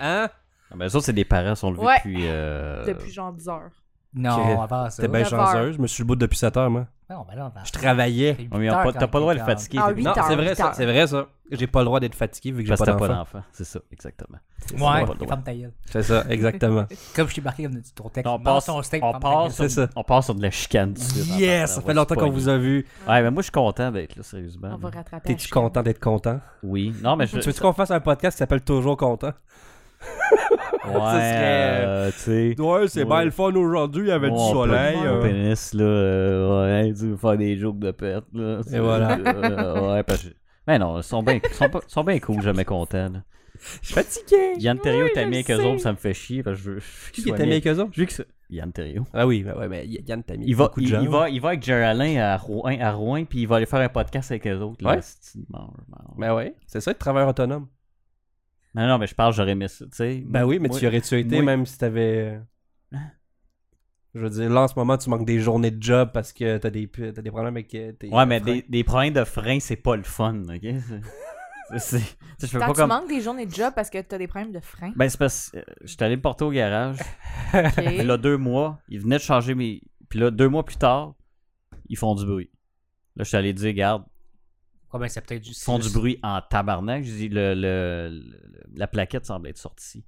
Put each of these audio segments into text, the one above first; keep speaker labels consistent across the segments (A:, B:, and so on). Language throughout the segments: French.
A: Hein?
B: Ah, ben, ça, c'est des parents qui sont levés
C: Ouais.
B: depuis. euh,
C: Depuis genre 10 heures.
D: Non,
A: Ok.
D: avant ça.
A: T'es bien
C: Neuf heures.
A: chanceux. Je me suis le bout depuis 7 heures, moi.
D: Non, ben là, on va-
A: Je travaillais.
D: T'as
B: Ouais, mais
D: huit
B: on
D: heures
B: pas- T'as
D: quand
B: pas le droit
D: t'es
B: de
D: en-
B: fatiguer.
C: Ah,
B: t'es-
C: huit
A: Non,
C: heures,
A: c'est vrai,
C: huit
A: ça.
C: heures.
A: C'est vrai, ça. J'ai pas le droit d'être fatigué vu que j'ai
B: Parce
A: pas
B: que t'as pas
A: d'enfant.
B: d'enfant. C'est ça, exactement.
D: Ouais,
B: pas le droit.
D: ferme ta gueule.
A: C'est ça, exactement.
D: Comme je suis marqué comme ton texte.
B: On
D: mange
B: passe,
D: ton steak,
B: on,
D: ferme ta
B: part
D: gueule.
B: sur,
A: C'est ça.
B: on part sur de la chicane. tout de suite. hein,
A: yes! Ça fait longtemps qu'on vous a vu.
B: Ouais, mais moi, je suis content d'être là, sérieusement.
C: On va rattraper. la
A: T'es-tu
C: chaîne.
A: content d'être content?
B: Oui. Non, mais je.
A: Tu veux-tu qu'on fasse un podcast qui s'appelle Toujours content?
B: Ouais,
A: serait-
B: euh, tu sais.
A: Ouais, c'est
B: Ouais.
A: bien le fun aujourd'hui, il y avait
B: Moi,
A: du
B: on peut-
A: soleil.
B: mon
A: euh.
B: pénis, là. euh, ouais, tu veux faire des jokes de pète, là.
A: Et voilà.
B: Euh, ouais, parce que. Mais non, ils sont bien sont, pas- sont bien cool, jamais contents. là.
A: Je suis fatigué.
B: Yann Terriot est ami
C: je
B: avec eux
C: sais.
B: autres, ça me fait chier. Parce que je veux. je veux
A: Qui
B: qu'ils
A: qui
B: soient
A: est ami
B: amis
A: avec eux autres?
B: avec- je veux que ça- Yann Terriot.
A: Ah oui, ben ouais, mais Y- Yann t'a mis
B: Il va,
A: beaucoup de
B: il,
A: gens.
B: il va, il va avec Jerry Alain à Rouen, à Rouen, puis il va aller faire un podcast avec eux autres. Là,
A: Ouais.
B: C'est une mort, mort.
A: Ben ouais, c'est ça être travailleur autonome.
B: Non, non, mais je parle, j'aurais aimé ça, tu sais.
A: Ben oui, mais
B: Moi-
A: tu y aurais-tu été
B: moi-
A: même si t'avais... euh, Je veux dire, là, en ce moment, tu manques des journées de job parce que t'as des, pu- t'as des problèmes avec euh, tes...
B: Ouais, mais
A: freins.
B: des, des problèmes de frein, c'est pas le fun, ok? C'est- c'est- tu sais, je fais
C: Quand
B: pas
C: tu
B: comme.
C: manques des journées de job parce que t'as des problèmes de frein.
B: Ben, c'est parce que euh, j'étais allé me porter au garage.
C: ok.
B: Puis Ben, là, deux mois, ils venaient de changer mes. Puis là, deux mois plus tard, ils font du bruit. Là, je suis allé dire, garde,
D: Ouais, ben, c'est peut-être juste.
B: ils font du bruit en tabarnak. Je dis, le, le- le- la plaquette semble être sortie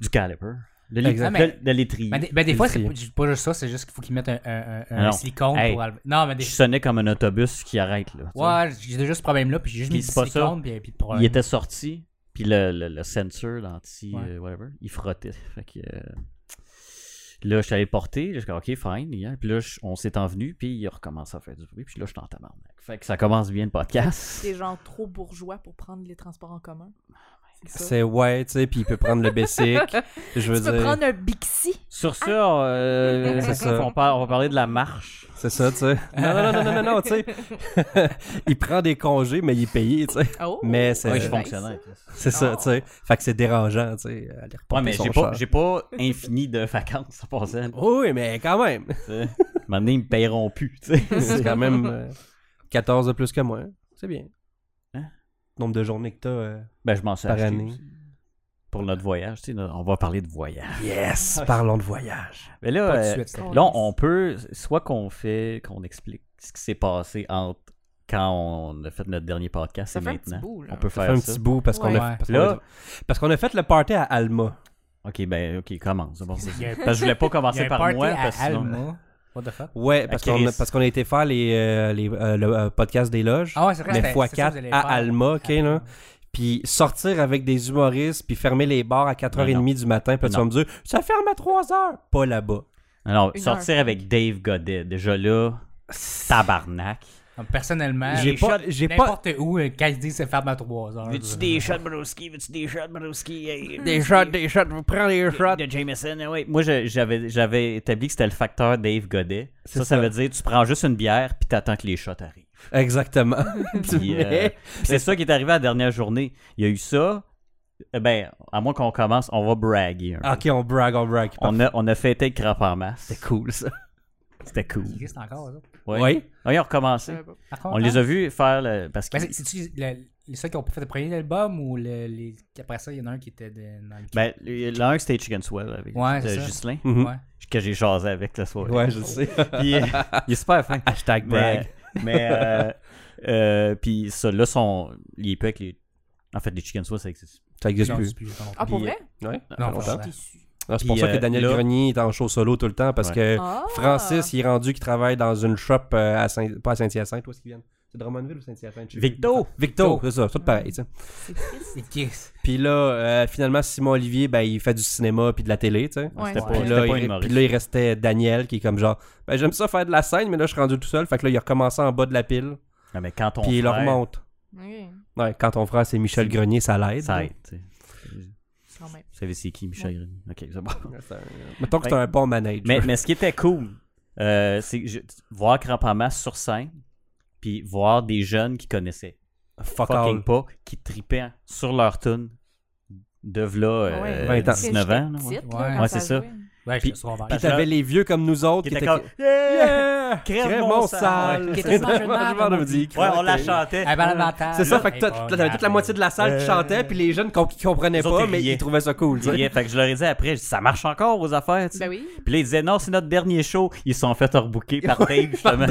B: du caliper. De l'é-
D: Exact.
B: de- de l'étrier.
D: Ben, des, ben, des fois, c'est
A: Industriel.
D: pas, c'est pas juste ça, c'est juste qu'il faut qu'ils mettent un, un, un-
B: Non.
D: un silicone
B: Hey.
D: pour enlever. Non, mais des
B: Je sonnais comme un autobus qui arrête, là. tu sais.
D: Ouais, j'ai déjà ce problème-là, puis j'ai juste
B: Puis
D: mis du
B: c'est pas ça.
D: silicone, puis, puis pour
B: Il était sorti, puis le, le, le sensor, l'anti,
D: Ouais.
B: euh, whatever, il frottait. Fait que, euh, là, je t'avais porté, là, je suis comme, OK, fine. yeah. Puis là, je- on s'est envenu, puis il a recommencé à faire du bruit, puis là, je suis en tabarnak. Fait que ça commence bien le podcast.
C: T'es genre trop bourgeois pour prendre les transports en commun. C'est ça.
A: C'est ouais, tu sais, puis il peut prendre le basic. je
C: Tu
A: veux
C: peux
A: dire,
C: prendre un Bixi.
B: Sur ça, euh,
A: C'est ça.
B: On, par- on va parler de la marche.
A: c'est ça, tu sais. Non, non, non, non, non, non, tu sais. il prend des congés, mais il est payé, tu sais.
C: Oh.
A: Mais c'est
B: Ouais,
C: Oui,
B: je suis
C: nice.
B: fonctionnaire.
A: c'est ça,
C: Oh.
A: tu sais. Fait que c'est dérangeant, tu sais. aller
B: Ouais,
A: reporter
B: mais
A: son
B: j'ai pas,
A: char.
B: j'ai pas infini de vacances à passer. là,
A: Oui, mais quand même.
B: tu sais. À un moment donné, ils me paieront plus, tu sais.
A: C'est quand même euh, 14 de plus que moi. C'est bien.
B: Hein?
A: Nombre de journées que t'as. euh,
B: Ben, je m'en suis
A: Par
B: acheté
A: année.
B: aussi. Pour notre voyage, tu sais, on va parler de voyage.
A: Yes! Parlons de voyage.
B: Mais là,
D: Pas de
B: euh,
D: suite, s'il te plaît.
B: Là, on peut, soit qu'on fait, qu'on explique ce qui s'est passé entre quand on a fait notre dernier podcast
C: Ça
B: et
C: fait un petit
B: maintenant.
C: bout, là.
B: On peut
A: Ça fait
B: faire
A: un
B: ça.
A: petit bout parce qu'on a,
D: Ouais.
A: parce qu'on
B: Là-
A: a- parce qu'on a fait le party à Alma.
B: Ok, ben, ok, commence. c'est bon, c'est ça.
D: Il y a un-
B: Parce que je voulais pas
D: il y a
B: commencer
D: un
B: par
D: party
B: moi.
D: à
B: Parce que sinon-
D: Alma. What the fuck?
A: Ouais, parce
B: À
A: qu'on a,
B: Chris.
A: parce qu'on a été faire les, euh, les, euh, le euh, podcast des loges.
D: Ah ouais, c'est vrai,
A: mais
D: c'était- c'est ça que vous
A: x4
D: allez
A: à
D: faire.
A: Alma, ok, là. Puis sortir avec des humoristes, puis fermer les bars à 4h30 du matin, puis tu vas
B: Non.
A: me dire, ça ferme à 3h. Pas là-bas.
B: Alors,
C: Une
B: sortir
C: heure.
B: avec Dave Godet, déjà là, tabarnak.
D: Donc, Personnellement,
A: J'ai
D: les
A: pas-
D: shots,
A: j'ai pas-
D: n'importe où, euh, quand ils disent c'est ferme à 3 heures. je-
B: shots, Broski? Veux-tu des shots, Broski?
A: Des shots, des shots, vous prenez les shots.
B: De Jameson, ouais. Moi, je- j'avais j'avais établi que c'était le facteur Dave Godet.
A: C'est
B: Ça, ça,
A: ça.
B: veut dire tu prends juste une bière puis t'attends que les shots arrivent.
A: Exactement.
B: Puis, euh,
A: Mais-
B: puis c'est ça qui est arrivé à la dernière journée. Il y a eu ça. Eh Ben, à moins qu'on commence, on va braguer. un peu.
A: Ok, on brague, on brague.
B: On, a, on a fêté le crapaud en masse.
A: Ah, C'est cool ça.
B: C'était cool.
D: Il existe encore, ça.
B: Ouais.
A: Oui.
B: Ah, ils ont
C: Euh,
B: recommencé.
D: Par contre,
B: On
D: hein?
B: les a vus faire le. Parce que.
D: Ben, c'est- C'est-tu le- les seuls qui ont pas fait le premier album ou le, les... après ça, il y en a un qui était de- dans le.
B: Ben, mm-hmm. l'un, c'était Chicken Swell avec
D: Ouais,
B: c'était
D: c'est ça.
B: Ghislain,
A: Mhm.
D: Ouais.
B: que j'ai jasé avec la soirée.
A: Ouais, je le sais.
B: Puis, euh, il est super fin.
A: Hashtag brag.
B: Mais, mais euh, euh, puis ça, là, son, il est peu avec les. En fait, les chicken swell, ça existe.
A: Ça existe
D: Non,
A: plus.
D: c'est plus, je comprends.
C: Ah, pour
A: Puis,
C: vrai?
A: Ouais.
D: Non,
A: longtemps.
D: franchement.
A: Ah, C'est
B: Puis,
A: pour ça
B: euh,
A: que Daniel
B: là-
A: Grenier est en show solo tout le temps parce
B: Ouais.
A: que
C: Ah.
A: euh, Francis, il est rendu qu'il travaille dans une shop euh, à Saint... pas à Saint-Hyacinthe, où est-ce qu'il vient C'est Drummondville ou Saint-Hyacinthe je sais
B: Victo!
A: plus. Victo, c'est ça, c'est tout pareil. tu sais.
C: C'est triste.
D: Et qu'est-ce-
A: Puis là, euh, finalement, Simon Olivier, ben, il fait du cinéma puis de la télé, tu sais.
C: Ouais.
B: C'était pas,
A: Puis
B: c'était
A: là,
B: pas
A: il,
B: humoriste.
A: puis là, il restait Daniel qui est comme genre, ben j'aime ça faire de la scène, mais là, je suis rendu tout seul. Fait que là, il a recommencé en bas de la pile,
B: Non, Ah, mais quand on.
A: puis il le remonte.
C: Oui,
A: Ouais, quand ton frère, c'est Michel Grenier, ça l'aide.
B: Ça
A: là.
B: aide, tu sais.
C: quand même.
B: Vous savez, c'est qui, Michel Grenier? Ok, c'est bon.
A: C'est un- Mettons que t'as un bon manager.
B: mais, mais ce qui était cool, euh, c'est que je- voir Crampamas sur scène, puis voir des jeunes qui connaissaient
A: Fuck
B: fucking
A: all.
B: pas, qui tripaient sur leur tune de v'là euh,
C: Ouais.
A: 20 ans.
B: 19 ans. là, ouais.
C: Petite, là,
D: Ouais.
C: quand
B: Ouais, c'est ça.
C: jouait.
D: Ouais, je
B: Puis-
D: suis souvent vert.
A: Puis
B: Parce
A: t'avais
B: que-
A: les vieux comme nous autres qui étaient.
B: comme. Yeah!
A: Yeah!
B: Crève
A: Crève
B: mon
A: mon
B: sale.
A: sale!
C: Qui était
A: C'est
C: sur le
A: vraiment
C: chemin,
A: genre de
C: mon
A: musique.
B: Ouais, on la
A: Crotté.
B: chantait.
D: Eh ben, l'avantage,
A: C'est ça,
D: là,
A: fait que t'as- t'as- t'avais toute la moitié de la salle qui
B: Euh.
A: chantait, puis les jeunes com- qui comprenaient
B: Les autres,
A: pas,
B: ils
A: mais
B: riaient.
A: ils trouvaient ça cool. tu
B: Ils
A: sais.
B: riaient. Fait que je leur ai dit après, je dis, ça marche encore vos affaires, tu sais.
C: Ben oui.
B: Puis là, ils disaient, non, c'est notre dernier show. Ils se sont fait rebooker par Dave, justement.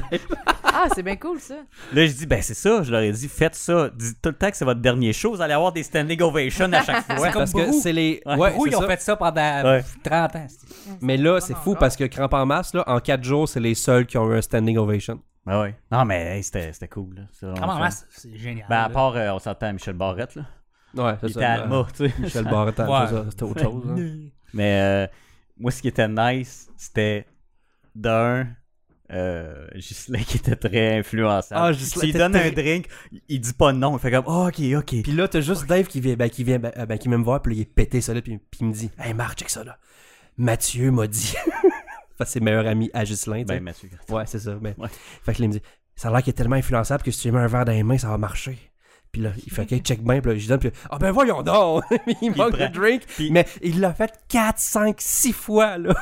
C: Ah, c'est bien cool, ça.
B: Là, je dis, ben c'est ça. Je leur ai dit, faites ça. Dites tout le temps que c'est votre dernier show. Vous allez avoir des standing ovations à chaque fois.
A: Ouais,
D: comme
A: parce que
D: Brou.
A: c'est les.
B: Ouais,
A: Ouais,
D: Brou,
A: c'est
D: ils ont
A: ça.
D: fait ça pendant
B: Ouais.
D: 30 ans. c'est-
A: Mais là, c'est fou
C: Encore.
A: parce que Cramp en masse, là, en 4 jours, c'est les seuls qui ont eu un standing ovation.
B: Ah ouais. Non, mais hey, c'était c'était cool. Là. C'était vraiment
D: Vraiment,
B: fun.
D: c'est- c'est génial.
B: Ben, à
D: là.
B: part, euh, on s'entend à Michel Barrette, là.
A: Ouais, c'est
B: Il
A: ça.
B: était à
A: euh,
B: Alma, tu sais.
A: Michel Barretin,
D: Ouais.
A: c'est ça, c'était autre chose. hein.
B: Mais euh, moi, ce qui était nice, c'était d'un. Euh, Ghislain qui était très influençable.
A: Ah, Ghislain
B: Tu lui
A: était
B: donnes
A: très-
B: un drink, il dit pas non. Il fait comme, Ah, ok, ok.
A: Puis là, t'as juste Dave qui vient, ben, qui vient, ben, euh, ben, qui vient me voir, puis là, il est pété ça là, puis, puis il me dit Hey Marc, check ça là. Mathieu m'a dit. Fait que c'est meilleur ami à Ghislain, tu sais.
B: ben, Mathieu.
A: Ouais, c'est ça. Mais...
B: Ouais.
A: Fait que là, il me dit Ça a l'air qu'il est tellement influençable que si tu lui mets un verre dans les mains, ça va marcher. Puis là, il fait OK, check bien. Puis là, je lui donne. Puis ah ben voyons donc Il manque
B: prend.
A: le drink.
B: Puis-
A: Mais il l'a fait 4, 5, 6 fois, là.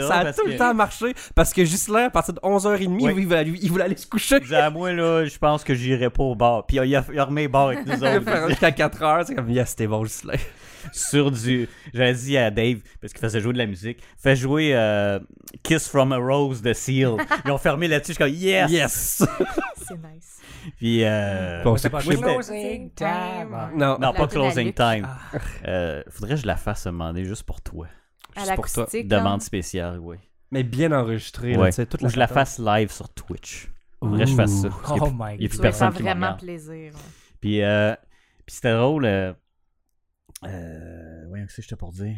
A: Ça
B: drôle
A: a
B: parce
A: tout
B: que-
A: le temps marché. Parce que Ghislain, à partir de 11h30,
B: Oui.
A: il, voulait, lui- il voulait aller se coucher.
B: Il dit, ah, moi, là, je pense que j'irai pas au bar. Puis il a, il a remis le bar avec nous
A: Il a fait
B: autres.
A: un truc à 4h. C'est comme Yes, c'était bon, Ghislain.
B: sur du. J'avais dit à Dave, parce qu'il faisait jouer de la musique, fais jouer euh, Kiss from a Rose de Seal. Ils ont fermé là-dessus, je suis comme yes!
A: Yes
C: C'est nice.
B: Puis. euh,
A: Bon,
D: Ouais, c'est pas
B: moi, j'étais-
D: closing time.
A: Non,
B: Non,
C: La
B: pas
C: tune à
B: Closing
C: Luc.
B: Time.
A: Ah.
B: Euh, faudrait que je la fasse demander juste pour toi.
C: À
A: Juste pour toi.
C: l'acoustique.
B: Demande
C: Demande.
B: spéciale, oui.
A: mais bien enregistré. là,
B: Ouais.
A: tu sais, toute
B: Ou je la
A: patente.
B: fasse live sur Twitch. Faudrait que je fasse ça. parce qu'il y a
D: Oh
B: plus- il y a
D: my god.
B: plus
C: Tu vas faire
B: personne qui me
C: vraiment
B: regarde.
C: plaisir. hein, ouais.
B: Puis, euh, puis c'était drôle. Euh, euh, voyons, qu'est-ce que j'étais pour dire?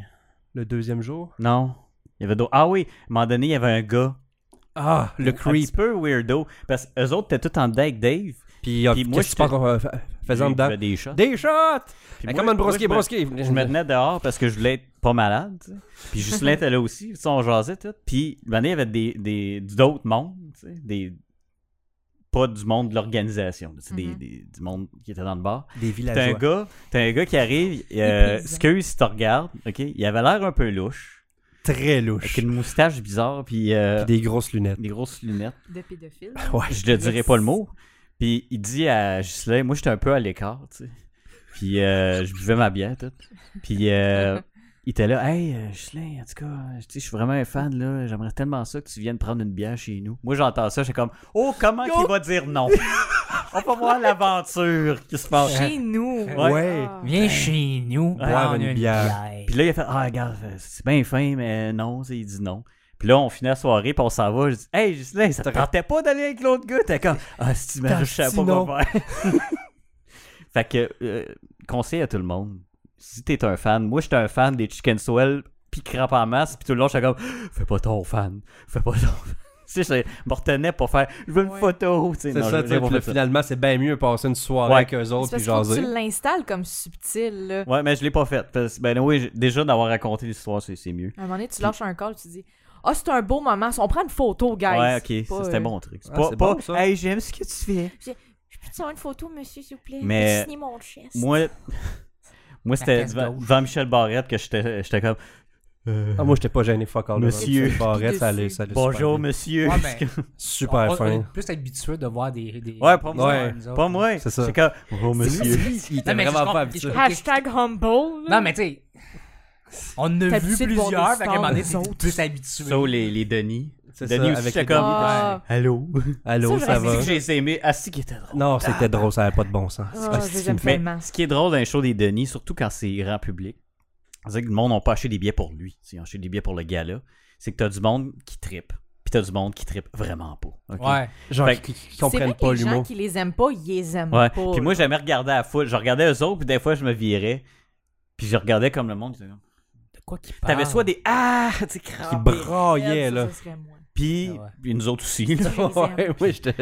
A: Le deuxième jour.
B: Non. Il y avait d'autres. Ah oui, à un moment donné, il y avait un gars.
A: Ah, le
B: Un
A: creep.
B: petit peu weirdo. Parce qu'eux autres étaient tous en dedans avec Dave.
A: Puis, euh,
B: Puis moi,
A: qu'est-ce que tu penses
B: j'étais-
A: qu'on euh, fa- faisait en
B: Dave
A: dedans
B: faisait des shots.
A: Des shots Eh,
B: Puis
A: Hey,
B: moi-
A: Come on,
B: moi,
A: brosquet,
B: je me-
A: brosquet.
B: Je me tenais dehors parce que je voulais être pas malade. tu sais. Puis Juscelin était là aussi. Tu sais, on jasait tout. Puis, une année, il y avait des- des- d'autres mondes. tu sais, Des, pas du monde de l'organisation. tu sais, des-
C: Mhm.
B: des- Du monde qui était dans le bar.
A: Des
B: T'as un
A: villageois.
B: gars, t'as un gars qui arrive. Euh,
C: présente.
B: excuse si tu regardes. ok Il avait l'air un peu louche.
A: Très louche.
B: Avec une moustache bizarre. Puis, euh,
A: Puis des grosses lunettes.
B: des grosses lunettes.
C: De pédophile.
A: Ouais.
B: Je ne dirai pas le mot. Puis il dit à Ghislain, moi j'étais un peu à l'écart, tu sais. Puis euh, je buvais ma bière, tout. Puis euh, il était là, hey euh, Ghislain, en tout cas, je tu sais, je suis vraiment un fan, là. J'aimerais tellement ça que tu viennes prendre une bière chez nous. Moi j'entends ça, j'étais comme, oh, comment qu'il va dire non? On va voir l'aventure qui se passe.
C: Chez nous.
B: Ouais.
C: Ah.
D: Viens chez nous boire une bière.
B: Puis là, il a fait Ah, regarde, c'est bien fin, mais non. tu sais, Il dit non. Puis là, on finit la soirée, puis on s'en va. Je dis Hey, Ghislain, ça te tentait pas d'aller avec l'autre gars T'es comme Ah, si tu m'as je savais pas
A: Tantino.
B: quoi faire. fait que, euh, conseil à tout le monde si t'es un fan, moi, j'étais un fan des Chicken Swell, puis crampe en masse, puis tout le long, j'étais comme Fais pas ton fan, fais pas ton fan. Tu sais, je me retenais pour faire Je veux une
C: Ouais.
B: photo. tu sais,
A: C'est
B: non,
A: ça,
B: j'ai-
A: tu
B: j'ai
A: sais,
B: pas
A: puis là,
B: fait ça.
A: finalement, c'est bien mieux passer une soirée
B: Ouais.
A: avec eux autres
C: C'est
A: puis
C: parce que faut que
A: jaser.
C: tu l'installes comme subtil. Là.
B: Ouais, mais je l'ai pas fait. parce- ben oui, j'ai- déjà d'avoir raconté l'histoire, c'est c'est mieux.
C: À un moment donné, tu lâches un call, tu dis Ah, c'est un beau moment. On prend une photo, guys.
B: Ouais, ok,
C: Pas,
B: ça, c'était
C: euh,
B: bon truc.
A: Ah,
B: pas,
A: c'est
B: pas,
A: bon, ça.
B: hey, j'aime ce que tu fais.
C: Je peux te faire une photo, monsieur, s'il vous plaît
B: Mais-
C: Signer mon chest.
B: Moi, moi c'était
D: caisse
B: devant,
D: gauche.
B: devant Michel Barrette que j'étais j'étais comme. euh,
A: Ah, moi, j'étais pas gêné, fuck all.
B: Monsieur.
A: Barrette,
C: Dessus.
A: ça allait, ça allait super
B: bonjour,
A: bien.
B: monsieur.
D: Ouais, ben,
A: Super
D: on- on
A: fin.
D: est plus habitué de voir des. des
B: Ouais, pas moi.
A: Ouais.
D: nous autres.
B: Pas moi.
A: C'est ça.
B: C'est comme. Bonjour, monsieur.
A: Il était
D: mais je
A: vraiment
D: comprends-
A: pas
D: je
A: habitué.
D: comprends.
C: Hashtag humble. là.
D: Non, mais tu sais, on en a
C: T'as
D: vu
C: habitué de voir des
D: plusieurs, fait qu'à un moment donné,
C: stars,
D: t'es
C: les
D: plus habitué.
B: So, les, les Denis.
A: C'est
B: Denis
A: ça,
B: aussi,
A: avec
B: j'étais
A: les
B: comme.
C: Ah,
B: Allô.
A: Allô,
C: Ça,
A: ça
C: j'aurais
A: va
B: C'est que j'ai aimé. Ah, si, qui était drôle.
A: Non, c'était drôle, ça avait pas de bon sens.
C: ah,
A: Ah,
C: je les
A: c'est-
C: aime
A: mais-
C: tellement.
B: Ce qui est drôle d'un show des Denis, surtout quand c'est grand public, c'est que le monde n'a pas acheté des billets pour lui. Ils ont acheté des billets pour le gala. C'est que t'as du monde qui trippe. Puis t'as du monde qui trippe vraiment pas. ok?
D: Ouais.
A: Genre,
B: Fait-
A: qui qui
C: C'est vrai
A: comprennent
C: que
A: pas
C: les gens
A: l'humour.
C: qui les aiment pas, ils les aiment
B: Ouais.
C: pas.
B: Puis moi, j'aimais regarder à la foule. Je regardais eux autres, puis des fois, je me virais. Puis je regardais comme le monde. ils étaient comme-
D: De quoi qu'il parle
B: T'avais soit des Ah, tu sais,
A: Qui
B: crampés.
A: braillaient, oh, là.
C: Ça, serait moi.
B: Puis,
D: Ah ouais.
B: puis nous autres aussi. là.
A: Ouais, moi, j'étais.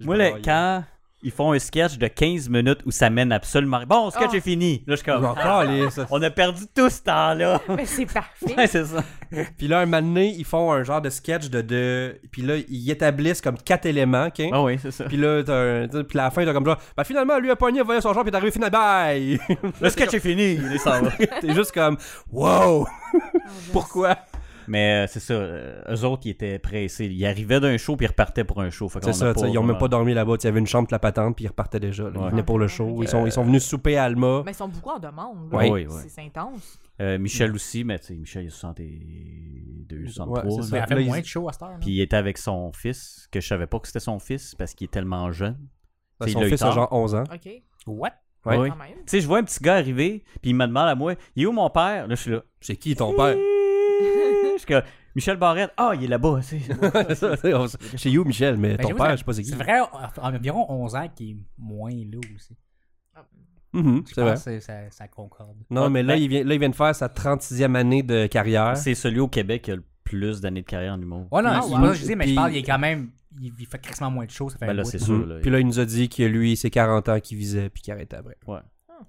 A: je
B: Moi, là,
A: braillais.
B: quand ils font un sketch de 15 minutes où ça mène absolument. Bon, le sketch
C: Ah.
B: est fini. Là, je suis
A: Je vais
B: comme.
A: encore aller, ça.
B: On a perdu tout ce temps-là.
C: Mais c'est parfait.
B: Ouais, c'est ça.
A: Puis là, un moment donné, ils font un genre de sketch de. de... Puis là, ils établissent comme quatre éléments, OK?
B: Ah oui, c'est ça.
A: Puis là, t'as un- t'sais, puis à la fin, t'as comme genre, bah finalement, lui a pogné, voyait son genre, puis est arrivé final, bye!
B: Le sketch est fini. Il est sans-
A: T'es juste comme, wow!
C: Ah, j'aime
A: Pourquoi?
B: Mais euh, c'est ça, euh, eux autres, ils étaient pressés. Ils arrivaient d'un show, puis ils repartaient pour un show. Fait qu'on
A: C'est
B: a
A: ça, tu sais, ils ont même pas
B: vraiment-
A: dormi là-bas. Tu sais, Il y avait une chambre, la patente, puis ils repartaient déjà. là.
B: Ouais.
A: Ils venaient pour le show. Ils sont, ils sont venus souper à Alma.
C: Mais ils sont beaucoup en demande.
B: Ouais,
C: Là.
B: ouais, ouais.
C: C'est c'est intense.
B: Euh, Michel aussi, mais tu sais, Michel, il est 62, 63.
A: Ouais, c'est
B: là.
A: ça.
D: Mais elle fait
A: Là, ils-
D: moins de show à cette heure. là.
B: Puis il était avec son fils, que je savais pas que c'était son fils, parce qu'il est tellement jeune. Tu sais,
A: Son
B: il l'a eu
A: fils a
B: tard.
A: genre 11 ans.
C: OK.
D: What?
A: Ouais.
B: Oui.
C: Quand même.
B: Tu sais, je vois un petit gars arriver, puis il me demande à moi, il est où mon père? Là, je suis là.
A: C'est qui ton père?
B: Je suis comme, Michel Barrette, ah, il est là-bas, tu sais.
A: C'est ça, c'est- on- Chez you, Michel, mais
D: Ben,
A: ton
D: j'avoue,
A: père,
D: ça-
A: je sais pas c'est qui.
D: C'est vrai, en- en- environ 11 ans qui est moins là aussi.
A: Mhm,
D: Je
A: c'est vrai.
D: pense que ça, ça concorde.
A: Non, mais là,
B: Ben-
A: il vient, là, il vient de faire sa 36e année de carrière.
B: C'est celui au Québec qui a le plus d'années de carrière en humour.
D: Ouais, non,
C: Ah,
D: c'est
C: ouais.
D: pas ça que je dis, mais
A: Puis-
D: je parle, il est quand même. Il, il fait crissement moins de shows, ça fait
B: Ben
D: un
B: là,
D: bout.
B: c'est
A: Mhm.
B: sûr. Là,
A: Puis là, il nous a dit que lui, c'est 40 ans qu'il visait, puis qu'il arrêtait après.
B: Ouais.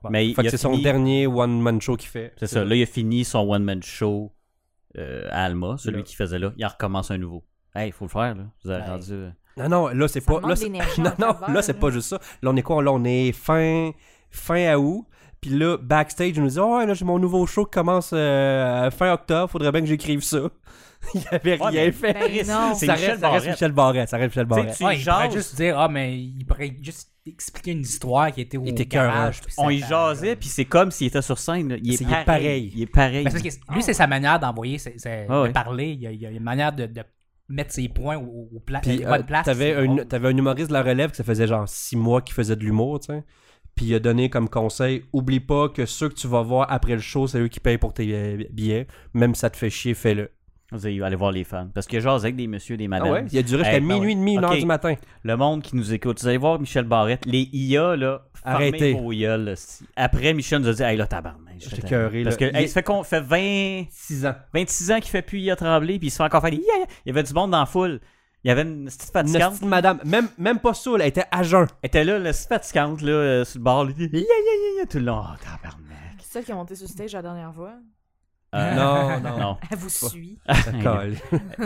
D: Bon.
B: Mais il-
A: Fait
B: il
A: que
B: a
A: c'est son
B: fini-
A: dernier one-man show qu'il fait.
B: C'est ça. Là, il a fini son one-man show euh, à Alma, celui
A: Là.
B: qu'il faisait là. Il en recommence un nouveau. Hey, il faut le faire, là. Vous avez
A: Ben.
D: Ouais.
B: rendu. euh,
A: Non, non, là, c'est
C: Ça
A: pas.
C: manque
A: Là, c'est-
C: d'énergie
A: non,
C: en
A: non,
C: faveur,
A: là, c'est
C: là.
A: pas juste ça. Là, on est quoi? Là, on est fin, fin août. Puis là, backstage, ils nous disent Oh, là, j'ai mon nouveau show qui commence euh, fin octobre. Faudrait bien que j'écrive ça. il avait
B: Ouais,
A: rien
B: mais-
A: fait.
C: Ben non.
B: c'est
A: ça,
B: Michel
A: reste, ça reste
B: Barrette.
A: Michel Barrette. Ça reste Michel
B: tu sais,
A: Barrette.
B: tu
D: Ouais, il pourrait
B: jases,
D: juste dire, ah, mais il pourrait juste expliquer une histoire qui était au
A: Il était
B: hein.
D: garage.
A: cœureux.
D: puis ça
B: on y
D: fait-
B: jasait, puis c'est comme s'il était sur scène. là. Il, est
A: C'est- il est pareil.
B: Il est pareil.
D: Mais c'est parce que lui, c'est sa manière d'envoyer, c'est- c'est-
B: Ah ouais.
D: de parler. Il y, a, il y a une manière de, de mettre ses points au, au pla-
A: Puis
D: à la
A: euh,
D: bonne place.
A: t'avais
D: c'est
A: un,
D: drôle.
A: t'avais un humoriste de la relève que ça faisait genre six mois qu'il faisait de l'humour, tu sais. Puis il a donné comme conseil, oublie pas que ceux que tu vas voir après le show, c'est eux qui payent pour tes euh, billets. Même si ça te fait chier, fais-le.
B: Vous allez aller voir les fans. Parce que jase avec des messieurs, des madames.
A: Ah Il a duré jusqu'à
B: Eh, ben
A: minuit
B: ouais.
A: et demi, une
B: Ok.
A: heure du matin.
B: Le monde qui nous écoute, vous allez voir Michel Barrette. Les IA, là, fermez
A: Arrêtez.
B: vos IA, là, si- Après, Michel nous a dit, hey, là, tabarnak.
A: J'étais
B: j'étais-
A: écoeuré,
B: Parce que,
A: là.
B: hey,
A: Il-
B: ça fait qu'on fait 20.
A: Six ans.
B: 26 ans qu'il fait plus IA trembler, puis il se fait encore faire des yeah, yeah. Il y avait du monde dans la foule. Il y avait une petite
A: Une
B: fatigante.
A: petite madame, même, même pas saoule, elle était à jeun.
B: Elle était là, la petite fatigante, là, euh, sur le bord, là, yeah, yeah, yeah, yeah, tout le long. Oh, tabarnak.
C: C'est ça qui est monté sur stage la dernière fois.
B: Euh,
A: Non, non. Ben,
B: Non.
C: Elle vous suit.
A: Ah Colle.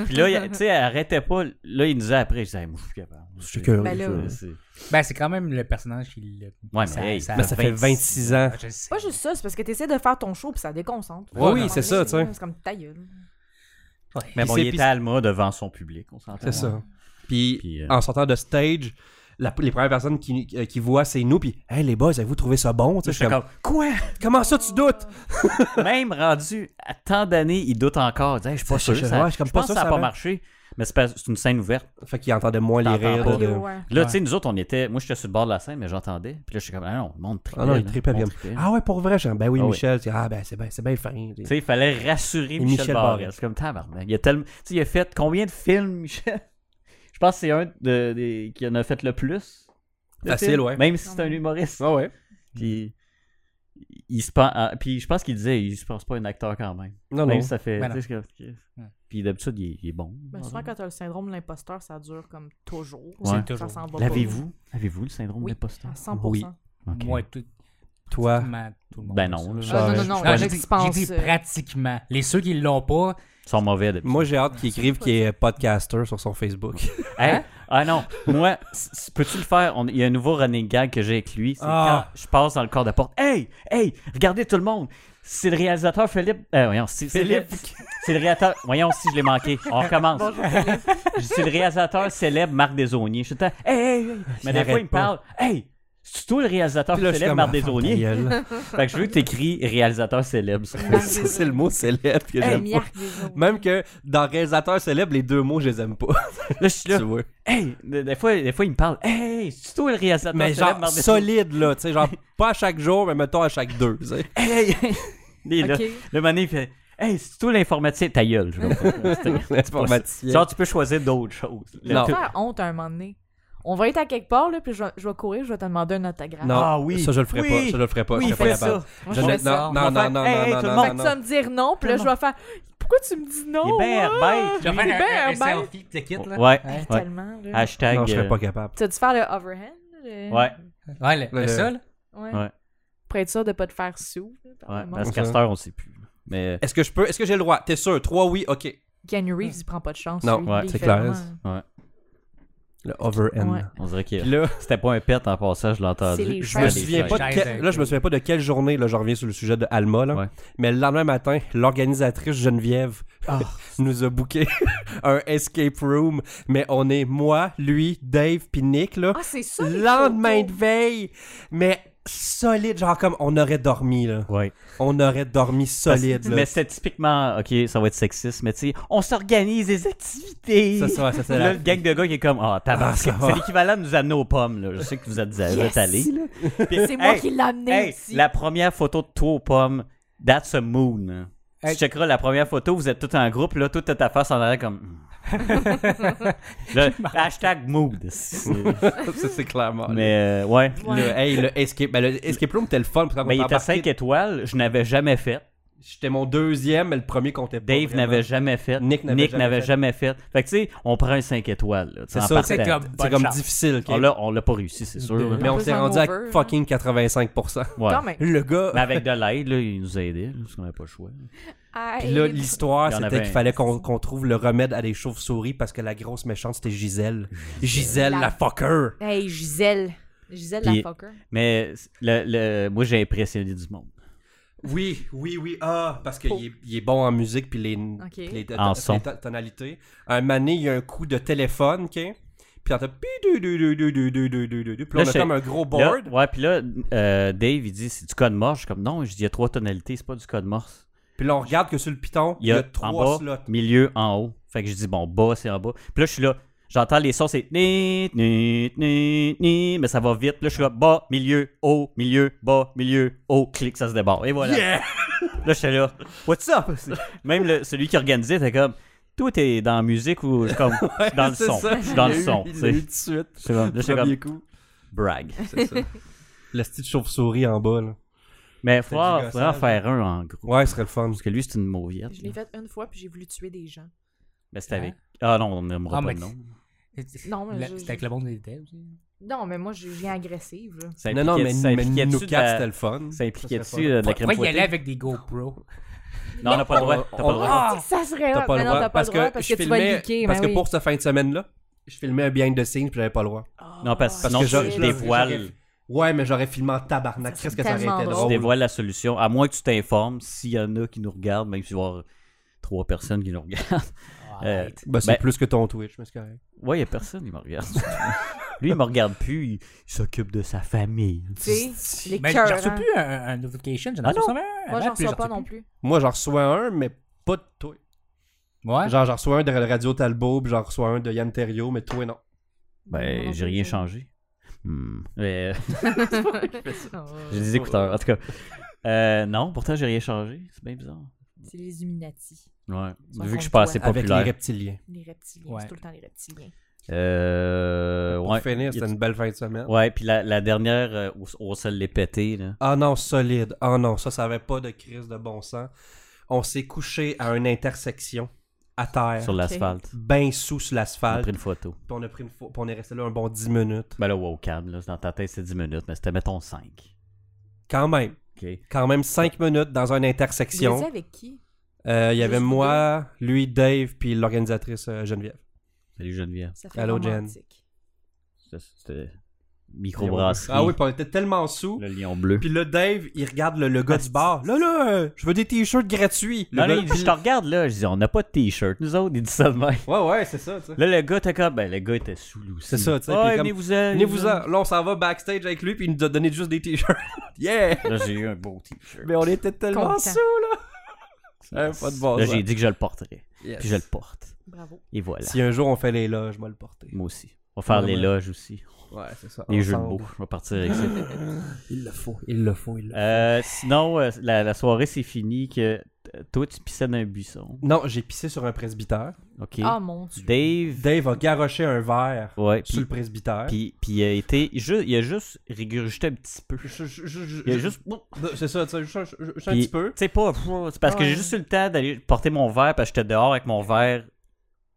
B: puis là, il- tu sais, elle arrêtait pas. Là, il nous disait après, je disais, Hey, moi, je suis plus capable.
A: Je suis curieux.
C: Ben là,
B: Euh,
C: ouais.
B: c'est-
D: Ben, c'est quand même le personnage qui le.
B: Ouais, mais hey,
A: Mais ça fait 26 ans.
D: Je sais.
C: Pas juste ça, c'est parce que t'essaies de faire ton show puis ça déconcentre.
A: Ouais, oui,
C: À un
A: c'est
C: moment
A: ça,
C: donné,
A: tu sais.
C: C'est comme ta gueule.
D: Ouais.
B: Mais
A: Puis
B: bon,
A: c'est-
B: il était à Alma devant son public, on s'entend.
A: C'est ça. Puis,
B: Puis, euh,
A: en sortant de stage, la- les premières personnes qui, euh, qui voient, c'est nous. Puis, hey, les boys, avez-vous trouvé ça bon? Tu sais,
B: Je suis comme, quoi?
A: Comment ça, tu doutes?
B: Même rendu à tant d'années, il doute encore. Il dit, Hey, je suis pas
A: Ça,
B: sûr.
A: je-
B: ça-
A: ouais, je
B: Je
A: suis comme
B: pense
A: pas
B: que
A: sûr
B: ça
A: que ça
B: n'a pas
A: va.
B: marché. Mais c'est parce- c'est une scène ouverte.
A: Fait qu'ils entendaient moins les
B: T'entends
A: rires.
B: pas.
C: Ok,
A: de-
C: ouais.
B: Là,
D: Ouais.
B: tu sais, nous autres, on était. Moi, j'étais sur le bord de la scène, mais j'entendais. Puis là, j'étais comme, ah non, le monde tripait.
A: Ah non, il
B: là.
A: tripait
B: Le
A: bien.
B: monde tripait.
A: Ah ouais, pour vrai, genre, ben oui,
B: Ah oui.
A: Michel, tu- ah ben c'est bien c'est bien fin. tu
B: Tu
A: sais.
B: sais, il fallait rassurer Michel,
A: Michel
B: Barrette.
A: Barrette.
B: C'est comme, tabarnak. Il a tellement. Tu sais, il a fait combien de films, Michel Je pense que c'est un de- des- qui en a fait le plus. de
A: Facile,
B: films,
A: ouais.
B: Même si c'est un humoriste.
A: Ah ouais.
B: Puis. Il se pen- ah, Puis je pense qu'il disait, il se pense pas un acteur quand même.
A: Ah Non, non.
B: Même si ça fait.
D: Ben non.
B: tu sais, je suis comme, Puis d'habitude, il, est- il est bon.
C: Mais Ben, souvent, quand t'as le syndrome de l'imposteur, ça dure comme toujours.
B: Ouais.
C: Ça
D: Toujours.
C: s'en va pas.
B: L'avez-vous Avez-vous le syndrome
C: Oui.
B: d'imposteur
C: À 100
A: Oui.
B: Ok.
D: Moi, tout,
A: Toi,
D: pratiquement tout le monde.
B: Ben
D: fait
B: non,
D: ça.
A: là.
C: Ah,
A: Ouais,
C: non,
A: je-
C: non, non, je
D: Ouais, j'ai dit- j'ai
C: dispense.
D: dit
C: euh,
D: pratiquement. Les ceux qui l'ont pas,
B: Ils sont mauvais d'habitude.
A: moi j'ai hâte qu'il écrive qu'il est podcaster sur son Facebook.
B: Hey, Ah non, moi, c- c- peux-tu le faire? On- Il y a un nouveau running gag que j'ai avec lui. C'est
D: Ah.
B: quand je passe dans le corps de porte. Hey, hey, regardez tout le monde. C'est le réalisateur Philippe. euh, voyons, c'est c'est le-
A: Philippe.
B: C'est le réalisateur. Voyons si je l'ai manqué. On recommence. C'est le réalisateur célèbre Marc Desauniers. Je suis tout le temps, Hey, hey, hey. Mais des
A: arrête
B: fois, il me
A: pas.
B: parle. Hey, c'est toi le réalisateur
A: Puis là, je suis
B: célèbre
A: comme,
B: Marc
A: ah, ferme ta
B: Desauniers.
A: gueule.
B: Fait que je veux que t'écris réalisateur célèbre. sur Facebook.
A: Ça, c'est le mot célèbre que
C: la
A: j'aime pas.
C: miarque des autres.
A: Même que dans réalisateur célèbre, les deux mots, je les aime pas.
B: Là, je suis là.
A: tu vois.
B: Hey, des des fois, des fois, il me parle. Hey, c'est toi le réalisateur
A: Mais
B: célèbre
A: genre
B: Marc Desauniers.
A: solide là, tu sais, genre pas à chaque jour, mais mettons à chaque deux. tu sais.
B: Hey, hey, hey. Il est là.
C: Ok.
B: Le mané, il fait Hey, c'est tout l'informaticien. Ta gueule, je veux pas. C'était-
A: Informaticien.
B: Genre, tu peux choisir d'autres choses. Le-
A: Non.
C: Tu vas faire honte à un moment donné. On va être à quelque part, là, puis je vais, je vais courir, je vais te demander un autographe.
A: Non,
B: Ah oui.
A: ça je le ferai
B: Oui.
A: pas, ça je le ferai pas,
B: Oui,
A: je serais
B: fais
A: pas capable.
B: ça.
C: Moi,
A: Je
C: je
A: le-
C: fais ça.
A: Non, non,
B: On va
A: non,
B: faire, hey, hey,
A: non,
B: tout le
A: non,
B: monde, oh,
C: Fait
A: non, non.
C: que tu vas me dire non, puis là, je vais faire Pourquoi tu me dis non
B: Il est bien
C: hein?
B: bête.
D: Tu vas
B: lui.
C: Ben,
D: faire un, un
C: ben.
D: selfie, tu le quittes, là.
B: Ouais.
D: Ouais,
B: ouais.
C: Tellement, là.
B: Hashtag.
A: Non, je serais
B: euh,
A: pas capable.
C: Tu as dû faire le overhand le-
B: Ouais.
D: Ouais, le,
A: Le-
D: le seul.
C: Ouais.
B: Ouais.
C: Pour être sûr de pas te faire sous. là, par
B: Ouais,
C: le monde.
B: parce qu'à cette heure, ben, on sait plus. Mais. euh,
A: Est-ce que je peux Est-ce que j'ai le droit T'es sûr Trois oui, OK.
C: Keanu Reeves, il prend pas de chance.
A: Non,
C: lui.
B: ouais,
C: Il
A: c'est
C: fait
A: clair.
C: vraiment-
B: Ouais.
A: Le over end.
C: Ouais.
B: On dirait que
A: Puis là,
B: c'était pas un pet en passant, je l'ai entendu.
C: C'est les
A: je
C: Ouais,
A: me
C: les
A: souviens pas de
D: chaises
A: quel-
D: avec-
A: là, je me souviens pas de quelle journée, là, je reviens sur le sujet de Alma, là.
B: Ouais.
A: Mais le lendemain matin, l'organisatrice Geneviève nous a booké un escape room. Mais on est moi, lui, Dave, puis Nick, là.
C: Ah, c'est ça. les
A: lendemain de
C: photos.
A: veille, mais solide, genre comme on aurait dormi, là.
B: Ouais.
A: On aurait dormi solide, là.
B: Mais c'était typiquement, ok, ça va être sexiste, mais tu sais, on s'organise des activités.
A: Ça, ça, ça, ça,
B: là,
A: la-
B: le gang de gars qui est comme, ah, tabarnak.
A: Ah, ça va.
B: c'est l'équivalent de nous amener aux pommes, là. Je sais que vous êtes, vous êtes
C: Yes.
B: allés, là. Puis,
C: C'est moi
B: hey,
C: qui l'ai amené
B: hey,
C: ici.
B: la première photo de toi aux pommes, that's a moon. hein.
D: Hey.
B: Tu checkeras la première photo, vous êtes tous en groupe, là, toute ta face en arrière comme. hmm. Le hashtag mood.
A: Ça, c'est clairement.
B: Mais euh, ouais.
A: Le,
C: Ouais.
A: hey, le escape, ben, le escape room, c'était le fun. parce qu'on
B: Mais il était
A: embarquait-
B: 5 étoiles, je n'avais jamais fait.
A: J'étais mon deuxième, mais le premier comptait pas.
B: Dave
A: vraiment.
B: n'avait jamais fait.
A: Nick n'avait jamais
B: n'avait
A: fait.
B: jamais fait. Fait que tu sais, on prend un 5 étoiles. là, tu
A: C'est
B: sais, en
A: ça, c'est
B: partant.
A: comme,
D: bonne chance.
A: difficile. ok.
B: On l'a- On l'a pas réussi, c'est sûr. là.
A: mais on
C: plus
A: s'est
C: un
A: rendu
C: over,
A: à
C: là.
A: fucking 85%.
B: Ouais.
C: Quand même.
A: Le gars.
B: Mais avec de l'aide, là, il nous a aidés, là, parce qu'on n'avait pas le choix.
A: Puis là,
C: Hey.
A: l'histoire,
B: Il y en
A: c'était
B: avait
A: qu'il
B: un.
A: fallait qu'on qu'on trouve le remède à des chauves-souris parce que la grosse méchante, c'était Gisèle. Gisèle, la
C: La-
A: fucker.
C: Hey, Gisèle. Gisèle
B: Puis-
C: la fucker.
B: Mais le, le- moi, j'ai impressionné du monde.
A: Oui, oui, oui. Ah, parce qu'il
C: Oh.
A: est, il est bon en musique puis les, puis les, ton-
B: En
A: puis
B: son.
A: les ton- tonalités. Un mané, il y a un coup de téléphone, OK? Puis on a... Puis on
B: Là,
A: a
B: je-
A: comme un gros
B: Là,
A: board.
B: ouais, puis là, euh, Dave, il dit c'est du code morse. Je suis comme non, je dis il y a trois tonalités, c'est pas du code morse.
A: Puis là, on regarde que sur le Python,
B: Il y a, en
A: trois
B: bas,
A: slots.
B: milieu, en haut. Fait que je dis bon, bas, c'est en bas. Puis là, je suis là, j'entends les sons, c'est ni, ni, ni, ni, mais ça va vite. Puis là, je suis là, bas, milieu, haut, milieu, bas, milieu, haut, clic, ça se débarre. Et voilà.
A: Yeah!
B: Là, j'étais là, what's up? Même le- celui qui organisait était comme, tout est dans la musique ou comme, je suis dans le
A: C'est
B: son.
A: ça.
B: Je suis dans
A: Il
B: le
A: l'a eu-
B: son.
A: Il
B: tu
A: l'a eu
B: sais.
A: tout de suite.
B: C'est bon. Là, j'étais
A: Premier
B: comme,
A: coup.
B: brag.
A: C'est ça. La petite chauve-souris en bas, là.
B: Mais il faut
A: du
B: en
A: gossage.
B: faut en faire un en gros.
A: Ouais, ce serait le fun.
B: Parce que lui, c'est une mauviette.
C: Je l'ai faite une fois, puis j'ai voulu tuer des gens.
B: Mais c'était avec. Ah non, on n'aimera
D: Ah,
B: pas
D: mais-
B: le nom.
C: Non, mais
D: Le-
C: je-
D: C'était avec le monde des devs.
C: Non, mais moi, je viens agressive, là.
B: Ça
A: Non, non,
B: impliquait-
A: mais,
B: ça
A: mais
B: impliquait-tu
A: nous
B: de
A: quatre,
B: la-
A: c'était le fun.
B: Ça
A: Ça
B: impliquait-tu
A: serait
B: euh, de la crème
D: Pourquoi y aller
B: fouettée? Euh,
D: avec des GoPro?
B: Non, on n'a pas le droit. T'as pas le droit.
A: Ah!
C: Ah, ça serait
A: T'as
C: hot.
A: pas le
C: Mais non,
A: droit.
C: t'as pas
A: parce
C: le droit
A: que
C: parce
A: je
C: que tu vas le
A: filmais-
C: liquer.
A: Parce
C: ben
A: que
C: oui.
A: pour cette fin de semaine-là, je filmais un behind the scenes puis j'avais pas le droit.
B: Non,
A: Parce
B: parce que sinon,
A: que je- je-
B: tu
A: oh,
B: dévoiles,
A: Ouais, mais j'aurais filmé en tabarnak. Qu'est-ce que ça aurait
C: tellement
A: été
C: drôle.
B: tu
A: drôle?
B: dévoiles la solution. À moins que tu t'informes, s'il y en a qui nous regardent, même s'il va y avoir trois personnes qui nous regardent. Euh,
A: Bah, c'est
B: Ben-
A: plus que ton Twitch, mais c'est correct.
B: ouais, il n'y a personne qui me regarde. Lui, il me regarde plus, il, il s'occupe de sa famille.
C: Tu sais, les
D: Mais j'en
C: cœurs.
D: reçois
C: hein.
D: plus un, un notification, j'en
B: Ah
D: ai
B: non.
D: reçu un.
C: Moi, j'en
D: avant, puis
C: reçois pas
D: reçois
C: non
D: plus.
C: plus.
A: Moi, j'en reçois un, mais pas de toi.
D: Ouais.
A: Genre, j'en reçois un de Radio Talbot, puis j'en reçois un de Yann Terriot, mais toi, non.
C: Moi
B: Ben,
C: non
B: j'ai
C: plus,
B: rien
C: ça.
B: changé. Hmm. Mais, euh,
C: Ah, ouais.
B: j'ai des écouteurs, en tout cas. Euh, non, pourtant, j'ai rien changé. C'est bien bizarre.
C: C'est les Illuminati,
B: Ouais. Vu que je
C: Soit contre
B: suis
C: toi.
B: pas assez
A: Avec les
B: populaire.
A: reptiliens.
C: les reptiliens.
D: Ouais.
C: C'est tout le temps les reptiliens.
B: Euh,
A: Pour
B: ouais.
A: finir, c'était
B: Y a-
A: une belle fin de semaine.
B: Ouais, puis la, la dernière, euh, où- où on se l'est pété, là.
A: Ah non, solide. Ah non, ça, ça avait pas de crise de bon sens. On s'est couché à une intersection, à terre,
B: Sur l'asphalte.
A: ben sous sur
B: On a
A: l'asphalte,
B: pris
A: puis
B: une photo.
A: on a pris une fo- puis on est resté là un bon 10 minutes.
B: Ben là, wow, calme, là. Dans ta tête, c'est 10 minutes, mais c'était, mettons, 5.
A: Quand même.
B: OK.
A: Quand même 5 minutes dans une
C: Vous étiez
A: intersection.
C: avec qui?
A: Euh, Il y avait
C: Juste
A: moi, lui, Dave, puis l'organisatrice euh, Geneviève.
B: Salut, Geneviève.
C: Ça fait
A: Allô,
C: romantique.
B: C'était- C'était microbrasserie.
A: Ah oui, puis on était tellement sous.
B: Le Ah, lion bleu.
A: Puis là, Dave, il regarde le, le gars du bar. Là, là, euh, je veux des t-shirts gratuits. Le
B: Non,
A: gars-
B: non, il dit, je te regarde, là. Je dis, on n'a pas de t-shirt. Nous autres, il dit ça de même.
A: Ouais, ouais, c'est ça, tu sais.
B: Là, le gars, t'es comme, ben, le gars était sous lui aussi.
A: C'est ça, tu sais,
B: Ah,
A: puis comme-
B: venez-vous-en.
A: Venez-vous-en. Là, on s'en va backstage avec lui, puis il nous a donné juste des t-shirts. yeah!
B: Là, j'ai eu un beau t-shirt.
A: Mais on était tellement
C: Content.
A: sous, là. Ça avait pas de bon
B: Là,
A: sens.
B: j'ai dit que je le porterais.
A: Yes.
B: Puis je le porte.
C: Bravo.
B: Et voilà.
A: Si un jour on fait les loges, je vais le porter.
B: Moi aussi. On va faire
A: Ouais,
B: les
A: ouais.
B: loges aussi.
A: Ouais, c'est ça.
B: Les jeux de
A: Ensemble.
B: mots. Je vais partir avec ça.
A: Il le faut, il le faut, il le faut.
B: Euh, sinon, euh, la, la soirée, c'est fini que t- toi, tu pissais dans un buisson.
A: Non, j'ai pissé sur un presbytère.
B: OK.
C: Ah mon dieu.
B: Dave.
A: Dave a garoché un verre
B: Ouais,
A: sur
B: puis,
A: le presbytère.
B: puis, puis il a été. ju- il a juste rigurgité un petit peu.
A: Je- je- je- je-
B: Il a juste.
A: Bah, C'est ça, tu sais, juste un, juste un
B: Puis-
A: petit peu.
B: C'est pas. C'est parce que
C: Ouais.
B: j'ai juste eu le temps d'aller porter mon verre parce que j'étais dehors avec mon verre.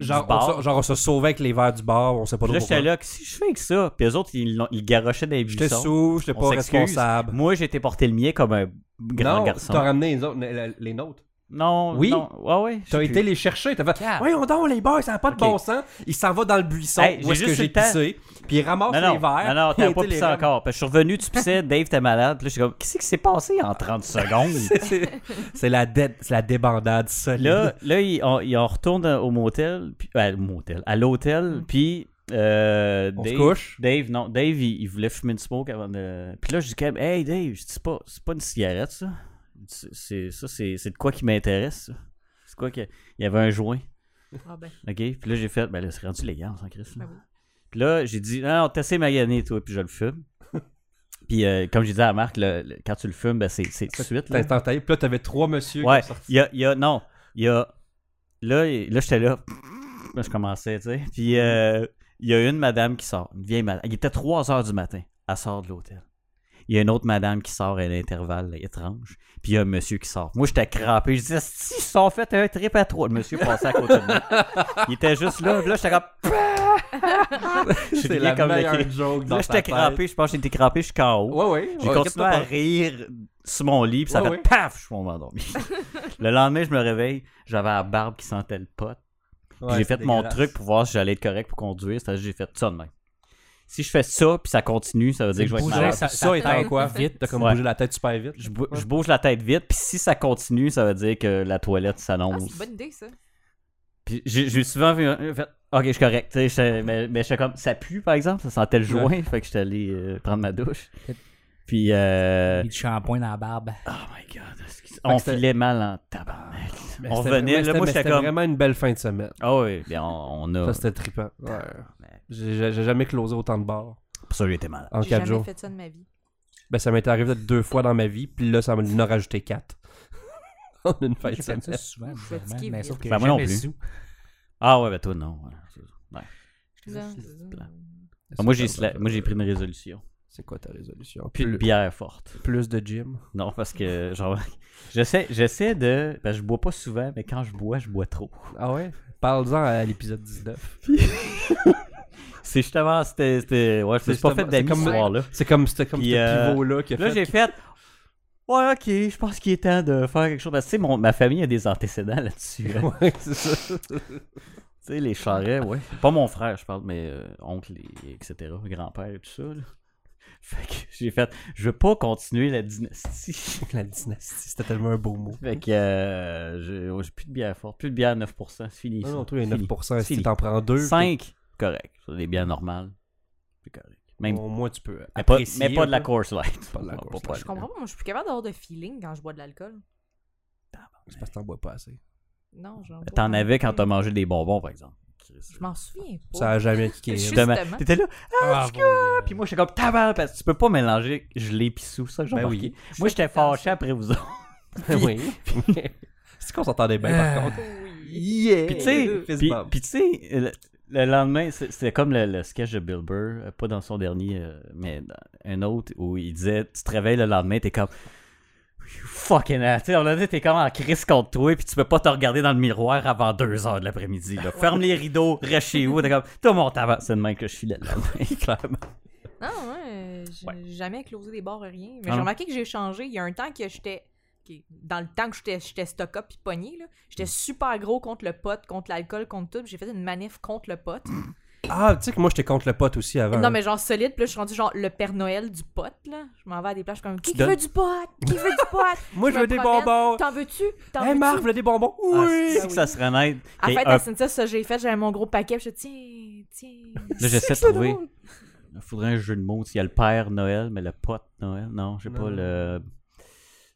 A: Genre,
B: du bar.
A: on, se- genre, on se sauvait avec les verres du bar, on sait pas
B: Puis
A: trop
B: là, j'étais
A: pourquoi.
B: là, qu'est-ce que je fais avec ça? Puis eux autres, ils, l'ont- ils garochaient dans les
A: J'étais
B: buissons.
A: sous, j'étais
B: On
A: pas
B: s'excuse.
A: responsable.
B: Moi, j'étais porté le mien comme un grand
A: non,
B: garçon.
A: t'as ramené les, autres, les, les nôtres.
B: Non.
A: Oui.
B: non. Ouais, ouais. je sais
A: T'as
B: plus.
A: été les chercher, t'as fait
D: Cap.
A: Voyons donc, les boys, ça n'a pas de
B: Ok.
A: bon sens. Il s'en va dans le buisson
B: Hey,
A: où
B: j'ai
A: est-ce que
B: juste eu
A: j'ai
B: le temps.
A: pissé, puis il ramasse
B: Non, non,
A: les verres.
B: non, non,
A: Ah, il a
B: t'as
A: été
B: pas
A: les
B: pissé
A: rendre.
B: encore. Parce que je suis revenu, tu pissais, Dave, t'es malade. Puis là, je suis comme, qu'est-ce qui s'est passé en 30 secondes?
A: C'est- c'est- C'est la, dé- c'est la débandade solide.
B: là, là il- on, il- on retourne au motel, puis, ouais, au motel, à l'hôtel, puis euh,
A: Mm. on se
B: Dave,
A: couche.
B: Dave, non, Dave, il, il voulait fumer une smoke avant de. Puis là, je dis quand même, hey Dave, je dis, c'est pas, c'est pas une cigarette, ça. C'est- C'est, ça, c'est, c'est de quoi qui m'intéresse, ça. C'est quoi que. Il y avait un joint,
C: Ah ben,
B: OK? Puis là, j'ai fait, ben là, c'est rendu légal, sans Christ. là.
C: Ben oui.
B: Puis là, j'ai dit, non, non, t'es assez magané, toi, puis je le fume. puis euh, comme j'ai dit à Marc, le- le- quand tu le fumes, ben c'est, c'est tout de suite, là.
A: Instantané. Puis là, t'avais trois messieurs
B: Ouais,
A: qui sont sortis.
B: il y a, il y a- non, il y a, là, il- là j'étais là, là, je commençais, tu sais, puis euh, il y a une madame qui sort, une vieille madame, il était 3 heures du matin, elle sort de l'hôtel. Il y a une autre madame qui sort à l'intervalle là, étrange, puis il y a un monsieur qui sort. Moi, j'étais crampé, je disais, si, ils se sont fait un trip à trois, le monsieur passait à côté de moi. Il était juste là, puis là, j'étais comme,
A: C'est
B: suis
A: la
B: lié comme le
A: meilleure
B: cri.
A: joke dans
B: là, j'étais
A: ta tête.
B: crampé, je pense que j'étais crampé, je suis KO.
A: Ouais, ouais.
B: J'ai
A: Ouais,
B: continué à
A: inquiète-toi
B: rire sur mon lit, puis ça
A: Ouais,
B: fait
A: ouais.
B: paf, je suis endormi. le lendemain, je me réveille, j'avais la barbe qui sentait le pot.
A: pas.
B: Puis
A: Ouais, c'est
B: j'ai fait mon
A: dégueulasse.
B: truc pour voir si j'allais être correct pour conduire, c'est-à-dire que j'ai fait ça de même. Si je fais ça, puis ça continue, ça veut dire que je vais être
D: Bouger
B: malade.
D: sa-
A: Puis
D: sa
A: ça étant
D: tête
A: quoi?
D: vite.
A: T'as comme
B: Ouais.
A: bougé la tête super vite.
B: Je, bou- je bouge la tête vite, puis si ça continue, ça veut dire que la toilette
C: ah,
B: s'annonce.
C: c'est une bonne idée, ça.
B: Puis j'ai j'ai souvent vu, un- fait, ok, je suis correct. tu sais, j'étais- Mais, mais j'étais comme, ça pue par exemple, ça sentait le joint, fait que j'étais allé euh, prendre ma douche. Puis euh,
D: Puis le shampoing dans la barbe.
B: Oh my god. On
A: c'était-
B: filait mal en tabarnak.
A: Mais
B: On
A: c'était-
B: revenait,
A: mais
B: là,
A: c'était-
B: moi
A: mais
B: j'étais
A: c'était
B: comme.
A: vraiment une belle fin de semaine.
B: Ah oui, bien, on, on a.
A: Ça, c'était trippant. Ouais. J'ai j'ai- j'ai jamais closé autant de bars
B: Pour ça, j'étais malade.
A: en
C: J'ai jamais
A: quatre jours.
C: fait ça de ma vie.
A: Ben, ça m'est arrivé peut-être deux fois dans ma vie, puis là, ça m'en a rajouté quatre. en une fin de
D: J'ai fait
A: semaine.
D: ça souvent,
C: Je suis
D: bizarrement,
C: fatiguée,
D: mais
C: vite.
D: sauf que
B: Ben, moi non
D: jamais
B: plus.
D: sous.
B: Ah ouais, ben toi, non. voilà, c'est ça.
C: Non,
D: c'est
C: c'est-
B: plat. Ah, moi, j'ai sla- moi, j'ai pris une résolution.
A: C'est quoi ta résolution?
B: Plus de
A: Plus,
B: bière forte.
A: plus de gym.
B: Non, parce que, genre. J'essaie, j'essaie de. Ben, je bois pas souvent, mais quand je bois, je bois trop.
A: Ah ouais? Parle-en à l'épisode 19.
B: C'est justement. C'était. c'était- Ouais, je me
A: C'est
B: suis pas fait
A: justement- c'est
B: d'amis ce
A: comme-
B: soir-là.
A: C'est comme, c'était comme
B: Puis,
A: ce
B: euh,
A: pivot-là qui a
B: Là,
A: fait
B: j'ai fait. Ouais, ok, je pense qu'il est temps de faire quelque chose. Parce que, tu sais, mon- ma famille a des antécédents là-dessus. hein.
A: Ouais, c'est ça.
B: Tu sais, les charrets, ouais. Pas mon frère, je parle, mais euh, oncle, et, etc., grand-père et tout ça. là. Fait que j'ai fait, je veux pas continuer la dynastie.
A: La dynastie, c'était tellement un beau mot.
B: Fait que euh, j'ai oh, j'ai plus de bière forte, plus de bière à 9%, c'est fini.
A: Non,
B: ça.
A: non, toi, il y a
B: Fini.
A: 9%. Si
B: Fini.
A: t'en prends deux,
B: 5, correct. Sur des bières normales, c'est correct. Même,
A: au moins, tu peux
B: mais, pas,
A: apprécier
B: mais pas
A: un
B: de la
A: peu.
B: course light.
A: Pas de la
B: Pas-
A: Coors
B: pas-
A: Light.
C: Je comprends pas, moi, je suis plus capable d'avoir de feeling quand je bois de l'alcool.
A: C'est parce que t'en bois pas assez.
C: Non, j'en
B: pas-
C: bois
B: T'en
C: pas.
B: avais quand t'as mangé des bonbons, par exemple.
C: Je m'en souviens pas.
A: Ça a jamais kické.
C: Oh. Je
A: hein.
C: suis-
B: Justement.
C: Justement.
B: T'étais là,
D: Ah,
B: puis moi j'étais comme tabarnak parce que tu peux pas mélanger gelé pis sous, ça que j'ai
A: Ben
B: remarqué.
A: oui.
B: Moi j'étais fâché après vous autres.
A: oui. C'est qu'on s'entendait bien,
C: Euh,
A: par contre. Yeah!
B: Puis tu sais, puis- puis tu sais, le, le lendemain, c'est- c'était comme le, le sketch de Bill Burr, euh, pas dans son dernier, euh, mais dans un autre où il disait, tu te réveilles le lendemain, t'es comme You fucking ass. Tu sais, on a dit, t'es comme en crise contre toi, puis tu peux pas te regarder dans le miroir avant 2 heures de l'après-midi. là. Ferme les rideaux, reste chez vous, t'es comme tout mon tabac, c'est de même que je filais le lendemain, clairement.
C: Non, ouais, euh, j'ai jamais closé des bars, rien. Mais
B: Ah
C: j'ai
B: non?
C: remarqué que j'ai changé. Il y a un temps que j'étais. ok, Dans le temps que j'étais- j'étais stock-up puis pogné, là, j'étais super gros contre le pot, contre l'alcool, contre tout. puis J'ai fait une manif contre le pot.
A: Ah, tu sais que moi, j'étais contre le pote aussi avant.
C: Non, mais genre solide, puis là, je suis rendu genre le Père Noël du pot, là. Je m'en vais à des plages comme Qui
A: donnes-
C: veut du pot Qui veut du pot
A: Moi, je
C: me
A: veux des
C: promène.
A: bonbons.
C: T'en veux-tu T'en
A: Hey, Marc,
C: veux-tu
A: vous voulez des bonbons?
B: Ah,
A: Oui!
B: c'est que ça serait net.
C: À
B: T'es
C: la fête
B: un-
C: à Cynthia, ça, j'ai fait, j'avais mon gros paquet, puis je dis, tiens, tiens.
B: Là, j'essaie de
C: C'est
B: trouver.
C: drôle.
B: Il faudrait un jeu de mots. Il y a le père Noël, mais le pote Noël. Non, je sais
A: Non.
B: pas le. Tu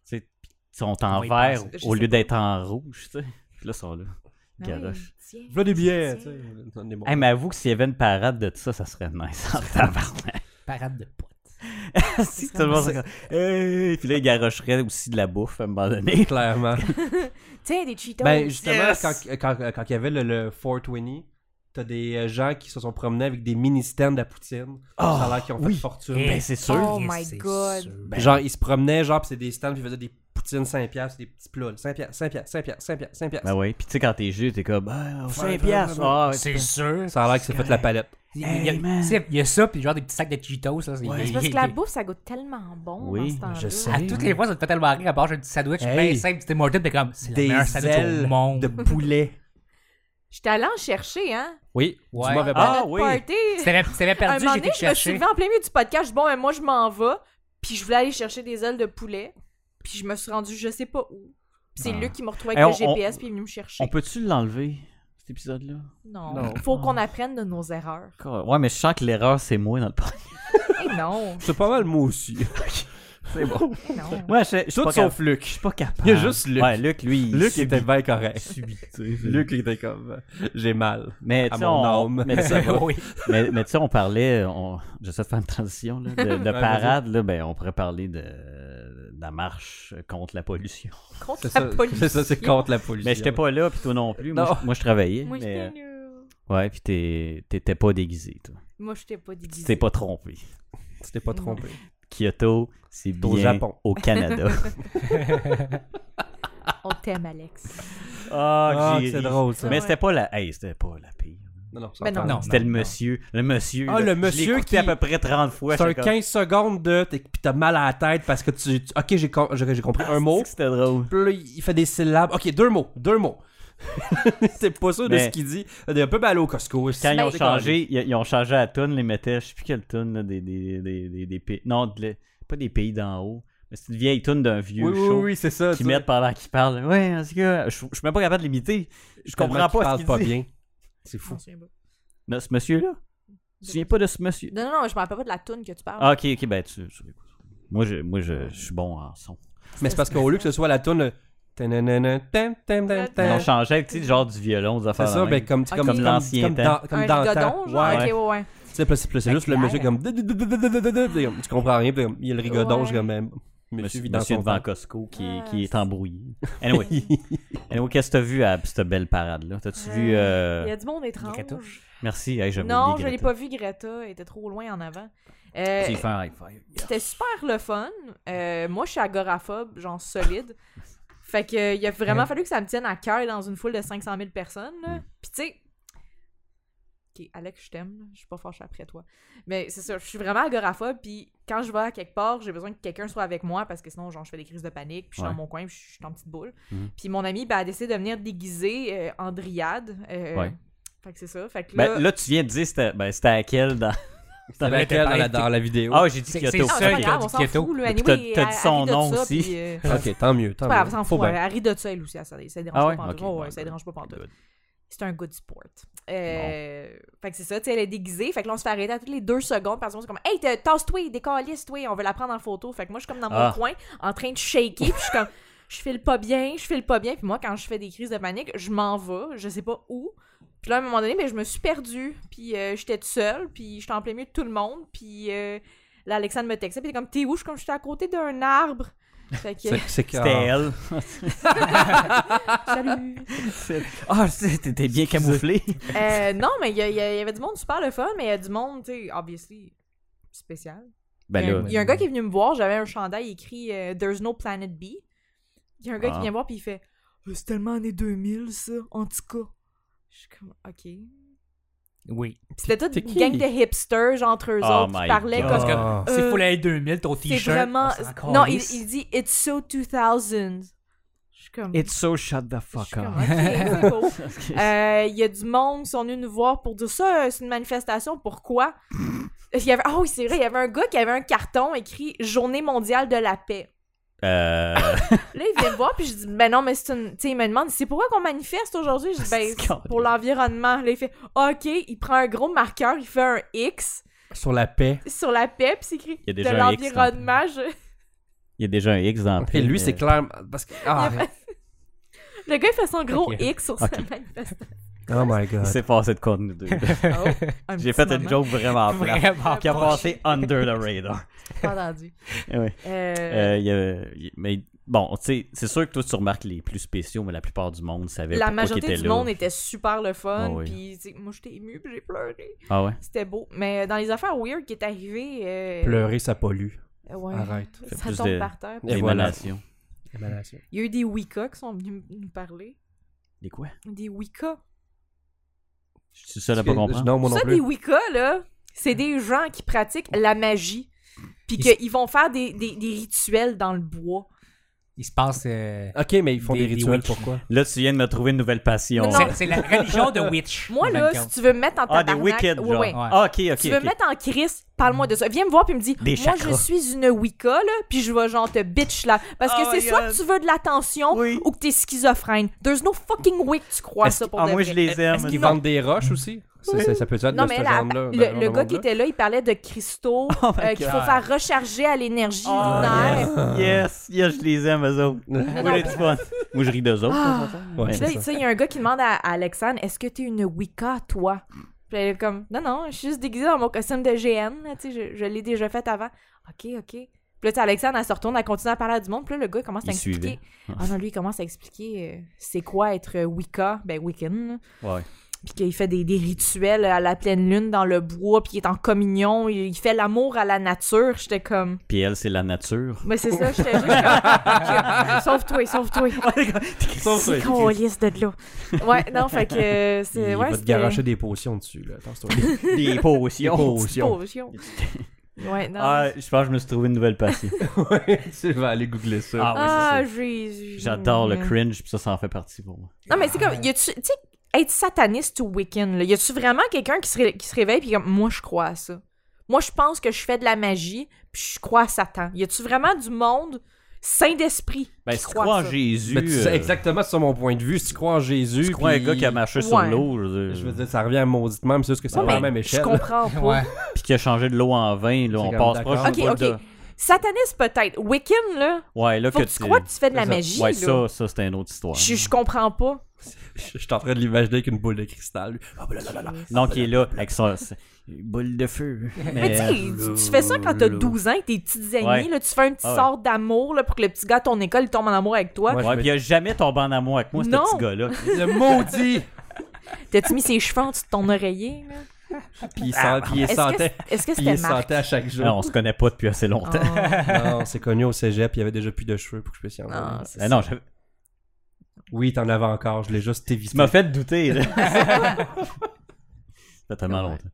B: sais, pis ils sont en
D: On va y
B: vert
D: penser.
C: Je
B: au
C: sais
B: lieu
C: pas.
B: d'être en rouge, tu sais. Puis là, ils sont là.
C: Ah oui,
B: Garoche.
C: tiens,
A: Vous des billets, tu
C: tiens.
A: sais. donne des bonbons.
B: Hey, mais avoue que s'il y avait une parade de tout ça, ça serait nice. En tabarnak.
D: Parade de potes.
B: si tout le monde serait comme, Hey! Puis là, ils garocheraient aussi de la bouffe à un moment donné.
A: Clairement.
C: Tiens, des Cheetos.
A: ben, justement,
B: Yes!
A: quand, quand, quand il y avait le, le 420, t'as des euh, gens qui se sont promenés avec des mini stands à Poutine. ça a l'air qu'ils ont fait
B: oui.
A: fortune.
D: Eh,
B: Ben, c'est sûr.
C: Oh my God.
A: genre, ils se promenaient, genre, pis c'est des stands, pis ils faisaient des Poutines 5$, piastres, des petits plats. 5$, piastres, 5$, piastres, 5$, piastres, 5$, piastres, 5$.
B: Ben ouais. Puis tu sais, quand t'es jeune, t'es comme, ah, 5
A: Ouais,
B: piastres.
A: ouais, ouais.
B: Ah, ouais,
D: C'est
B: c'est
D: sûr.
A: Ça a l'air que c'est fait de la palette.
D: Il y a- il y a-
B: Hey, man.
D: tu sais, il y a ça, puis genre des petits sacs de Cheetos. Là, c'est-
B: Ouais.
D: il-
C: C'est parce
D: il-
C: que la bouffe, ça goûte tellement bon
B: Oui,
C: dans ce temps-là.
A: je sais.
D: À toutes les fois, ça te fait tellement rire à part j'ai du sandwich
A: Hey.
D: bien simple, c'était mortel, t'es comme, c'est le
A: Des
D: meilleur sandwich
A: ailes
D: au monde.
A: de poulet.
C: J'étais allée en chercher, hein.
A: Oui,
D: Ouais.
A: tu m'avais
B: Ah,
A: pas.
C: Notre
B: oui.
C: party.
D: C'était c'était
C: À un
D: perdu,
C: moment
D: j'ai
C: donné,
D: été
C: je me suis
D: chercher.
C: levée en plein milieu du podcast. Je dis, bon, ben, moi, je m'en vais. Puis je voulais aller chercher des ailes de poulet. Puis je me suis rendue je sais pas où. Puis c'est
B: Ah.
C: Luc qui m'a retrouvée
B: Eh,
C: avec
B: on-
C: le GPS puis il est venu me chercher.
B: On peut-tu l'enlever, cet épisode-là?
C: Non.
B: Non.
C: Faut qu'on apprenne de nos erreurs.
B: Encore- Ouais, mais je sens que l'erreur, c'est moi dans le podcast.
C: Eh non.
A: C'est pas mal moi aussi.
B: C'est bon.
C: eh non.
B: Ouais, je, je suis
A: Tout
B: pas
A: sauf
B: capable.
A: Luc.
B: Je suis pas
A: Il
B: capable.
A: y a juste Luc.
B: Ouais, Luc, lui, il
A: Luc
B: subit-
A: était bien correct.
B: subit, tu sais.
A: Luc était comme euh, j'ai mal.
B: Mais
A: à
B: tu sais,
A: mon
B: on,
A: âme.
B: mais ça va.
D: Oui.
B: mais, mais tu sais, on parlait, on... j'essaie de faire une transition, là, de, de
A: Ouais,
B: parade, là, ben, on pourrait parler de, de la marche contre la pollution.
C: Contre
A: C'est
C: la
A: ça,
C: police.
A: c'est ça, c'est contre la pollution.
B: Mais j'étais pas là, puis toi non plus.
A: Non.
B: Moi, je- moi, je travaillais.
C: Moi,
B: mais,
C: j'étais nulle.
B: euh, ouais, puis t'es- t'étais pas déguisé, toi.
C: Moi, je t'ai pas dit.
B: Tu t'es pas trompé.
A: Tu t'es pas trompé.
B: Kyoto, c'est bien
A: au Japon.
B: au Canada.
C: On t'aime, Alex.
B: Ah,
A: Ah,
B: que j'ai
A: c'est
B: ri.
A: drôle ça.
B: Mais c'était pas la, hey, c'était pas la pire.
A: Non, non, ça
C: Ben
A: va.
C: non.
B: C'était le monsieur, le monsieur.
A: Ah,
B: là,
A: le
B: je l'ai
A: monsieur
B: écouté
A: qui-
B: à peu près 30 fois.
A: C'est un
B: j'étais
A: 15 secondes de. t'es- Puis t'as mal à la tête parce que tu. tu- ok, j'ai com- j'ai j'ai compris
C: Ah,
A: un
B: comme,
A: mot.
B: C'était drôle.
A: Puis là, il fait des syllabes. Ok, deux mots. Deux mots. c'est pas sûr de
B: Mais-
A: ce qu'il dit. Il est un peu mal au Costco.
B: Quand ils ont
C: Ben-
B: changé, ils, ils ont changé la toune, les mettaient, je sais plus quelle toune, là, des, des, des, des, des pays. Non, de- pas des pays d'en haut. Mais c'est une vieille toune d'un vieux
A: Oui, oui,
B: show.
A: oui, c'est ça.
B: Qui
A: tu sais.
B: mettent pendant qu'ils parlent. Ouais, en tout cas, je je suis même pas capable de l'imiter. Je comprends
A: Tellement qu'il
B: pas
A: parle
B: ce qu'il
A: pas
B: dit.
A: bien. C'est
C: Je
A: fou.
C: m'en souviens pas.
B: Non, ce monsieur-là. Tu te souviens pas de ce monsieur?
C: Non, non, non, je me rappelle pas de la toune que tu parles.
B: Ah, ok, ok, ben tu. tu- Moi, je, moi je, je suis bon en son.
A: Mais c'est parce qu'au lieu que ce soit la toune. tananana, tam, tam, tam,
B: Ils
A: tam.
B: ont changé avec, tu sais, genre du violon, des
A: C'est
B: affaires. de
A: ça,
B: même.
A: ben comme
C: Ok.
A: comme
C: Comme
B: Ah, l'ancien
A: comme
B: temps.
A: dans- Comme
C: un
A: dans le
C: rigodon,
A: temps.
C: genre.
A: Ouais.
C: Ok, ouais, ouais.
A: Tu sais, puis c'est puis c'est juste le
C: clair.
A: monsieur comme. Tu comprends rien. puis comme, Il y a le rigodon,
C: Ouais.
A: je suis comme. ben, Monsieur
B: Monsieur,
A: vit dans
B: monsieur
A: son
B: devant
A: temps.
B: Costco qui, est-
C: Ah,
B: qui est
C: c'est-
B: embrouillé. Anyway, anyway qu'est-ce que t'as vu à cette belle parade-là? T'as-tu vu... euh,
C: Il y a du monde étrange.
D: Greta.
B: Merci, hey, j'avais
C: Non,
B: oublié
C: je l'ai
B: Greta.
C: pas vu, Greta. Elle était trop loin en avant. Euh,
B: J'ai fait un high five.
C: C'était super le fun. Euh, moi, je suis agoraphobe, genre solide. fait que il a vraiment fallu que ça me tienne à cœur dans une foule de 500 000 personnes.
B: Mm.
C: là. Puis tu sais... Ok, Alex, je t'aime. là. Je suis pas fâchée après toi. Mais c'est ça, je suis vraiment agoraphobe. Puis quand je vais à quelque part, j'ai besoin que quelqu'un soit avec moi parce que sinon, genre, je fais des crises de panique. Puis je suis
B: Ouais.
C: dans mon coin, puis je suis en petite boule.
B: Mhm.
C: Puis mon ami, ben, a décidé de venir déguisé euh, en dryade. Euh,
B: Ouais.
C: Fait que c'est ça. Fait que là...
B: Ben, là, tu viens de dire, c'était ben, c'était à quel dans...
A: Dans
D: la-
A: laquelle, dans la- dans la vidéo.
B: Ah, j'ai dit
D: C'est-
B: Kyoto.
D: c'est
C: Ah,
D: ça
C: c'est pas
B: ok.
D: qui-
C: grave, on s'en
D: qui est au-
C: fout. là.
B: Puis t'as- t'as
C: Anyway,
B: dit
C: elle- elle
B: son
C: rit de
B: nom
C: ça,
B: aussi.
C: puis, euh,
A: Ah, Ok, tant mieux. Tant mieux.
C: C'est pas grave, s'en
A: Faut
C: fout.
A: bien.
C: Elle elle rit de ça, elle aussi. Ça, ça, ça dérange
B: Ah
C: pas
B: ouais?
C: pantoute.
B: Ok, ben.
C: Ouais,
B: bon,
C: ça dérange pas pantoute.
B: good.
C: C'est un good sport. Euh, Fait que c'est ça, tu sais, elle est déguisée. Fait que là, on se fait arrêter à toutes les deux secondes parce que c'est comme Hey, te- tasse-toi, décalisse-toi, on veut la prendre en photo. Fait que moi, je suis comme dans mon
B: Ah.
C: coin, en train de shaker, puis je suis comme Je file pas bien, je file pas bien. Puis moi, quand je fais des crises de panique, je m'en vais, je sais pas où. Puis là, à un moment donné, mais je me suis perdue. Puis euh, j'étais toute seule, puis j'étais en plein milieu de tout le monde. Puis euh, là, Alexandre me textait, puis il était comme T'es où Je suis comme Je suis à côté d'un arbre. Fait que
A: C'est- C'est
B: C'était
A: que-
B: elle.
C: salut.
B: Ah, c'est- t'étais bien camouflé.
C: Euh, non, mais il y, a- il y a- il y avait du monde super le fun, mais il y a du monde, tu sais, obviously, spécial. Il
B: Ben
C: y a-
B: là,
C: il y a un gars qui est venu me voir, j'avais un chandail écrit euh, There's no planet B. Il y a un gars
B: Ah.
C: qui vient me voir, puis il fait Euh, C'est tellement années 2000, ça, en tout cas. Je suis comme, OK. Puis
D: Oui.
C: c'était toute
A: t'es
C: une
A: qui?
C: gang de hipsters, genre entre eux
B: Oh
C: autres, qui
B: my
C: parlaient
B: God.
C: comme.
D: Parce que
A: Ah.
D: c'est
C: Euh,
D: full année 2000, ton
C: C'est
D: t-shirt.
C: vraiment.
D: on s'en
C: Non, il,
D: calisse.
C: il dit It's so 2000. Je suis comme.
B: It's so shut the
C: Je suis
B: fuck
C: comme,
B: up.
C: OK, c'est beau. Euh, Il y a du monde qui sont venus nous voir pour dire ça, euh, c'est une manifestation, pourquoi? Il y avait... Ah oui, c'est vrai, il y avait un gars qui avait un carton écrit Journée mondiale de la paix.
B: Euh...
C: Là, il vient me voir, puis je dis, ben non, mais c'est une. Tu sais, il me demande, c'est pourquoi qu'on manifeste aujourd'hui? Je dis, ben,
B: C'est
C: c'est pour l'environnement. Là, il fait, OK, il prend un gros marqueur, il fait un X
A: Sur la paix.
C: sur la paix, puis c'est écrit,
B: Il y a
C: de
B: déjà un X dans-
C: l'environnement. je-
B: Il y a déjà un X dans la
A: Et
B: pile,
A: lui,
B: mais-
A: c'est clair. Parce que. Ah,
C: Le gars, il fait son gros
D: Ok.
C: X sur
B: Ok.
C: sa manifestation.
A: oh my god.
B: Il s'est passé de quoi de nous deux.
C: Un
B: J'ai
C: petit
B: fait une
C: moment.
B: joke vraiment plate.
D: Vraiment
B: Qui a
D: pas.
B: passé under the radar.
C: Pas entendu.
B: Eh oui.
C: Euh,
B: Euh, il y a- il- mais bon, tu sais, c'est sûr que toi tu remarques les plus spéciaux, mais la plupart du monde savait
C: la
B: pourquoi qu'ils
C: majorité
B: étaient
C: du
B: là.
C: monde était super le fun.
B: Ah oui.
C: Puis tu sais, moi, j'étais émue, puis j'ai pleuré.
B: Ah ouais.
C: C'était beau. Mais euh, dans les affaires weird qui est arrivé. euh,
A: Pleurer, ça pollue.
C: ouais,
A: Arrête.
B: Fait
C: Ça
B: plus
C: tombe
B: de-
C: par terre.
A: Et voilà.
B: L'émanation.
C: Il y a eu des Wicca qui sont venus m- nous parler.
B: Des quoi
C: Des Wicca.
B: Je suis le seul à pas comprendre.
A: Non, moi non
C: ça,
A: plus.
C: des Wicca, là, c'est des gens qui pratiquent la magie. Puis
D: Ils-
C: qu'ils vont faire des, des, des rituels dans le bois.
D: Il se passe. euh,
A: Ok, mais Ah, ils font des,
D: Des- des
A: rituels,
D: witch.
A: pourquoi
B: Là, tu viens de me trouver une nouvelle passion.
C: Non,
D: C'est c'est la religion de Witch.
C: Moi, là, si tu veux me mettre en
B: Ah, des
C: tabarnak-
B: wicked,
C: Ouais,
B: genre.
C: ouais.
B: Ah, ok, ok.
C: tu veux
B: ok.
C: me mettre en crise, parle-moi de ça. Viens me voir puis me dis,
B: Des
C: moi je
B: chakras.
C: suis une Wicca, là, puis je vais genre te bitch là. Parce que
B: Oh
C: c'est
B: my
C: soit
B: God.
C: que tu veux de l'attention
B: Oui.
C: ou que t'es schizophrène. There's no fucking way que tu crois
B: Est-ce
C: ça
B: que-
C: pour
B: ah,
C: de
B: moi,
C: vrai.
B: je les aime.
A: Est-ce qu'ils vendent des roches aussi C'est- c'est- Ça peut être
C: Non,
A: de
C: mais
A: ce
C: là,
A: genre-là. Ben,
C: le, le gars qui était là, il parlait de cristaux
B: ben, Oh my
C: euh, qu'il faut
D: God.
C: faire recharger à l'énergie
B: Oh,
C: lunaire.
B: yes, yes, yes, je les aime, eux autres.
A: là.
B: Moi, j'ai du fun. Moi, je ris d'eux autres.
C: Ah.
A: Ouais,
C: Puis là,
A: c'est
C: tu
A: ça.
C: sais, il y a un gars qui demande à, à Alexandre Est-ce que t'es une Wicca, toi Puis elle est comme Non, non, je suis juste déguisée dans mon costume de GN. là, tu sais, je, je l'ai déjà fait avant. Ok, ok. Puis là, tu sais, Alexandre, elle se retourne, elle continue à parler à du monde. Puis là, le gars commence à
B: Il
C: expliquer.
B: suivait.
C: Ah non, lui, il commence à expliquer euh, c'est quoi être Wicca, ben Wiccan. là.
B: Ouais.
C: Puis qu'il fait des, des rituels à la pleine lune dans le bois, puis il est en communion, il, il fait l'amour à la nature. J'étais comme
B: Puis elle, c'est la nature.
C: Mais c'est ça, j'étais juste comme Sauve-toi, sauve-toi. C'est qu'on lisse de là. Ouais, non, fait que euh,
A: Il
C: c'est. Ouais,
A: va te
C: c'était-
A: garocher des potions dessus, là. Attends,
B: Des potions.
C: Petite potion. Ouais, non.
B: Ah, je pense que je me suis trouvé une nouvelle passion.
A: Tu vas aller googler ça.
C: Ah, j'ai.
B: J'adore le cringe, puis ça, ça en fait partie pour moi.
C: Non, mais c'est comme. Y a-tu. Tu sais, être sataniste ou Wiccan, là, y a-tu vraiment quelqu'un qui se, ré- qui se réveille puis comme, moi, je crois à ça? Moi, je pense que je fais de la magie puis je crois à Satan. Y a-tu vraiment du monde saint d'esprit
B: Ben,
C: qui
B: si tu
C: croit
B: crois
C: à
B: en
C: ça?
B: Jésus.
A: Mais tu sais
B: euh,
A: exactement sur mon point de vue, si tu crois en Jésus.
B: Tu crois à un
A: puis-
B: gars qui a marché sur
C: Ouais.
B: l'eau, je veux
A: Je
B: dire,
A: veux dire, ça revient mauditement, mais c'est juste que c'est
C: Ouais,
A: pas à
C: mais
A: la même échelle.
C: Ah, ben, Je comprends pas.
D: Ouais.
B: puis qui a changé de l'eau en vin, là, on
A: comme,
B: passe
A: d'accord.
B: pas. je
C: Ok,
B: sais pas,
C: ok.
B: là.
C: Sataniste, peut-être. Wiccan, là,
B: Ouais, là
C: faut que, tu crois que tu fais de la
A: C'est ça.
C: magie,
B: Ouais, ça,
C: là.
B: ça, c'était une autre histoire.
C: Je, je comprends pas.
A: Je suis en train de l'imaginer avec une boule de cristal. lui. Ah, blablabla.
B: Non, qui est là avec ça. Boule de feu. euh,
C: Mais tu sais, tu fais ça quand t'as 12 ans, avec tes petites amies,
B: Ouais.
C: là, tu fais un petit
B: Ah ouais.
C: sort d'amour là, pour que le petit gars à ton école il tombe en amour avec toi.
A: Moi,
B: Ouais, puis il a jamais tombé en amour avec moi, ce
C: Non.
B: petit gars-là.
A: Le maudit!
C: T'as-tu mis ses cheveux en dessous de ton oreiller? là?
A: Puis il, sent- puis il
C: Ah, Est-ce que
A: sentait,
C: Est-ce que
A: puis il
C: c'était Marc?
A: sentait à chaque jour.
B: Non, on se connaît pas depuis assez
C: Oh,
B: longtemps.
A: Non, on s'est connu au cégep, il y avait déjà plus de cheveux pour que je puisse y en
C: non,
A: avoir.
C: c'est
B: Ah
C: ça.
B: non, j'avais-
A: Oui, t'en avais encore, je l'ai juste
B: tu
A: évité.
B: m'as fait douter. là. Ça fait tellement longtemps.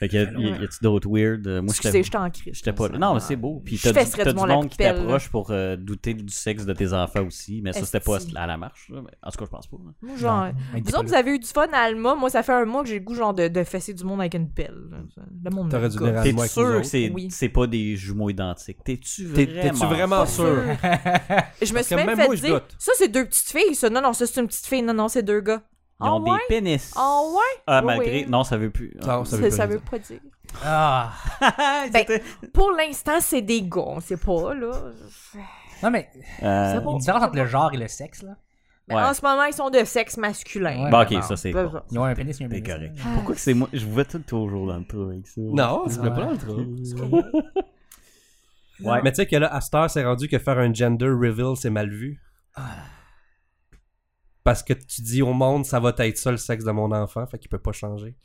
B: Fait que, y a- y a- y a-tu d'autres weird? Euh, Moi,
C: Excusez,
B: j'étais
C: j'étais en crise.
B: j'étais pas là. Non, mais c'est beau. Puis
C: Je
B: t'as du,
C: fesserais
B: t'as
C: du
B: du
C: monde la
B: monde qui
C: pipelle, là.
B: t'approche pour euh, douter du sexe de tes enfants aussi. Mais ça, c'était pas
C: Esti.
B: à la marche. là. Mais En tout cas, je pense pas. là.
C: Moi, genre,
D: euh,
C: vous autres, vous avez eu du fun à Alma. Moi, ça fait un mois que j'ai le goût genre, de, de fesser du monde avec une pelle. là. Le monde me
A: T'aurais dû
C: gosse.
A: venir à- Ben, Moi,
B: T'es
A: avec nous
B: sûr que
A: autres.
B: c'est
C: Oui.
B: c'est pas des jumeaux identiques? T'es-tu
A: T'es-
B: vraiment...
A: T'es-tu vraiment sûr?
C: Je me
A: Parce que
C: suis même,
A: même
C: fait
A: moi, je
C: dire,
A: doute.
C: ça, c'est deux petites filles. Ça. Non, non, ça, c'est une petite fille. Non, non, c'est deux gars.
B: Ils ont
C: Ah
B: des
C: ouais?
B: pénis.
C: Ah ouais?
B: Ah,
C: Oui,
B: malgré...
C: oui.
B: Non, ça veut plus. Ah.
A: Non, ça
C: Ça,
A: veut pas
C: ça
A: dire.
C: veut pas dire.
D: Ah.
B: C'était-
C: Pour l'instant, c'est des gars. On sait pas, là.
D: Non, mais il
B: Euh,
C: C'est
D: y a une différence entre le genre et le sexe, là.
C: Mais
B: Ouais.
C: En ce moment, ils sont de sexe masculin. Ah,
D: Ouais.
B: Bon, bah, ok, ça, c'est bon.
D: Ils ont un pénis, ils ont un
B: C'est
D: pénis.
B: correct. Pourquoi que c'est moi? Je vous vois tout toujours dans le trou avec ça.
A: Non, tu voulais pas dans le trou.
B: Ouais.
A: Mais tu sais que là, à cette heure, c'est rendu que faire un gender reveal, c'est mal vu.
B: Ah.
A: Parce que tu dis au monde, ça va être ça le sexe de mon enfant, fait qu'il peut pas changer.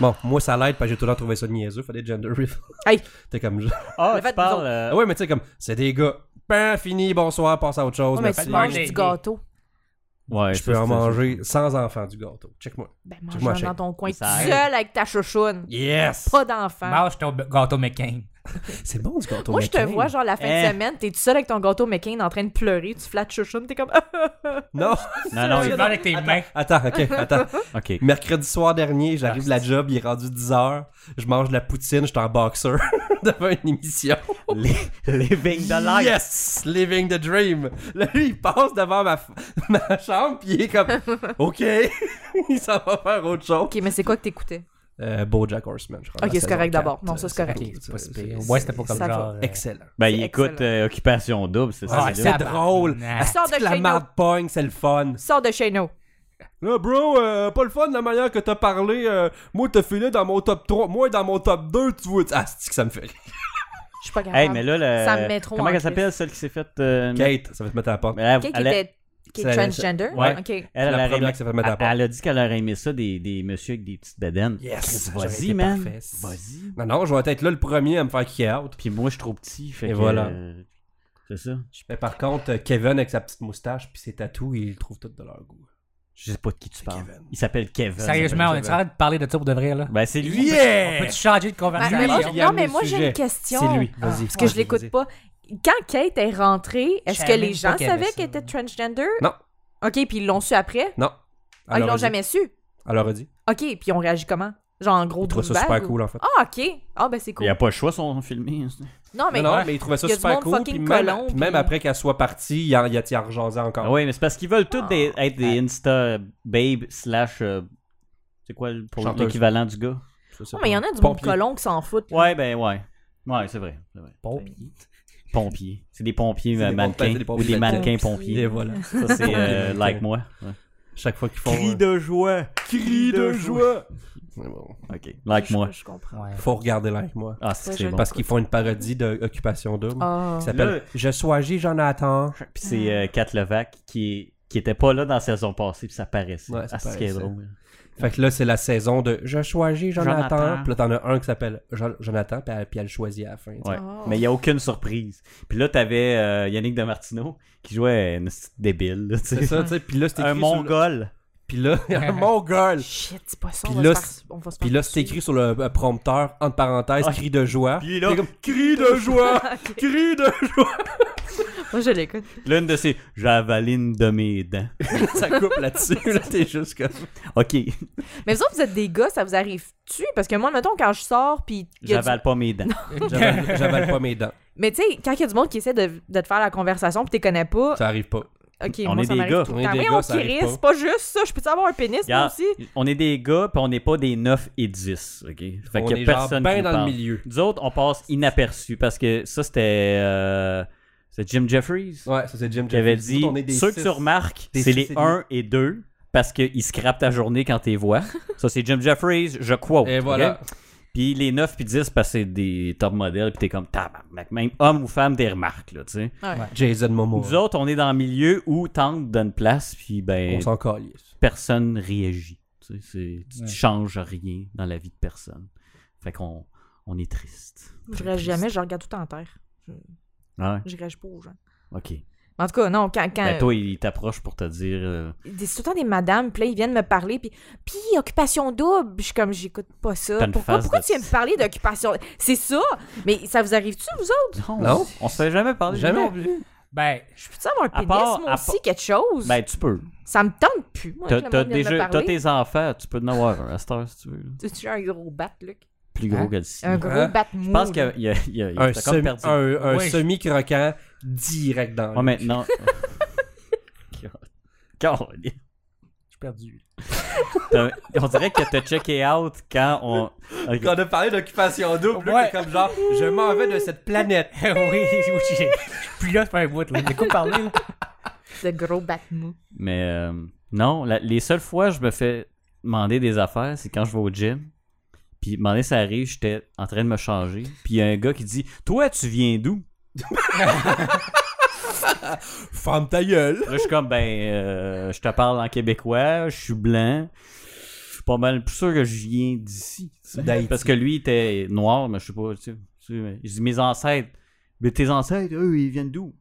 A: Bon, moi ça l'aide parce que j'ai toujours trouvé ça niaiseux, fallait gender reveal.
C: Hey.
A: T'es comme.
B: Ah,
C: Le fait
B: tu
C: que nous
B: parles.
C: autres-
A: Ah
B: euh,
A: ouais, mais tu sais, comme, c'est des gars. Ben, fini, bonsoir, passe à autre chose.
C: Ouais, Oh, mais
A: merci.
C: tu
D: Faites-le.
C: manges
D: Ouais.
C: du gâteau.
B: Ouais,
A: Je
B: ça,
A: peux en
B: c'est-
A: manger sans enfant du gâteau. Check-moi.
C: Ben,
A: Moi,
C: mange
A: je-
C: dans ton coin, tout
B: Ça aide.
C: seul avec ta chouchoune.
A: Yes!
C: Pas d'enfant.
D: Ah, Mange ton b- gâteau McCain.
A: C'est bon du gâteau.
C: Moi, je te
A: McCain.
C: vois, genre, la fin
B: Hein?
C: de semaine, t'es tout seul avec ton gâteau McCain en train de pleurer, tu flattes chouchoune, t'es comme.
A: Non!
B: Non, Ah, non,
D: Tu
B: il-
D: le manges avec tes mains.
A: Attends, ok, attends.
B: ok.
A: Mercredi soir dernier, j'arrive de
C: Ah,
A: la job, il est rendu 10h. Je mange de la poutine, je suis en boxeur devant une émission.
B: Living the life.
A: Yes! Living the dream! Là, lui, il passe devant ma, f- ma chambre, puis il est comme, OK, il s'en va faire autre chose.
C: ok, mais c'est quoi que t'écoutais?
A: Euh, Bojack Horseman, je crois.
C: Ok,
A: la
C: c'est
A: saison
C: correct
A: quatre.
C: d'abord. Non, ça, c'est correct.
D: Ok,
A: tout,
D: c'est pas si
A: c'est-
D: pire. Ouais, c'était pas comme
C: ça va.
D: genre. euh,
A: Excellent.
B: Ben,
C: C'est
B: écoute, euh, Occupation Double, c'est ça.
D: Ouais,
B: c'est
A: C'est
B: là.
D: Tabarnak.
A: drôle.
C: Sors de
A: C'est que la
C: chez nous.
A: merde pogne, c'est le fun.
C: Sors de chez nous.
A: Là, bro, euh, pas le fun la manière que t'as parlé. euh, moi, t'as filé dans mon top 3. Moi, dans mon top 2, tu vois. Ah, c'est que ça me fait. rire.
C: Je suis pas capable.
B: Hey, mais là, le-
C: Ça me met trop
B: comment
C: en
B: elle s'appelle, celle qui s'est faite. euh,
A: Kate, ça va te mettre à la porte.
B: mais elle,
C: Quelqu'un qui
B: elle,
C: était qui est
A: c'est-
C: transgender?
B: Ouais.
C: Ok.
B: elle,
A: C'est la
B: elle aurait
A: première
B: aimé-
A: qui s'est fait mettre à
B: elle-
A: part.
B: elle a dit qu'elle aurait aimé ça, des, des messieurs avec des petites bedaines.
A: Yes, j'aurais
B: Vas-y,
A: été
B: man.
A: parfait.
B: Vas-y.
A: Non, non, je vais être là le premier à me faire kick out.
B: Puis moi, je suis trop petit. Fait
A: Et
B: que,
A: voilà.
B: euh, C'est ça.
A: Mais par contre, euh, Kevin avec sa petite moustache puis ses tatous, ils le trouvent tout de leur goût.
B: Je Je sais pas de qui tu parles.
A: Kevin.
B: Il s'appelle Kevin.
D: Sérieusement, on est en train de parler de ça pour de vrai, là.
B: Ben, c'est lui.
D: On peut-tu
A: Yeah!
D: changer de
C: Ben,
D: conversation?
C: mais moi,
A: il
C: j'ai-
A: a
C: non,
A: amené
C: mais
A: le
C: moi, j'ai
A: sujet.
C: une question.
A: C'est lui, vas-y.
C: Parce que je l'écoute pas. Quand Kate est rentrée,
D: Je
C: est-ce que
D: savais
C: les
D: même
C: gens
D: pas qu'elle avait
C: savaient
D: ça.
C: qu'elle était transgender?
A: Non.
C: OK, puis ils l'ont su après?
A: Non.
C: Ah, ils l'ont jamais su?
A: Elle leur a dit.
C: OK, puis ils ont réagi comment? Genre, en gros,
A: Il trouvait ça
C: douchebag
A: super
C: ou-
A: cool, en fait.
C: Ah, OK. Ah, ben c'est
B: Il
C: cool.
B: n'y a pas le choix, son filmé. hein,
C: Non, mais...
A: non, non, mais il trouvait ça
C: il y a du
A: super
C: monde
A: cool.
C: fucking
A: Puis même,
C: colon,
A: puis
C: puis-
A: même après qu'elle soit partie, il en, il a- il en rejansait encore.
B: Ah oui, mais c'est parce qu'ils veulent tous des-
A: Ah.
B: être des Insta babe slash. euh, c'est quoi le- pour
A: Chanteuse.
B: l'équivalent du gars
A: Ça, c'est
C: Non, mais il y en a du monde
A: Pompier.
C: colon qui s'en foutent.
B: Ouais, ben ouais. Ouais, c'est vrai. c'est vrai.
D: Pompier.
B: Pompiers. C'est des pompiers
A: C'est
B: euh,
A: des pompiers,
B: mannequins.
A: c'est des
B: Ou
A: pompiers
B: des mannequins
C: mannequins.
A: Et
B: pompiers.
A: voilà.
B: Ça, c'est euh,
A: Pompiers.
B: like moi. Ouais.
A: Chaque fois qu'ils font. euh,
B: de joie.
A: Cri de joie! C'est bon.
B: Ok, like
C: Je-
B: moi.
C: Je comprends.
D: Ouais.
A: Faut regarder like moi.
B: Ah, c'est
C: Ouais,
B: c'est
C: je-
B: bon.
A: Parce qu'ils font une parodie d'Occupation Double
C: Ah.
A: qui s'appelle
B: Là-
A: Je suis agi, Jonathan.
B: Puis c'est euh, Kat Levac qui, qui était pas là dans la saison passée, puis ça paraissait.
A: Ouais, ça
B: ah, c'est ce qui est
A: paraissait.
B: drôle.
A: Fait que là, c'est la saison de Je choisis Jonathan.
B: Jonathan.
A: Puis là, t'en as un qui s'appelle Jo- Jonathan, puis elle, puis elle choisit à la fin. tu sais.
B: Ouais.
C: Oh.
B: Mais il n'y a aucune surprise. Puis là, t'avais euh, Yannick Damartino qui jouait une petite débile. là, tu sais.
A: C'est ça, tu sais. Puis là, c'est écrit.
B: Un
A: sur
B: mongol.
A: le- Puis là, un mongol.
C: Shit, c'est pas ça.
A: Puis
C: on va
A: là,
C: se faire- on va se
A: Puis
C: faire
A: là, c'est
C: poursuivre.
A: écrit sur le euh, prompteur, entre parenthèses,
B: Ouais.
A: cri de joie.
B: Puis là-
A: T'es comme, cri de joie!
C: Ok.
A: cri de joie!
C: Moi, je l'écoute.
B: L'une de ces « javaline de mes dents
A: ça coupe là-dessus, là, t'es juste comme. ».
B: OK,
C: Mais vous autres, vous êtes des gars, ça vous arrive-tu? Parce que moi, mettons, quand je sors, puis... il y a du-
B: j'avale pas mes dents.
A: J'avale j'avale pas mes dents.
C: Mais tu sais, quand il y a du monde qui essaie de, de te faire la conversation, puis t'es connais pas,
A: Ça arrive pas.
C: ok,
B: On
C: moi,
B: est
C: ça
B: des
C: m'arrive
B: gars.
C: tout
A: On
C: le
A: est
C: temps.
A: des
C: Voyons,
A: gars, ça arrive
C: Chris,
A: pas.
C: c'est pas juste ça. Je peux-tu avoir un pénis, moi
B: Regarde,
C: aussi?
B: on est des gars, puis on n'est pas des 9 et 10, OK? Fait
A: On
B: qu'il y a
A: est genre
B: personne
A: ben
B: qui nous
A: dans
B: parle.
A: le milieu.
B: Nous autres, on passe inaperçus, parce que ça, c'était... euh, c'était Jim Jeffries
A: Ouais, ça c'est Jim
B: qui avait
A: Jeffries.
B: dit
A: On est des
B: ceux
A: six.
B: que tu remarques,
A: Des
B: c'est
A: six
B: les
A: et demi.
B: 1 et 2 parce qu'ils scrapent ta journée quand t'es vois. Ça, c'est Jim Jeffries, je quote.
A: Et voilà.
B: ok? Puis les 9 puis 10 parce que c'est des top modèles, puis t'es comme tabarnak. Même homme ou femme, des remarques, là, tu sais.
A: Jason Momoa.
B: Nous autres, on est dans le milieu où tente donne place, puis ben,
A: On s'en calisse.
B: personne réagit. Tu, sais, c'est- tu- tu
D: Ouais.
B: changes rien dans la vie de personne. Fait qu'on on est triste.
C: Je réagis jamais, je regarde tout en terre.
B: Ouais,
C: Je réagis pas aux gens.
B: ok.
C: Mais En tout cas, non, quand... quand
A: Euh,
B: Ben, toi, il t'approche pour te dire. euh,
C: des- C'est tout le temps des madames, puis là, ils viennent me parler, puis, puis occupation double. Je suis comme, j'écoute pas
B: T'as
C: ça.
B: une
C: Pourquoi,
B: face
C: pourquoi
B: de-
C: tu viens me parler d'occupation? C'est ça! Mais ça vous arrive-tu, vous autres?
A: Oh, Non.
B: On se fait jamais parler.
A: Jamais.
B: Non, plus.
D: Ben,
C: Je peux-tu avoir un
B: À
C: pénis,
B: part-
C: moi
B: à
C: aussi, quelque chose?
B: Ben, tu peux.
C: ça me tente plus, moi,
B: T'as
C: que le
B: t'as
C: monde vienne me
B: déjà t'as
C: parler.
B: tes enfants, tu peux en avoir un à cette heure si tu veux. là.
C: Tu tu as un gros bat, Luc.
B: Plus gros
D: Hein?
B: que le sien.
C: Un gros
A: Hein?
C: bat mou.
B: Je pense qu'il y
C: là.
B: a, il y a, il y a- il
A: Un,
B: t'a comme
A: semi,
B: perdu.
A: un- un
D: Ouais, je-
A: semi-croquant direct dans
B: Ouais,
A: le-
B: maintenant. Caroline.
D: je suis perdu.
B: T'as- On dirait que t'as checké out quand on. Ok.
A: Quand on a parlé d'occupation double, là,
D: Ouais.
A: t'es comme genre, je m'en vais de cette planète.
D: oui, oui, j'ai- je suis plus là, c'est pas un bout, là. J'écoute parler, là.
C: Ce gros bat mou.
B: Mais euh, non, la- les seules fois que je me fais demander des affaires, c'est quand je vais au gym. Puis demander ça arrive, j'étais en train de me changer. Puis il y a un gars qui dit Toi, tu viens d'où
A: Ferme ta gueule.
B: Là, je suis comme Ben, euh, je te parle en québécois, je suis blanc. Je suis pas mal plus sûr que je viens d'ici. tu sais.
A: D'Haïti.
B: Parce que lui, il était noir, mais je sais pas. Tu sais, tu sais, mais je dis Mes ancêtres. Mais tes ancêtres, eux, ils viennent d'où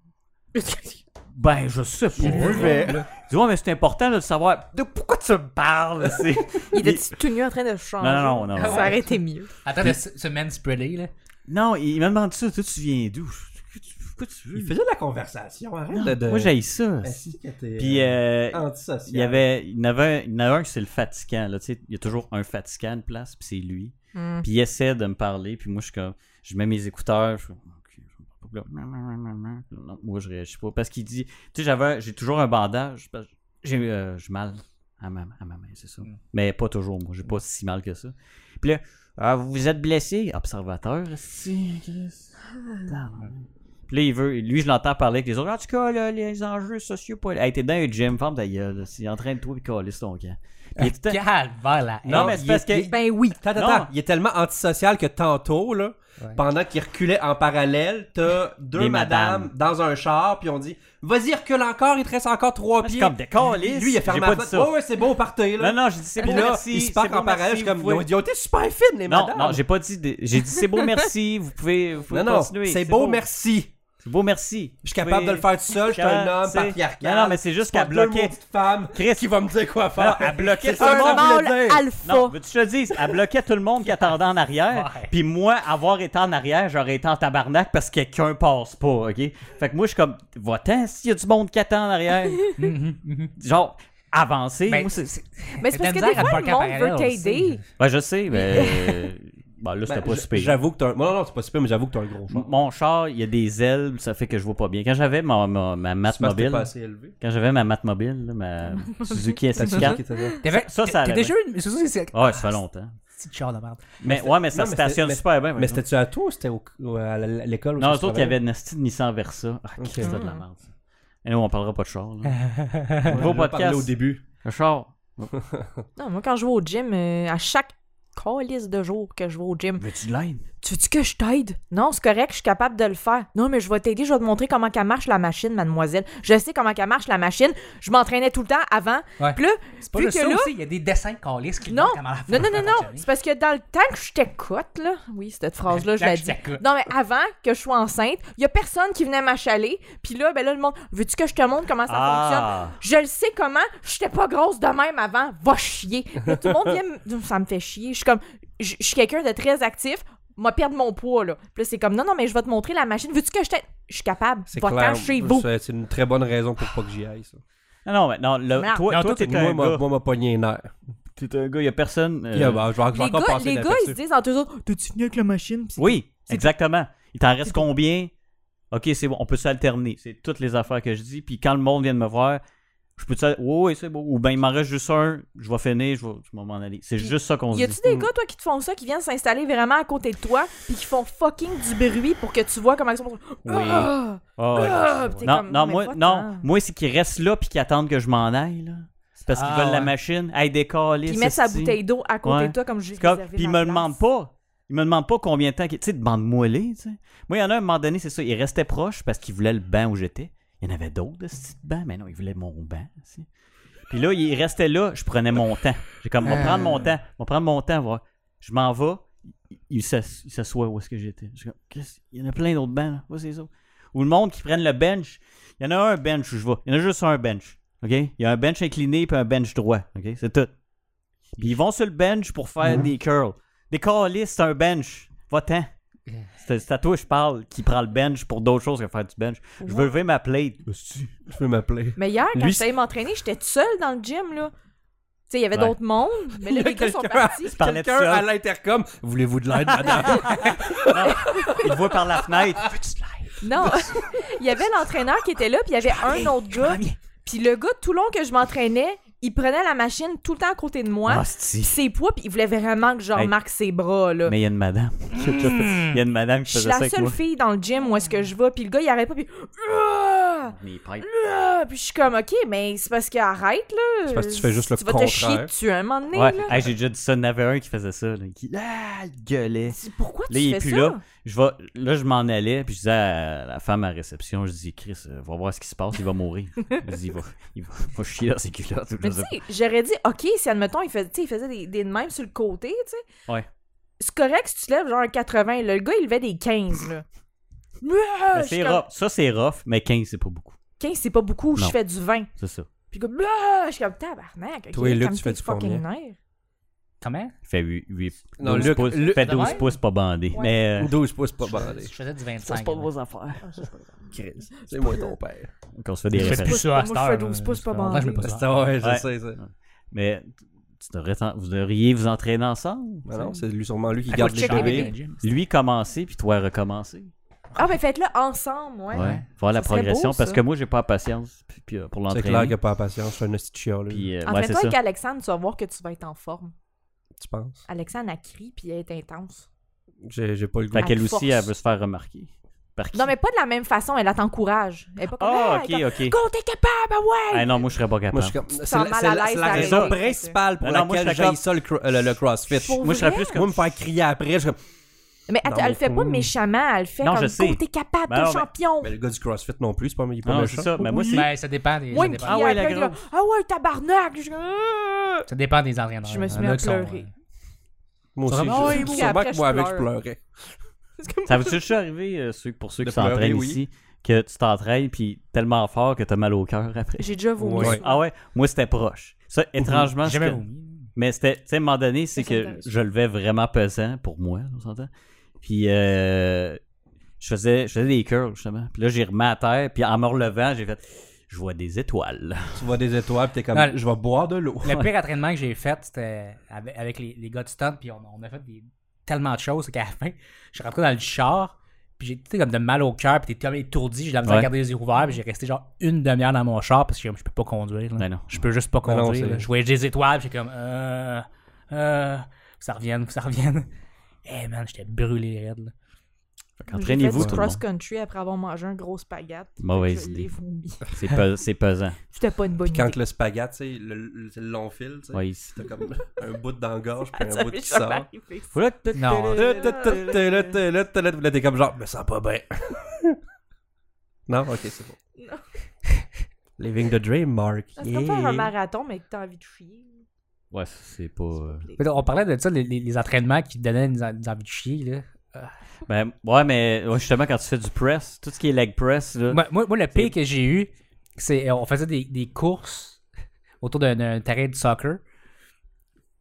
B: Ben, je sais pas. mais- Tu vois, mais c'est important là, de savoir de pourquoi tu me parles. C'est.
C: Il était tout nu en train de changer.
B: Non, non, non, non.
C: Ça aurait été mieux.
D: Attends, de se se manspreader, là.
B: Non, il m'a demandé ça. Toi, tu viens d'où? Pourquoi tu- Pourquoi tu veux?
A: Il faisait de la conversation, arrête de. de...
B: Moi, j'ai ça.
A: Ainsi que t'es,
B: Puis,
A: euh,
B: Ben, euh,
A: antisocial.
B: il y avait, il y en avait un, il y en avait un que c'est le fatigant. Là, tu sais, il y a toujours un fatigant de place, puis c'est lui.
D: Hmm.
C: Mm.
B: Puis il essaie de me parler, puis moi, je suis comme, je mets mes écouteurs, je suis comme, Ok, je me parle pas, puis là, blablabla. Non, moi, je réagis pas. Parce qu'il dit, tu sais, j'avais, un- j'ai toujours un bandage, parce que j'ai euh, j'ai mal à ma, à ma main, c'est ça.
D: Mm.
B: Mais pas toujours, moi, j'ai pas si mal que ça. Puis là, Ah, vous vous êtes blessé, observateur, si, Chris. Tabarnak. Puis là, il veut, lui, je l'entends parler avec les autres. En tout cas, là, les enjeux sociaux, pas. Hey, t'es dans un gym, ferme ta gueule, là. entraîne-toi, puis calisse ton camp. Puis il est tout le temps-
D: Calvaire, là.
B: Non,
A: Non,
B: mais c'est
A: il
B: parce
A: est-
B: que.
A: il est-
C: Ben oui.
A: Attends,
B: Non.
A: attends, il est tellement antisocial que tantôt, là,
D: Ouais.
A: pendant qu'il reculait en parallèle, t'as deux
B: Des
A: madames
B: madames.
A: dans un char, puis on dit Vas-y, recule encore, il te reste encore trois
B: Ah, C'est
A: pieds.
B: comme des câlisses,
A: Lui, il a fermé
B: j'ai
A: la
B: pas dit
A: fenêtre.
B: ça.
A: Ouais, ouais, c'est bon, partez, là.
B: Non, non, j'ai dit c'est
A: Puis
B: beau,
A: là,
B: merci.
A: ils se
B: c'est
A: parquent
B: beau,
A: en parallèle, je
B: merci,
A: suis comme
B: vous pouvez-
A: Ils ont dit Oh, t'es super fine, les
B: Non,
A: madames.
B: non, j'ai pas dit. de- J'ai dit c'est beau, merci, vous pouvez, vous pouvez
A: Non, non,
B: continuer.
A: c'est beau, merci.
B: C'est Je vous remercie.
A: Je suis capable de le faire tout seul, je suis un homme
B: C'est-
A: patriarcal.
B: Non, non, mais c'est juste qu'elle bloquait.
A: Une femme
B: Chris.
A: qui va me dire quoi
B: Non,
A: faire.
B: elle bloquait tout
A: ça,
B: le
A: ça
B: monde.
A: voulait
C: mâle
A: dire.
C: alpha.
B: Non, veux-tu que je te dise, elle bloquait tout le monde qui attendait en arrière.
D: Ouais.
B: Puis moi, avoir été en arrière, j'aurais été en tabarnak parce que quelqu'un passe pas, OK? Fait que moi, je suis comme, va-t'en s'il y a du monde qui attend en arrière. Genre, avancer.
D: Ben,
B: moi, c'est- c'est-
C: Mais c'est parce que
D: T'as de la
C: des
D: misère à
C: fois, le
D: parquer en
C: monde veut
D: parallèle,
C: t'aider.
B: Ouais, je sais, mais. bon, là, c'était
A: Ben,
B: pas
A: j-
B: super.
A: J'avoue que t'as un... Non, non, c'est pas super, mais j'avoue que t'as un gros char.
B: Mon char, il y a des ailes, ça fait que je vois pas bien. Quand j'avais ma, ma, ma mat
A: C'est parce que t'es
B: mobile,
A: pas assez élevé.
B: quand j'avais ma mat mobile, là, ma
A: Qui
B: Suzuki SS4,
A: était là.
D: T'avais-
B: Ça, ça
D: t'as-
B: allait
D: T'as déjà eu une. mais c'est ça, c'est-
B: ouais, ça fait longtemps.
D: Petite char de merde.
B: Mais, ouais, mais ça
A: non, mais
B: stationne
A: c'était-
B: super bien.
A: Mais c'était-tu à toi ou c'était au- ou à l- à l'école? où
B: Non,
A: ça
B: eux
A: se
B: autres, il y
A: travaillait?
B: avait une hostie de Nissan Versa. Ah, qu'est-ce que c'était de la merde, ça. Et nous, on parlera pas de char, là.
A: Ouais,
B: Nouveau
A: Mm. on en a parlé
B: podcast.
A: au début.
B: Un char.
C: Non, moi, quand je vais au gym, euh, à chaque calice de jours que je vais au gym,
B: Veux-tu de l'aide?
C: tu veux-tu que je t'aide? Non, c'est correct, je suis capable de le faire. Non, mais je vais t'aider, je vais te montrer comment qu'elle marche la machine, mademoiselle. Je sais comment qu'elle marche la machine. Je m'entraînais tout le temps avant.
D: Ouais.
C: Puis là,
D: C'est pas
C: Vu
D: juste
C: que
D: ça
C: là-
D: aussi, il y a des dessins qu'on lisse qui
C: Non.
D: montrent comment la
C: Non, non,
D: faire
C: non, non.
D: fonctionner.
C: C'est parce que dans le temps que je t'écoute, là. Oui, cette phrase-là, je
D: Quand
C: la
D: je
C: dis.
D: t'écoute.
C: Non, mais avant que je sois enceinte, il y a personne qui venait m'achaler. Puis là, ben là, le monde, veux-tu que je te montre comment ça fonctionne?
B: Ah!
C: Je le sais comment, j'étais pas grosse de même avant, va chier. Mais tout le monde vient me- Ça me fait chier. Je suis comme, je je suis quelqu'un de très actif, m'a perdre mon poids, là. Puis là, c'est comme, non, non, mais je vais te montrer la machine, veux-tu que je t'aide? Je suis capable,
A: C'est
C: va-t'en
A: clair.
C: chez vous.
A: C'est c'est une très bonne raison pour pas que j'y aille, ça.
B: Non, non, mais non, le-
C: Merde.
B: toi,
D: Non,
B: toi,
D: toi,
B: t'es
A: Moi,
B: un
A: m'a-
B: gars.
A: moi, m'a pogné un nerf. bah,
B: T'es un gars, y a personne. euh,
A: je vais, je vais
C: Les
A: encore
C: gars,
A: passer
C: les
A: la
C: gars ils se
A: facture.
C: disent entre eux autres, t'as-tu fini avec la machine? Puis c'est
B: Oui, exactement. Il t'en reste combien? Ok, c'est bon, on peut s'alterner. C'est toutes les affaires que je dis. Puis quand le monde vient de me voir, je peux te dire, oui, c'est bon. Ou bien il m'en reste juste un, je vais finir, je vais, je vais m'en aller. C'est
C: Puis,
B: juste ça qu'on se
C: Y a-tu
B: dit.
C: des gars, toi, qui te font ça, qui viennent s'installer vraiment à côté de toi, puis qui font fucking du bruit pour que tu vois comment ils sont.
B: Oui.
C: Ah!
B: Ah, ouais.
C: Ah! Puis t'es
B: non, non,
C: comme, mais hein?
B: moi,
C: va-t'en.
B: non, moi, c'est qu'ils restent là puis qu'ils attendent que je m'en aille. là. C'est parce qu'ils
D: Ah,
B: veulent la
D: ouais.
B: machine. Hey, décoller.
C: Puis ils mettent sa bouteille d'eau à côté
B: Ouais.
C: de toi, comme j'ai
B: C'est comme-
C: réservé
B: Puis il
C: ma
B: me
C: place.
B: demande pas. Il me demande pas combien de temps. qu'il- Tu sais, demande-moi les. tu sais. Moi, il y en a un à un moment donné, c'est ça. Il restait proche parce qu'il voulait le banc où j'étais. Il y en avait d'autres de ce type de banc, mais non, il voulait mon banc. tu sais. Puis là, il restait là. Je prenais mon temps. J'ai comme, on
C: Euh.
B: va prendre mon temps. On va prendre mon temps. voir. Je m'en vais. Il- Il s'ass- il s'assoit où est-ce que j'étais. J'ai comme, Qu'est-ce- Il y en a plein d'autres bancs. là. Où c'est ça? Ou le monde qui prenne le bench. Il y en a un bench où je vais. Il y en a juste un bench. OK? Il y a un bench incliné puis un bench droit. OK? C'est tout. Puis ils vont sur le bench pour faire
C: Mhm.
B: des curls. Des calices, c'est un bench. Va-t'en. C'est c'est à toi, que je parle, qui prend le bench pour d'autres choses que faire du bench. Je veux lever ma plate.
A: Tu peux m'appeler.
C: Mais hier, quand
B: Lui,
C: j'essayais de m'entraîner, j'étais toute seule dans le gym, là. Tu sais, il y avait
B: Ouais.
C: d'autres mondes, mais là, les gars sont
A: quelqu'un.
C: partis.
B: parlais
A: Quelqu'un
B: tout seul.
A: à l'intercom, voulez-vous de l'aide, madame?
B: Il le voit par la fenêtre.
C: Non, il y avait l'entraîneur qui était là, puis il y avait un autre gars. Puis le gars, tout le long que je m'entraînais, il prenait la machine tout le temps à côté de moi.
B: Ah,
C: Puis
B: c'est-tu.
C: ses poids, puis il voulait vraiment que je
B: Hey.
C: remarque ses bras, là.
B: Mais il y a une madame. Il y a une madame qui
C: Hmm. Je suis
B: faisait ça
C: la
B: avec
C: seule
B: moi.
C: fille dans le gym où est-ce que je vais, puis le gars il arrête pas, puis. Ah!
B: Mais il parle.
C: Ah! Puis je suis comme, ok, mais c'est parce que arrête là.
A: C'est parce que tu fais juste le
C: Tu vas te chier
A: contraire.
C: dessus à un moment donné.
B: Ouais,
C: Là.
B: Hey, j'ai déjà dit ça. Il y en avait un qui faisait ça. là, qui... Ah, il gueulait.
C: C'est- Pourquoi
B: Là,
C: tu
B: il
C: fais
B: est plus
C: ça?
B: là. Je vais... Là, je m'en allais, puis je disais à la femme à la réception, je dis, Chris, euh, va voir ce qui se passe, il va mourir. je dis, il va, il va... il va chier dans ses culottes. ou je
C: Mais tu
B: sais pas.
C: sais, j'aurais dit, ok, si admettons, il, fais- tu sais, il faisait des, des de même sur le côté, tu sais.
B: Ouais.
C: C'est correct si tu te lèves genre un 80, là. Le gars il levait des 15, là. Ah,
B: Mais
C: je suis
B: c'est
C: comme,
B: rough. Ça, c'est rough, mais 15, c'est pas beaucoup.
C: 15, c'est pas beaucoup, je
B: Non.
C: fais du 20.
B: C'est ça.
C: Puis comme, Ah! je suis comme, tabarnak. ok,
A: Toi, Luc,
C: comme
A: tu fais
C: t'es
A: du
C: fucking
A: combien?
C: nerf.
D: Comment
B: Il fait 8,
A: Non,
B: 12
A: Luc-
B: pouces.
A: Luc-
B: fait 12
D: Ouais.
B: pouces pas bandé.
C: Ouais.
B: Mais euh,
A: 12 pouces pas
D: Je
A: bandé.
D: faisais- Je faisais du 25. avant.
B: affaires.
A: Chris, c'est moi ton père.
B: euh, Qu'on se fait des
D: Je fais plus
B: références.
D: ça à
C: Moi, je
D: cette
C: fais
D: heure,
C: 12
D: là.
C: pouces, pas
D: Ça fait longtemps que je mets
C: bandé.
D: pas ça.
A: ouais,
B: Ouais.
A: je sais, ça.
B: Mais tu devrais t'en- vous devriez vous entraîner ensemble.
A: Mais Ben non, c'est lui, sûrement lui qui
D: À
A: garde
D: cause
A: les
D: de checker
A: bébés.
D: les gym.
B: Lui commencer, puis toi recommencer.
C: Ah, ben faites-le ensemble, ouais.
B: Ouais. Voir la
C: Ça serait
B: progression.
C: beau,
B: parce
C: ça.
B: que moi, j'ai pas la patience puis- puis, euh, pour
A: C'est clair qu'il
B: l'entraîner.
A: a pas la patience, je suis un hostie de chialeux.
B: Puis, euh, ouais, c'est
C: Entraîne-toi
B: ça.
C: avec Alexandre, tu vas voir que tu vas être en forme.
A: Tu penses?
C: Alexandre a crié puis elle est intense.
A: J'ai j'ai pas le goût.
B: Fait qu'elle
C: avec
B: aussi,
C: force.
B: elle veut se faire remarquer. Par qui?
C: Non, mais pas de la même façon, elle elle t'encourage. Elle est pas comme
B: Ah,
C: Ah,
B: ok,
C: elle est
B: ok.
C: comme, Go, t'es capable, ah ouais!
B: Ah, non, moi, je serais pas capable.
A: Moi, je suis comme.
C: te
A: C'est
C: sens
A: la,
C: mal
A: c'est
C: à
A: la-
C: l'aise
A: c'est la
C: d'arrêter.
A: raison principale pour
B: Non, non, moi,
A: laquelle
B: je suis
A: j'aille ça le, cro- euh, le- le CrossFit.
C: Pour
B: Moi, je serais
C: vrai?
B: plus comme.
A: Moi, me faire crier après, je suis comme.
C: Mais elle,
A: Non,
C: elle
A: mais
C: le fait pas
A: faut-
C: méchamment, elle le fait
B: Non,
C: comme
B: je sais.
C: Go, t'es capable,
B: Ben
C: t'es
B: non, mais-
C: champion!
A: Mais le gars du CrossFit non plus, c'est pas, il est pas
B: Non, c'est
A: méchant.
B: ça. Mais moi, c'est.
D: Ben, ça dépend des.
C: Moi,
D: ça
C: il me
D: dépend.
B: Ah
C: criait
B: ouais,
C: après,
B: la
C: il dit,
B: grosse.
C: ah ouais, tabarnak! Je suis comme, Ah!
D: Ça dépend des entraîneurs.
C: Je me suis
D: Il y en
C: mis
D: a
C: à
D: qui sont, euh,
C: pleurer.
A: Moi aussi,
D: Vraiment,
A: je-
C: oui,
A: sûrement
C: après,
A: que moi
C: je
A: avec, je
C: pleure.
A: pleurais.
C: C'est comme-
B: Ça vous est déjà arrivé, euh, ceux- pour ceux
A: De
B: qui s'entraînent
A: pleurer, oui.
B: ici, que tu t'entraînes, puis tellement fort que t'as mal au cœur après.
C: J'ai déjà vomi.
D: Ouais.
C: souvent.
B: Ah ouais, moi c'était proche. Ça, étrangement,
D: J'ai
B: c'est
D: jamais
B: que-
D: vomi.
B: Mais c'était, tu sais, à un moment donné, c'est
C: Ça, ça me
B: que
C: dérange.
B: je levais vraiment pesant pour moi, on s'entend. Puis euh, je faisais je faisais des curls, justement. Puis là, j'ai remis à terre, puis en me relevant, j'ai fait je vois des étoiles.
A: Tu vois des étoiles, puis t'es comme,
D: Non,
A: je vais boire de l'eau.
D: Le pire entraînement que j'ai fait, c'était avec, avec les, les gars du stunt, puis on, on a fait des- tellement de choses qu'à la fin, je suis rentré dans le char, puis j'ai tu sais, comme de mal au cœur, puis t'es comme étourdi, j'ai de la misère à
B: Ouais.
D: garder les yeux ouverts, puis j'ai resté genre une demi-heure dans mon char, parce que je suis comme, je peux pas conduire. là.
B: Ben non.
D: Je peux juste pas
A: Ben non,
D: conduire.
A: c'est-
D: là. je voyais des étoiles, puis j'ai comme, euh, euh, faut que ça revienne, faut que ça revienne. Eh man, j'étais brûlé raide. là.
B: Fait
C: J'ai fait du
B: qu'entraînez-vous tout le monde.
C: cross-country après avoir mangé un gros spaghetti.
B: Mauvaise
C: Je l'ai
B: idée.
C: vomi.
B: C'est, pe- c'est pesant.
C: C'était pas une bonne
A: Puis quand
C: idée.
A: que le spaghetti, tu sais, le, le- c'est le long fil, tu sais,
B: Ouais, ici.
A: t'as comme un bout dans la gorge, puis un
C: Ah, ça
A: bout
C: m'est
A: qui
C: jamais
A: sort.
C: arrivé. ça.
A: Voilà.
D: Non.
A: Là, t'es comme genre, je me sens pas bien. Non, ok, c'est bon.
C: Non.
A: Living the dream, Mark.
C: Ça serait faire un marathon, mais que t'as envie de chier.
B: Ouais, c'est pas. euh,
D: Mais On parlait de ça, les, les- les entraînements qui te donnaient des en- des envies de chier. Là.
B: Ben, ouais, mais ouais, justement, quand tu fais du press, tout ce qui est leg press, là,
D: Moi, moi, moi, le pire que j'ai eu, c'est euh, on faisait des, des courses autour d'un- d'un terrain de soccer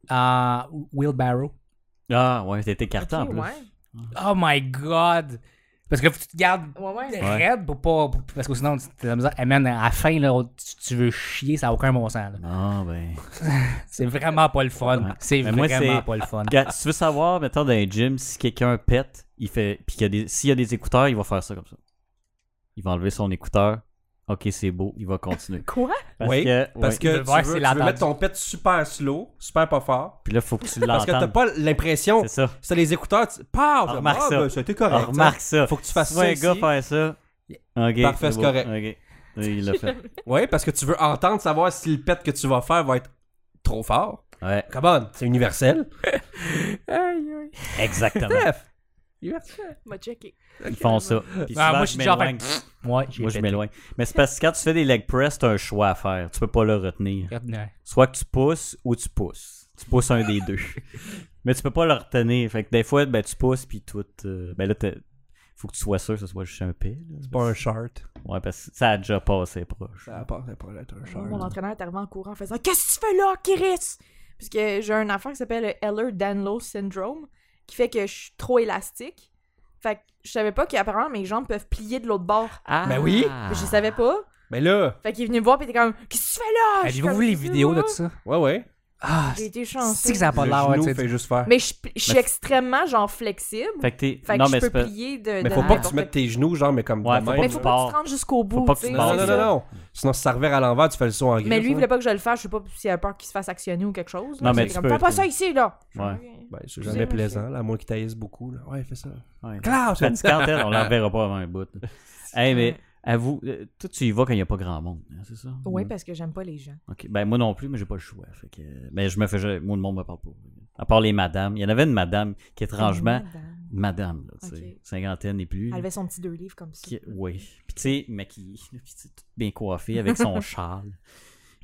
D: à wheelbarrow.
B: ah ouais, t'es écarté en
C: Ok,
B: plus.
C: ouais.
D: Oh my god! Parce que faut que tu te gardes
C: Ouais, ouais.
D: raide pour pas. pour- parce que sinon, tu- t'as la misère. Hey, man, à la fin, là, tu, tu veux chier, ça n'a aucun bon sens. là.
B: Ah ben.
D: C'est vraiment pas le fun.
B: Ouais.
D: C'est
B: Mais moi,
D: vraiment
B: c'est-
D: pas le fun.
B: Regarde, si tu veux savoir, mettons dans un gym, si quelqu'un pète, il fait. Puis qu'il y a des- s'il y a des écouteurs, il va faire ça comme ça. Il va enlever son écouteur. Ok, c'est beau, il va continuer.
C: Quoi?
B: Parce
A: Oui,
B: que.
A: parce que
B: ouais.
D: Tu veux
A: tu
D: voir
A: veux,
D: si
A: tu
D: la
A: veux
D: table-
A: mettre ton pet super slow, super pas fort,
B: Puis là, faut que tu
A: parce que t'as
B: l'entendes.
A: pas l'impression,
B: C'est ça.
A: c'est les écouteurs, tu pars,
B: On remarque ça.
A: ben, c'était correct.
B: remarque ça.
A: Faut que tu fasses
B: Tu vois
A: ça
B: un
A: ici.
B: gars faire ça. Ok.
A: Parfait, c'est
B: beau.
A: correct.
B: Ok. Et Il l'a fait.
A: Oui, parce que tu veux entendre savoir si le pet que tu vas faire va être trop fort.
B: Ouais,
A: Come on, c'est universel.
B: exactement.
A: Bref.
C: M'a checké.
B: Ils font ça. Puis
D: Ah,
B: souvent,
D: moi, je
B: je
D: suis genre
B: m'éloigne.
D: Moi, j'ai
B: Moi, je
D: pété.
B: m'éloigne. Mais c'est parce que quand tu fais des leg press, t'as un choix à faire. Tu peux pas le retenir.
D: Regarde, euh, non.
B: Soit que tu pousses ou tu pousses. Tu pousses un des deux. Mais tu peux pas le retenir. Fait que des fois, ben, tu pousses puis tout. euh, ben là, t'as- faut que tu sois sûr que ce soit juste un pied. là.
A: C'est pas un short.
B: Ouais, parce que ça a déjà passé proche.
A: Ça pas pas être un short.
C: Mon entraîneur est arrivé en courant en faisant Qu'est-ce que tu fais là, Kiris Parce que j'ai un enfant qui s'appelle le Heller-Danlos syndrome, qui fait que je suis trop élastique. Fait que je savais pas qu'apparemment mes jambes peuvent plier de l'autre bord.
B: Ah!
A: Ben oui.
C: Je savais pas.
A: Mais là,
C: Fait qu'il est venu me voir, pis il était comme Qu'est-ce que tu fais là Je suis
D: Avez-vous
C: comme,
D: vu les
C: C'est
D: vidéos de
C: là.
D: tout ça?
A: ouais, ouais.
D: Ah,
C: J'ai été
D: c'est
C: chanceuse.
D: que ça n'a pas
A: le
D: l'air. ouais,
A: genou
D: tu sais,
A: fait juste faire.
C: Mais je, je suis
B: Mais-
C: extrêmement genre flexible.
B: Fait que t'es.
C: Fait que
B: non,
C: je
B: mais
C: peux
B: c'est pas.
C: plier de.
A: Mais
C: de
A: faut pas que
C: n'importe
A: tu mettes tes genoux, genre, mais comme
B: Ouais,
A: de
B: faut
A: même,
C: Mais
B: que
C: faut
A: là.
B: tu
C: pas que
B: barres.
C: tu te rentres jusqu'au bout.
B: Faut pas que tu
C: tu
A: Non,
C: sais,
B: barres.
C: c'est
A: non,
C: ça.
A: non, non. Sinon, si ça revers à l'envers, tu fais le saut en gris.
C: Mais lui, il
A: ça.
C: voulait pas que je le fasse. Je sais pas s'il a peur qu'il se fasse actionner ou quelque chose. là.
B: Non, mais
C: C'est
B: tu
C: comme,
B: peux,
C: Fais pas
B: tu-
C: ça ici, là.
B: Ouais.
A: Ben, c'est
C: C'est
A: jamais plaisant, là, à moins qu'il taillisse beaucoup. Là. Ouais, fais ça.
B: Ouais.
A: Claude!
B: Fatigante, elle, on l'enverra pas avant un bout. hey, mais avoue, euh, toi, tu y vas quand il n'y a pas grand monde, hein, c'est ça?
C: Oui, parce que j'aime pas les gens.
B: Ok. Ben, moi non plus, mais j'ai pas le choix. Fait que, mais je me fais. je- Moi, le monde me parle pas. À part les madames. Il y en avait une madame qui, étrangement,
C: Madame.
B: madame, là, tu sais,
C: Ok.
B: cinquantaine et plus.
C: euh, Elle
B: là,
C: avait son petit deux livres comme ça.
B: qui- Oui. Puis, tu sais, maquillée, là, puis, tu sais, toute bien coiffée avec son châle.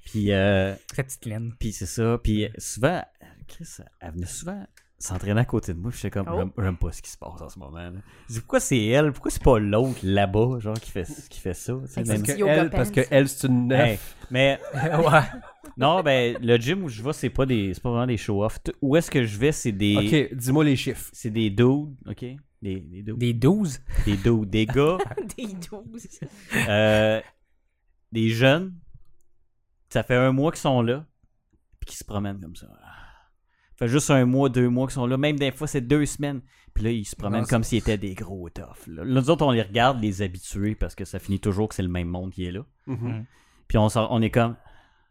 B: Puis, euh,
D: Très petite laine.
B: puis c'est ça. Puis, euh, souvent, euh, Chris, elle venait souvent s'entraîner à côté de moi. Puis, j'étais comme,
C: Oh.
B: j'aime- j'aime pas ce qui se passe en ce moment. là. Je dis, pourquoi c'est elle Pourquoi c'est pas l'autre là-bas, genre, qui fait, qui fait ça tu sais,
C: Avec
B: même-
A: Parce
C: Petit
A: que,
C: yoga
A: elle,
C: pants.
A: parce que elle, c'est une neuf.
B: Hey, mais
D: Ah ouais.
B: non, ben le gym où je vais, c'est pas des, c'est pas vraiment des show-off. T- Où est-ce que je vais, c'est des,
A: Ok, dis-moi les chiffres.
B: c'est des dudes, ok, des, des dudes,
D: Des 12.
B: des dudes, des gars,
C: Des douze.
B: euh, des jeunes. Ça fait un mois qu'ils sont là, puis qu'ils se promènent comme ça. Ça fait juste un mois, deux mois qu'ils sont là. Même des fois, c'est deux semaines. Puis là, ils se promènent
D: Non,
B: comme s'ils étaient des gros toughs. Là. Là, nous autres, on les regarde, les habitués, parce que ça finit toujours que c'est le même monde qui est là.
A: Mhm.
B: Puis on, sort- on est comme.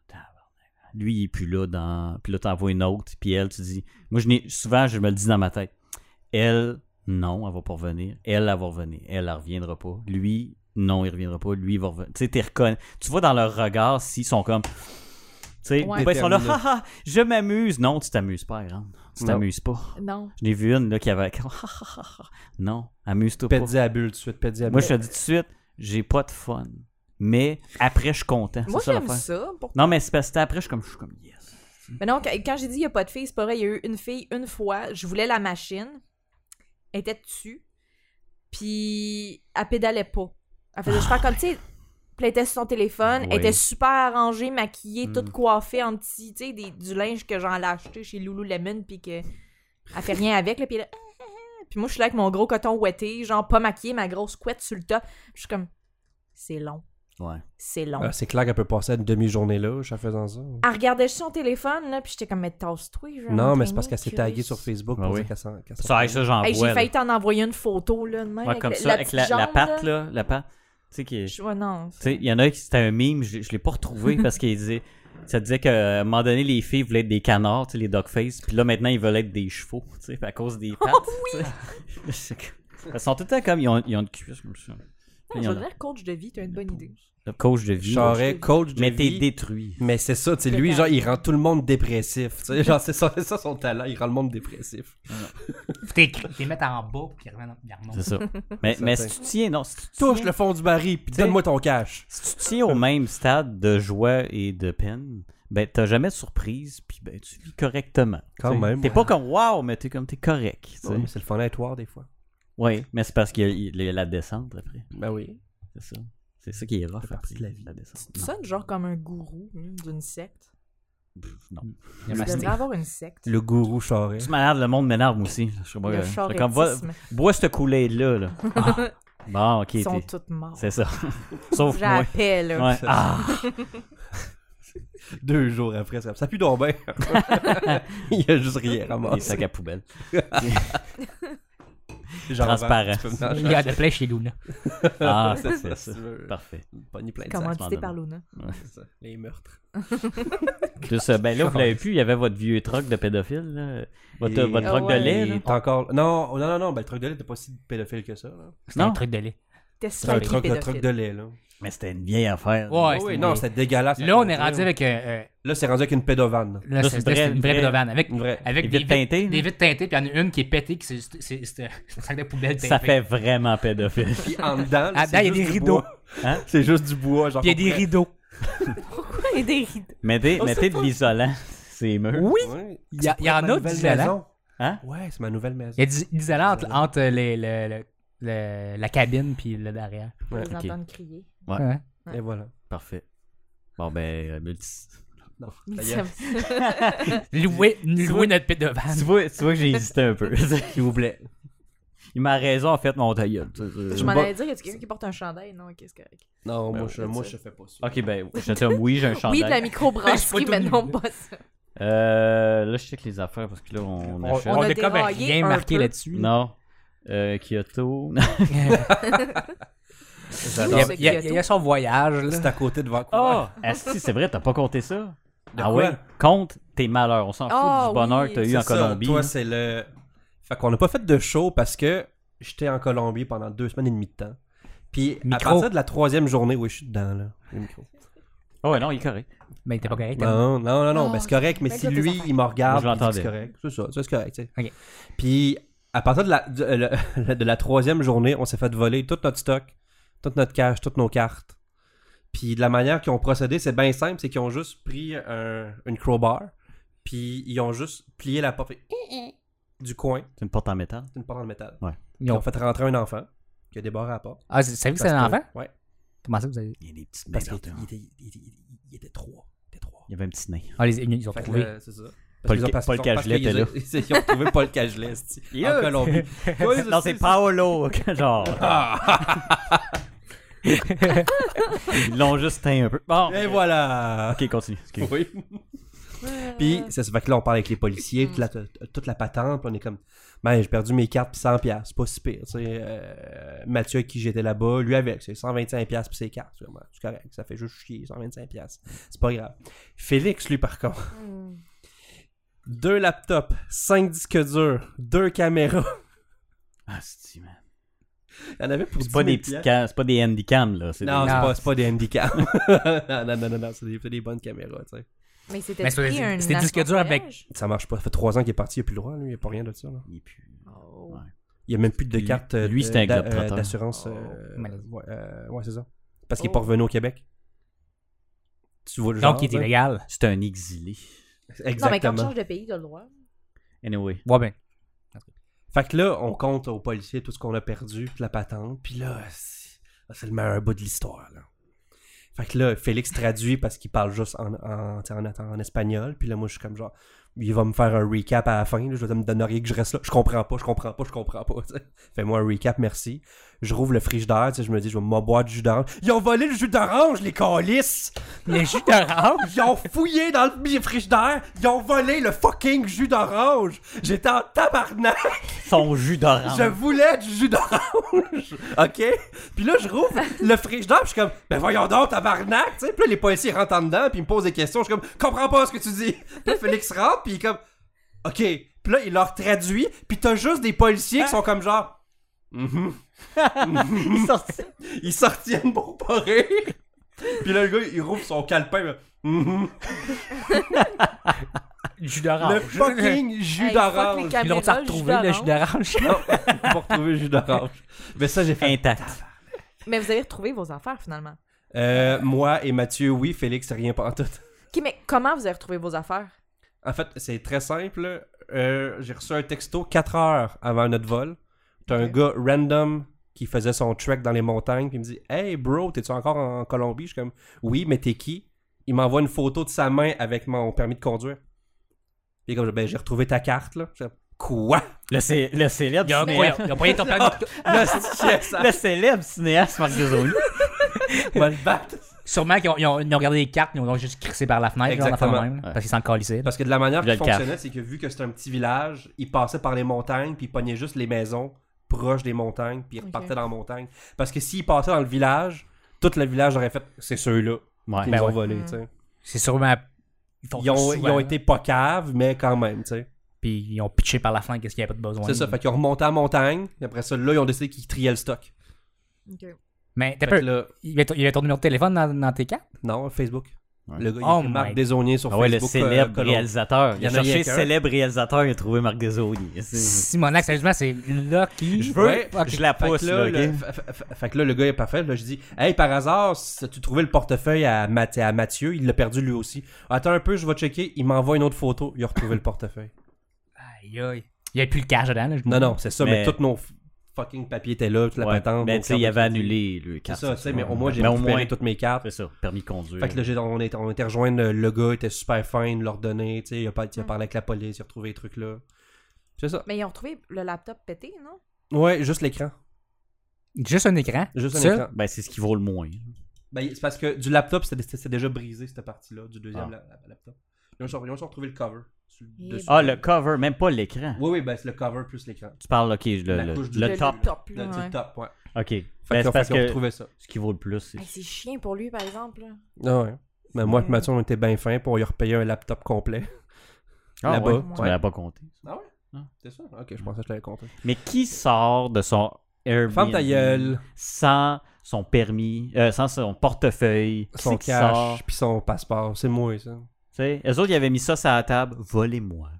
B: Tabarnak. Lui, il est plus là dans. Puis là, t'envoies une autre. Puis elle, tu dis. Moi, je n'ai- souvent, je me le dis dans ma tête. Elle, non, elle va pas revenir. Elle, elle va revenir. Elle, elle reviendra pas. Lui, non, il reviendra pas. Lui, il va revenir. Tu sais, t'es reconna- Tu vois dans leur regard s'ils sont comme. Tu sais,
C: Ouais.
B: ou bien ils sont là.
A: Déterminés.
B: Haha, je m'amuse. Non, tu t'amuses pas, grande. Tu
A: Non.
B: t'amuses pas.
C: Non.
B: Je l'ai vu une là, qui avait. comme, Ah, ah, ah, ah. non, amuse-toi pas.
A: Pédis à bulle, tout de suite, pédis à
B: Moi,
A: bulle.
B: je te dis tout de suite, j'ai pas de fun. Mais après, je suis content.
C: Moi,
B: C'est ça
C: j'aime
B: l'affaire.
C: ça. Pour-
B: Non, mais c'est parce que après, je suis comme, je suis comme yes.
C: Mais non, quand quand j'ai dit il n'y a pas de fille, c'est pareil. Il y a eu une fille une fois. Je voulais la machine. Elle était dessus. Puis elle pédalait pas. Elle faisait super comme, tu sais, puis elle était sur son téléphone,
B: Oui.
C: elle était super arrangée, maquillée,
B: Mm.
C: toute coiffée en petit, tu sais, des- du linge que j'en ai acheté chez Lululemon, puis que elle fait rien avec, là, puis elle Puis moi, je suis là avec mon gros coton ouetté, genre pas maquillé, ma grosse couette sur le top. Je suis comme, c'est long,
B: Ouais. Euh,
C: c'est long.
A: Ah, c'est clair qu'elle peut passer une demi-journée là, je suis en faisant ça.
C: Elle regardait sur son téléphone, là, puis j'étais comme, mais tasse-toi, genre.
A: Non, mais c'est parce qu'elle s'est taguée sur Facebook
B: Ah
A: pour
B: oui.
A: dire qu'elle s'en- qu'elle s'en-
B: Ça, hey, ça, j'en
C: Hey,
B: vois.
C: j'ai
B: Ah, là.
C: failli t'en envoyer une photo, là, de même.
B: Ouais,
C: avec
B: comme
C: le-
B: ça, avec la,
C: petite
B: la
C: jambe,
B: patte, là. La patte. Tu sais, qui- tu
C: Je- ouais, non.
B: sais, il y en a qui c'était un mime, je, l'ai- je l'ai pas retrouvé parce qu'il disait. Ça disait qu'à un moment donné, les filles voulaient être des canards, tu sais, les dogface, puis là, maintenant, ils veulent être des chevaux, tu sais, à cause des pattes. tu sais. C'est comme- Elles sont tout le temps comme. Ils ont, ils ont une cuisse comme ça.
C: Non,
B: Il y
C: Ah, je
B: en
C: veux
B: a.
C: dire, coach de vie, t'as une bonne idée.
B: Le coach de vie.
A: Charest, coach de
B: Mais t'es
A: vie.
B: détruit.
A: Mais c'est ça, tu sais, lui, genre, il rend tout le monde dépressif. tu sais, genre, c'est ça, c'est ça son talent, il rend le monde dépressif.
D: Faut t'es- t'es mettre en bas, puis ils reviennent- ils remontent.
B: C'est ça. mais, mais
A: certain.
B: si tu tiens, non, si tu tiens-
A: Touche le fond du baril, puis
B: Tu sais-
A: donne-moi ton cash.
B: Si tu tiens au même stade de joie et de peine, ben t'as jamais de surprise, puis ben tu vis correctement.
A: Quand
B: T'sais,
A: même,
B: T'es
A: ouais.
B: pas comme wow, mais t'es comme t'es correct. t'sais.
A: Ouais, mais c'est le fun à être noir, des fois.
B: Ouais, mais c'est parce qu'il y a- il y a la descente après.
A: Ben oui.
B: C'est ça. C'est ça qui est rough
A: partie
B: après
A: de la vie.
B: descente.
C: Tu
B: Non,
C: sonnes genre comme un gourou hein, d'une secte.
B: pff, non.
D: Il y a
C: Tu
D: ma
C: devrais
D: sneak.
C: avoir une secte.
A: Le gourou Charest.
B: Tu m'énerves, le monde m'énerve moi aussi. Je sais pas,
C: Le
B: euh, je suis comme, va-
C: charétisme.
B: bois ce coulet là. là. Ah. Bon, ok.
C: Ils sont
B: t'es-
C: tous morts.
B: C'est ça. Sauf moi.
C: J'appelle. là.
B: Ouais. Ah,
A: Deux jours après, ça, ça pue donc bien. il y a juste rien
B: des
A: ramassé.
B: sacs à poubelle.
A: Genre,
B: transparents.
A: tu peux venir en
D: Il y a de plaies chez Luna.
B: Ah,
A: C'est ça,
B: c'est
A: si
B: ça.
A: tu veux.
B: Parfait.
A: Pogner plein de sacs,
C: Commandité
B: Exactement.
C: par Luna.
A: c'est ça. Les meurtres.
B: De ce- ben là, vous l'avez plus, il y avait votre vieux troc de pédophile, là. votre,
A: Et-
B: votre
C: Ah
B: troc
C: ouais.
B: de lait.
A: Et
B: là.
A: t'as encore... Non, non, non, non, ben, le truc de lait, t'es pas si pédophile que ça. là.
D: C'est
B: Non,
D: un truc de lait.
C: T'es
A: C'est un
C: slinky
A: truc, le
C: pédophile.
A: truc de lait, là.
B: mais c'était une vieille affaire.
D: Ouais,
A: Ah oui,
D: c'est-
A: non, c'était dégueulasse.
D: Là, on est rendu avec un. euh,
A: Là, c'est rendu avec une pédovane.
D: Là,
B: Là,
D: c'est
B: c'est
D: là, c'est
B: vrai-
D: une vraie
B: vrai-
D: pédovane. Avec,
A: Une vraie.
D: avec
B: Des
D: des
B: vitres
D: vitres
B: teintées,
D: Des
B: là.
D: vitres teintées, puis il y en a une qui est pétée, qui c'est c'est- c'est- c'est un sac de poubelle teintée.
B: Ça fait vraiment pédophile.
A: Puis en dedans, là,
D: Ah,
A: c'est
D: dedans, il y a
A: juste
D: des
A: du
D: rideaux.
A: bois.
B: Hein?
A: C'est juste du bois, genre.
D: Puis il y a des
A: complet.
D: rideaux.
C: Et des rides.
B: mettez
C: On
B: mettez de l'isolant, c'est murs.
D: Oui!
A: Ouais.
D: Il y, a- il y en
A: Ma
D: a
A: nouvelle
D: du isolant.
A: maison.
B: Hein?
A: Ouais, c'est ma nouvelle maison.
D: Il y a du isolant entre, entre les, le- le- le- la cabine puis le derrière.
C: On
A: Ouais,
C: les
B: ok.
C: entendre crier.
D: Hein?
A: Et voilà.
B: Parfait. Bon, ben, euh, multi-
A: Non. Ça
C: Ils
A: y est.
C: aiment ça.
D: Louer,
B: vois-
D: louer notre pédovane.
B: tu, vois, tu vois que j'ai hésité un peu.
A: S'il vous plaît.
B: il m'a raison, en fait, mon tailleul. tu sais, c'est-
C: Je m'en allais dire, y a quelqu'un qui porte un chandail? Non, qu'est-ce que.
A: Non,
D: Ben
A: moi,
B: ouais,
A: je,
C: c'est
A: moi
C: ça.
A: je fais pas ça.
D: Ah,
B: Ok, ben, je te oui, j'ai un chandail.
C: Oui, de la microbrasserie,
D: Je suis
C: mais
D: pas tout
C: non
D: nu.
C: pas ça.
B: Euh, là, je check les affaires parce que là, on,
D: On,
B: achète.
D: on
C: a
D: a comme
C: déraillé
D: rien
C: un
D: marqué
C: peu.
D: là-dessus.
B: Non. Euh, Kyoto.
D: il,
A: J'adore.
D: y a, il y a- il y a son voyage.
A: C'est
D: Là.
A: à côté de Vancouver.
B: Ah! Asti, c'est vrai, t'as pas compté ça?
A: De
B: ah
A: quoi?
B: ouais? Compte tes malheurs. On s'en fout
C: Ah
B: du bonheur
C: oui,
B: que t'as
A: C'est
B: eu en
A: ça,
B: Colombie.
A: Toi, c'est le. Fait qu'on n'a pas fait de show parce que j'étais en Colombie pendant deux semaines et demie de temps. Puis à
D: Micro.
A: partir de la troisième journée, oui, je suis dedans, là. Le micro.
B: Ah ouais, non, il est correct.
D: Mais t'es pas correct. hein?
A: Non, non, non, non,
C: Oh,
A: ben, c'est correct, mais
C: ben,
A: si
C: écoute,
A: lui,
C: tes
A: il me regarde,
B: Moi, je
A: il dit, c'est
B: l'entendais.
A: correct. C'est ça, ça, c'est correct, tu sais.
D: Ok.
A: Puis, à partir de la, du- euh, le- de la troisième journée, on s'est fait voler tout notre stock, toute notre cash, toutes nos cartes. Puis, de la manière qu'ils ont procédé, c'est bien simple, c'est qu'ils ont juste pris un- une crowbar, puis ils ont juste plié la porte fait, du coin,
B: C'est une porte en métal.
A: c'est une porte en métal.
D: Ils
A: Ils
D: ont-
A: ont fait rentrer un enfant, qui a débarré à la porte.
D: Ah, c'est- c'est vrai que c'est
A: Parce
D: un
A: que-
D: enfant?
A: Ouais,
D: Comment ça vous avez.
B: Il y a des petites
A: parce
B: mains.
A: qu'il
B: partout.
A: il était, il était- il était trois. Il était trois.
B: Il y avait un petit nez.
D: Ah, les- ils ils ont
A: Fait que
D: trouvé.
A: là, c'est ça.
B: Paul
A: Parce qu'ils ont-
B: Ca-
A: parce
B: Paul
A: qu'ils ont- parce
B: Cagelet
A: qu'ils
B: était
A: ont- Ils ont trouvé Paul Cagelet, c'ti, en
B: Yeah.
A: Colombie. Ouais,
B: non, c'est
A: ça.
B: Paolo. Genre,
A: Ah.
B: ils l'ont juste teint un peu. Bon.
A: Et voilà.
B: Ok, continue. excuse.
A: Oui. Puis, ça se fait que là, on parle avec les policiers, toute la, toute la patente, puis on est comme, ben, j'ai perdu mes cartes, puis 100 pièces, c'est pas si pire. tu sais, euh, Mathieu, avec qui j'étais là-bas, lui avec, c'est 125 pièces puis ses cartes. vraiment. C'est correct, ça fait juste chier, 125 pièces. C'est pas grave. Félix, lui, par contre,
C: Hmm.
A: deux laptops, cinq disques durs, deux caméras.
B: Ah, c'est man.
A: Il y en avait pour
B: C'est pas
A: 10 000
B: des petites cam- c'est pas des handicaps, là. C'est
A: Non,
B: des-
A: c'est
D: Non.
A: pas, c'est pas des handicaps. non, non, non, non, non, c'est des, c'est des bonnes caméras, tu sais.
C: Mais c'était
D: Mais c'est-
C: pris un
D: c'était disque dur avec-
C: assemblage.
A: Ça marche pas. Ça fait trois ans qu'il est parti, il n'y a plus le droit, lui. Il n'y a pas rien de ça. Là.
B: Il est plus-
C: Oh.
A: Il n'y a même plus de
B: Lui-
A: carte euh,
B: lui,
A: de-
B: c'est un
A: d'a-
B: globetrotter.
A: euh, d'assurance. euh,
D: Oh, maladie.
A: ouais, euh, ouais, c'est ça. Parce qu'il n'est
C: Oh.
A: pas revenu au Québec. Tu vois le genre.
D: Donc, il est
A: tu sais.
D: illégal.
B: C'est un exilé.
C: Non, mais quand tu
A: Exactement.
C: changes de pays, t'as le droit.
B: Anyway.
D: Ouais, ben.
A: Fait que là, on compte aux policiers tout ce qu'on a perdu, puis la patente. Puis là, c'est- Ah, c'est le meilleur bout de l'histoire, là. Fait que là, Félix traduit parce qu'il parle juste en, en, tu sais, en, en espagnol. Puis là, moi, je suis comme genre, il va me faire un recap à la fin. là. je vais dire, me donner rien que je reste là. Je comprends pas, je comprends pas, je comprends pas. tu sais. Fais-moi un recap, merci. Je rouvre le frigidaire, tu sais, je me dis, je vais m'aboire du jus d'orange. Ils ont volé le jus d'orange, les calices!
D: Le jus d'orange!
A: Ils ont fouillé dans le frigidaire, ils ont volé le fucking jus d'orange! J'étais en tabarnak!
B: Son jus
C: Ah
B: d'orange.
A: Je voulais du jus d'orange! OK? Puis là, je rouvre le frigidaire, puis je suis comme, ben voyons donc, tabarnak! Tu sais, puis là, les policiers rentrent en dedans, puis ils me posent des questions. Je suis comme, comprends pas ce que tu dis! Puis là, Félix rentre, puis il est comme, OK. Puis là, il leur traduit, puis t'as juste des policiers qui sont comme genre, Mhm.
B: Il sortit.
A: ils sortiennent pour pas rire. Puis là, le gars, il rouvre son calepin. il fait, Mhm.
D: Le jus
A: Le
D: d'orange.
A: fucking jus
C: Ah, Hey, fuck
A: d'orange.
C: les
D: Ils l'ont
C: caméras,
D: retrouvé, le
C: jus
D: jus
C: d'orange.
D: d'orange.
A: Non, pas retrouver le jus d'orange. Mais ça, j'ai fait.
B: Intact.
C: Mais vous avez retrouvé vos affaires finalement.
A: Euh, moi et Mathieu, oui, Félix, c'est rien pas en tout.
C: Ok, mais comment vous avez retrouvé vos affaires?
A: En fait, c'est très simple. Euh, j'ai reçu un texto 4 heures avant notre vol. T'as un gars random qui faisait son trek dans les montagnes, puis il me dit Hey bro, t'es-tu encore en Colombie Je suis comme Oui, mais t'es qui Il m'envoie une photo de sa main avec mon permis de conduire. Puis comme ben, j'ai retrouvé ta carte là. Je fais, Quoi
B: Le, cé- le célèbre
D: Ils ont
B: cinéaste.
D: ils ont pogné ton permis de-
A: Là, c'est- ça
B: Le célèbre cinéaste Marc Desaulniers.
A: va le battre.
D: Sûrement qu'ils ont, ils ont- ils ont regardé les cartes, ils ont donc juste crissé par la fenêtre, genre,
A: Exactement.
D: dans le fond de même,
B: Ouais.
D: parce qu'ils s'en calissaient.
A: Parce que de la manière
B: Je le
A: qu'il fonctionnait, c'est que vu que c'était un petit village, il passait par les montagnes, puis il pognait juste les maisons proches des montagnes, puis il
C: Ok.
A: repartait dans la montagne. Parce que s'il passait dans le village, tout le village aurait fait c'est ceux-là qui
B: Ouais.
A: nous
D: ben
A: ont
D: ouais.
A: volés.
C: Mm.
A: tu sais.
D: C'est sûrement. font
A: Ils, ont,
D: ça
A: ils
D: souvent,
A: ont
D: là.
A: été pas caves, mais quand même. tu sais.
D: Puis ils ont pitché par la fenêtre, qu'est-ce qu'il n'y avait pas de besoin.
A: C'est ça, fait qu'ils ont remonté en montagne, et après ça, là, ils ont décidé qu'ils triaient le stock.
D: Mais t'as
A: Fait que
D: peur.
A: là,
D: Il y avait ton- il y avait ton numéro de téléphone dans, dans tes cartes
A: non, Facebook.
B: Ouais.
A: Le gars, il
D: Oh
A: écrit Marc
D: my-
A: Desaulniers sur
B: Ah ouais, le
A: Facebook. euh,
B: célèbre
A: Colombe.
B: réalisateur. Il a
A: Il y en a rien
B: cherché
A: qu'un.
B: célèbre réalisateur, il a trouvé Marc Desaulniers. C'est-
D: Simonac, sérieusement, c'est lucky.
A: Je veux-
D: Ok.
B: Je la
A: Fait que
B: pousse,
A: là,
B: là,
A: le-
B: ok?
A: fa- fa- fa- fait que là, le gars est parfait. Là, je dis, hey, par hasard, si tu trouvais le portefeuille à, Math- à Mathieu, il l'a perdu lui aussi. Attends un peu, je vais checker. Il m'envoie une autre photo. Il a retrouvé le portefeuille.
D: Aïe, aïe. Il n'y avait plus le cash dedans. Là, je-
A: Non, non, c'est ça, mais,
B: Mais-
A: tous nos f- fucking papiers étaient là, toute la
B: Ouais.
A: patente.
B: Mais
A: nos
B: tu sais,
A: cartes
B: il
A: de
B: avait
A: crédit.
B: annulé le
A: C'est
B: carte.
A: ça, tu sais, mais au moins, j'ai
B: Mais au
A: récupéré
B: moins,
A: toutes mes cartes.
B: C'est ça, permis de conduire.
A: Fait que là, j'ai- on est, on était rejoindre le gars, était super fin, de leur donner, tu sais, il a, pas- il a parlé avec la police, il a retrouvé les trucs là. C'est ça.
C: Mais ils ont retrouvé le laptop pété, non?
A: Ouais, juste l'écran.
D: Juste un écran.
A: Juste un
D: Ça,
A: écran.
B: Ben, c'est ce qui vaut le moins.
A: Ben, c'est parce que du laptop, c'était c'était déjà brisé, cette partie-là, du deuxième
B: Ah.
A: la- la- laptop. Ils ont, ils ont retrouvé le cover. sur-
C: Eh
A: dessus.
B: Ah, le cover, même pas l'écran.
A: Oui, oui, ben c'est le cover plus l'écran.
B: Tu parles, ok, le,
A: La
B: le-
A: couche du-
B: le
A: Le
B: top.
C: top,
A: Le,
C: là,
A: c'est le
C: ouais.
A: top, ouais.
B: Ok. Ben,
A: Fait qu'ils
B: c'est
A: ont-
B: parce
A: fait qu'ils ont
B: que
A: retrouvé ça.
B: ce qui vaut le plus, c'est.
C: Hey, c'est chiant pour lui, par exemple. là.
A: Ah ouais. Mais
C: Mm.
A: moi et Mathieu, on était bien fins pour lui repayer un laptop complet.
B: Ah,
A: là-bas.
B: ouais, Tu
A: Ouais.
B: m'avais pas compté.
A: Ah ouais? C'est ça? Ok, je pensais que je t'avais compté.
B: Mais qui sort de son Airbnb
A: Ferme ta gueule,
B: sans son permis, euh, sans son portefeuille, Qui
A: son
B: c'est qui sort?
A: cash, puis son passeport. C'est moi, ça.
B: Tu sais, eux autres, ils avaient mis ça sur la table. Volez-moi.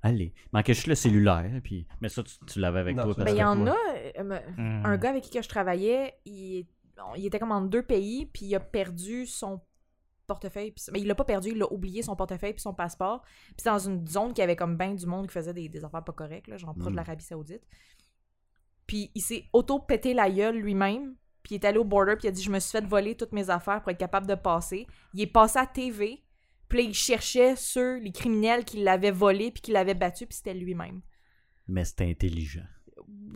B: Allez. Manquait juste le cellulaire. Puis... Mais ça, tu, tu l'avais avec
A: Non,
B: toi.
A: ça-
C: Ben,
B: parce
C: il y
B: que
C: en a.
B: toi-
C: euh, me-
D: Hmm.
C: Un gars avec qui que je travaillais, il, bon, il était comme en deux pays, puis il a perdu son portefeuille. puis- Mais il l'a pas perdu, il a oublié son portefeuille puis son passeport. Puis c'est dans une zone qui avait comme ben du monde qui faisait des, des affaires pas correctes, là, genre proche
B: Mm.
C: de l'Arabie Saoudite. Puis il s'est auto-pété la gueule lui-même, puis il est allé au border, puis il a dit Je me suis fait voler toutes mes affaires pour être capable de passer. Il est passé à TV, puis là, il cherchait ceux, les criminels qui l'avaient volé, puis qui l'avaient battu, puis c'était lui-même.
B: Mais c'était intelligent.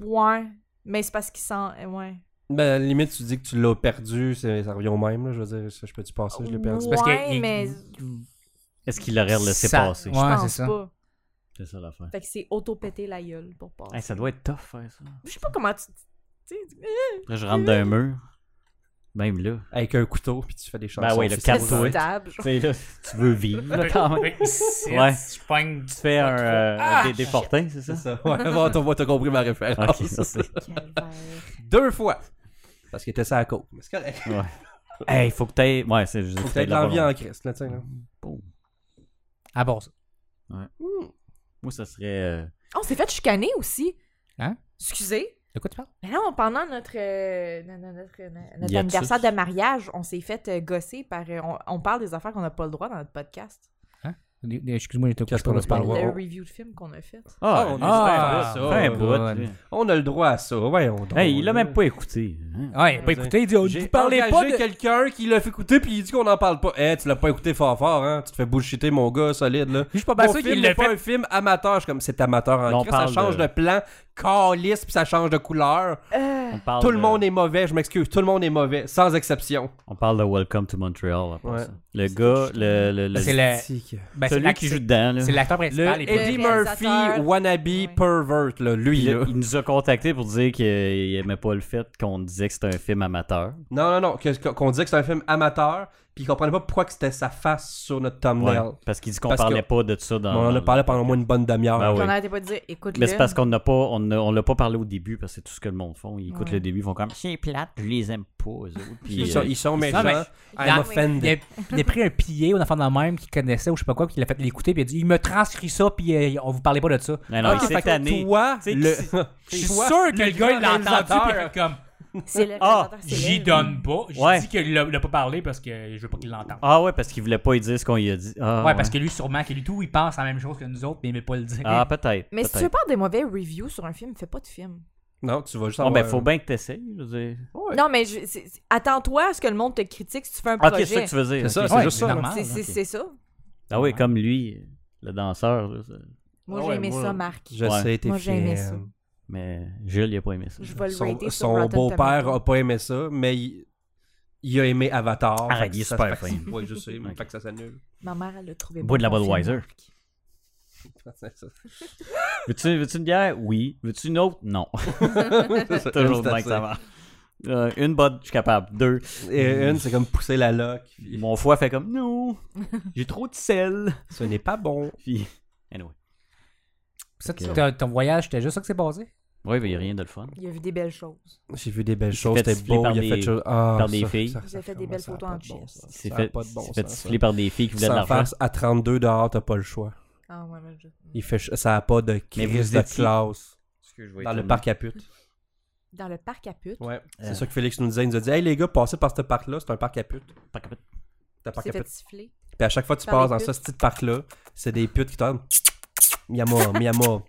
C: Ouais, mais c'est parce qu'il sent. Ouais.
A: Ben, à la limite, tu dis que tu l'as perdu, c'est- ça revient au même, là. Je veux dire, ça, je peux-tu passer, je l'ai perdu.
D: C'est parce que
C: Ouais,
D: il-
C: mais-
B: Est-ce qu'il l'aurait laissé
D: Ça-
B: passer?
D: Ouais,
C: pense
D: c'est ça.
C: pas.
B: C'est ça l'affaire.
C: Fait que c'est auto-péter la gueule pour passer.
B: Hey, ça doit être tough, faire ça.
C: Je sais pas comment tu. tu sais, tu-
B: Après, je rentre d'un mur. Même là.
A: Avec un couteau, puis tu fais des chansons.
B: Ben ouais, le
A: sur-
B: Quatre
C: tu
B: doigts.
C: stabs, genre.
B: Tu sais, là, tu veux vivre, là,
A: Ah,
B: quand même. Ouais.
D: Je pogne
B: Tu fais un, euh, des, des portins, c'est ça?
A: C'est ça. Ouais, Ah, bon, t'as t'as compris ma référence.
B: Ok, merci.
C: Calvaire.
A: Deux fois. Parce qu'il était ça à côte. Mais c'est correct.
B: Ouais. Hey, faut que t'aies. Ouais, c'est juste.
A: Faut que t'aies de l'envie en Christ, là, tu sais, là.
D: Ah bon, ça.
B: Moi, ça serait. euh,
C: Oh, on s'est fait chicaner aussi.
D: Hein?
C: Excusez.
D: De quoi tu parles?
C: Mais non, pendant notre, euh, no- no- notre, no- notre
B: Hiatus.
C: anniversaire de mariage, on s'est fait euh, gosser par. euh, on, on parle des affaires qu'on n'a pas le droit dans notre podcast.
D: Hein? Des- des- Excuse-moi, j'ai été coupé,
A: Qu'est-ce qu'on a
D: je parle.
A: parlé?
C: Le
A: on-
C: review de film qu'on a fait.
A: Ah,
B: Ah,
A: on
D: Ah,
A: est
B: on
A: fin
B: fait un
A: à ça.
B: bout.
D: ouais.
B: lui.
A: On a le droit à ça. Voyons donc.
B: Hey, il l'a même pas écouté. hein.
D: Ouais, pas écouté, il dit, on
A: J'ai
D: ne parlait pas
A: engagé
D: de...
A: quelqu'un qui l'a fait écouter puis il dit qu'on en parle pas. Eh, tu l'as pas écouté fort fort, hein? Tu te fais bullshiter, mon gars, solide, là.
D: Je suis pas bien
A: Mon
D: sûr
A: film
D: qu'il
A: n'est
D: l'a
A: pas
D: fait.
A: un film amateur. Je suis comme, c'est amateur
B: Non,
A: en
B: on
A: crise, ça
B: parle
A: change
B: de-
A: de, plan, calice, puis ça change de couleur.
B: On parle
A: tout le
B: de-
A: monde est mauvais, je m'excuse, tout le monde est mauvais, sans exception.
B: On parle de Welcome to Montreal. après
A: Ouais. Ah,
B: ça. Le gars, le, le, le-
D: C'est le... ben, c'est
B: celui
D: l'ac-
B: qui joue dedans. là.
D: C'est l'acteur
A: Le
D: principal. il est pas-
A: Eddie
C: le
A: Murphy
C: réalisateur.
A: wannabe
C: Ouais.
A: pervert, là, lui,
B: Il,
A: là.
B: il nous a contacté pour dire qu'il aimait pas le fait qu'on disait que c'était un film amateur.
A: Non, non, non, que- qu'on disait que c'était un film amateur, puis il comprenait pas pourquoi que c'était sa face sur notre
B: Ouais.
A: thumbnail.
B: Parce qu'il dit qu'on
A: Parce
B: parlait
A: que-
B: pas de ça dans.
A: Mais on en
B: dans-
A: a parlé pendant au moins une bonne demi-heure.
B: Ben Ah oui.
C: On arrêtait pas de dire, écoute
B: Mais c'est parce qu'on n'a pas, on n'a- on l'a pas parlé au début parce que c'est tout ce que le monde font. Ils écoutent
C: Ouais.
B: le début, ils vont comme c'est plate, je les aime pas eux autres. Puis,
A: Ils, sont,
B: euh,
A: ils sont
D: mais-
A: méchants. Ah, I'm
D: Non,
A: offended.
D: Il a, il a pris un pillé, un enfant de la même qui connaissait ou je sais pas quoi, puis il l'a fait l'écouter, puis il a dit Il me transcrit ça, puis euh, on vous parlait pas de ça.
B: non, non,
A: Ah,
B: il
A: fait
B: s'est
A: que
B: tanné.
A: Toi,
B: Tu sais,
A: le...
B: qui-
D: Je suis
A: toi,
D: sûr que le gars, il l'a
A: grand
D: entendu, puis il a
A: réalisateur.
D: fait comme
C: C'est le
B: Ah,
C: réalisateur, c'est
D: J'y
C: elle.
D: donne pas. J'ai
B: Ouais.
D: dit qu'il l'a l'a pas parlé parce que je veux pas qu'il l'entende.
B: Ah ouais, parce qu'il voulait pas lui dire ce qu'on lui a dit. Ah,
D: ouais, parce que lui, sûrement, que lui, tout, il pense à la même chose que nous autres, mais il veut pas le dire.
B: Ah, peut-être.
C: Mais si tu veux
B: peut-être.
C: pas des mauvais reviews sur un film, fais pas de film.
A: Non, tu vas juste
B: Bon,
A: avoir...
B: ben, faut bien que t'essayes. je veux dire.
C: Non, mais je- c'est- c'est- attends-toi à ce que le monde te critique si tu fais un
B: Ah, ok, c'est ça
C: projet.
B: que tu veux dire.
A: C'est ça,
B: ok.
A: c'est
D: Ouais,
A: juste ça. là.
D: normal.
C: C'est- c'est-
D: ok.
C: c'est ça.
B: Ah oui, comme lui, le danseur. là, ça.
C: Moi,
A: Ah
C: j'ai
A: ouais,
C: aimé
A: moi,
C: ça, Marc.
A: Je
B: Ouais.
A: sais, t'es
C: Moi, j'ai aimé
A: fier.
C: ça.
B: Mais Jules, il a pas aimé ça.
C: Je vais le
A: Son,
C: rater sur
A: son
C: Rotten
A: beau-père
C: Tomatoes.
A: a pas aimé ça, mais il, il a aimé Avatar.
B: Arrête,
A: Fait que
B: il est
A: ça-
B: super
A: fait que-
B: fin.
A: Ouais, je sais, mais
B: Ok.
A: fait que ça s'annule.
C: Ma mère, elle l'a trouvé
B: Bois de la
C: bon, mon film,
B: Budweiser.
C: Marc.
A: C'est ça.
B: Veux-tu veux une bière? Oui. Veux-tu une autre? Non.
A: C'est c'est
B: Toujours le même que ça
A: assez.
B: marche. Euh, une botte, je suis capable. Deux.
A: Et une, c'est comme pousser la loque. puis-
B: Mon foie fait comme non. J'ai trop de sel.
A: Ce n'est pas bon.
B: Puis, anyway.
D: Ça,
B: Ok.
D: ton, ton voyage, c'était juste ça que c'est passé
B: Ouais, il n'y a rien de le fun.
C: Il a vu des belles choses.
A: J'ai vu des belles
B: s'est
A: choses,
B: fait
A: c'était
B: siffler
A: beau,
B: par
A: il a fait
B: des-
A: des choses. Ah,
B: par des
A: ça,
B: filles.
A: ça,
C: J'ai
A: ça,
C: fait des
A: comment
C: belles
A: ça a
C: photos
A: pas
C: en
A: de bon
C: chest.
A: sens.
B: Il s'est
A: Ça a
B: fait,
A: pas de bon
B: il s'est fait
A: sens,
B: siffler par des filles qui voulaient de
A: Sans
B: l'argent.
A: face à 32 dehors, t'as pas le choix.
C: Ah ouais, mais je-
A: Il fait, ch- ça a pas de crise
B: vous
A: de
B: étiez-
A: classe dans le parc à pute.
C: Dans le parc à putes.
A: Ouais.
B: Euh.
A: C'est ça que Félix nous disait. Il nous a dit Hey les gars, passez par ce parc-là, c'est un parc à pute.
B: Parc à pute.
A: C'est un
C: Il
A: parc
C: s'est
A: à
C: fait
A: pute.
C: siffler.
A: Puis à chaque fois que tu
C: Par les
A: passes dans ça,
C: putes.
A: ce petit parc-là, c'est des putes qui tournent. Miamor, miamor.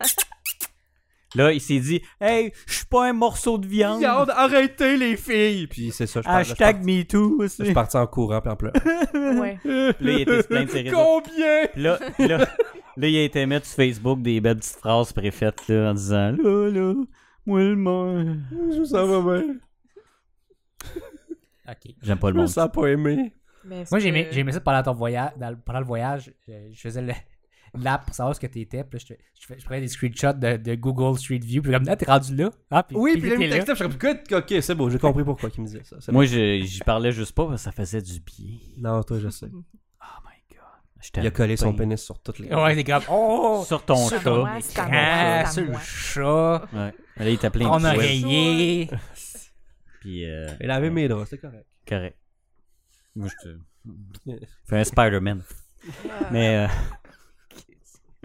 B: Là, il s'est dit Hey, je suis pas un morceau de
C: Ah
B: viande.
A: Regarde, arrêtez les filles! Puis c'est ça, je par- là, je
B: Hashtag
A: par-
B: MeToo
A: Je suis
B: aussi.
A: parti en courant puis en pleurant.
C: Ouais.
B: Puis Là, il était se plaindre de ses réseaux.
A: Combien?
B: Puis Là, puis là, là, il a été mettre sur Facebook des belles petites phrases préfaites là, en disant Là, là, moi le monde.
A: Je ça va bien.
D: Ok.
B: J'aime pas le
A: Je me
B: monde.
A: sens pas aimé.
C: Mais
D: Moi,
C: c'est-
D: j'ai aimé, j'ai aimé ça pendant ton voyage. dans le- pendant le voyage, euh, je faisais le l'app pour savoir ce que t'étais. Puis là, je, te- je fais- je prenais des screenshots de, de Google Street View. Puis comme, là, t'es rendu là. Ah,
A: Oui, puis
D: t'es
A: il me
D: là.
A: textait, je suis comme, Good, ok, c'est beau, j'ai compris pourquoi il me disait ça. C'est
B: Moi, je- j'y parlais juste pas parce que ça faisait du bien.
A: bon. Non, toi, je sais.
C: Mm.
B: Oh my god.
A: Il a collé son pénis sur toutes les.
D: Ouais, t'es comme, oh,
B: Sur ton
C: Sur
B: chat.
C: moi, c'est à
D: ah,
C: moi, c'est à
D: sur le
C: moi.
D: chat,
B: Ouais. Là, il t'appelait
D: ton
B: un petit web,
D: oreiller.
B: Puis, euh,
A: Il avait mes draps, c'est correct.
B: correct. Moi, je te. Fais un Spider-Man. Mais.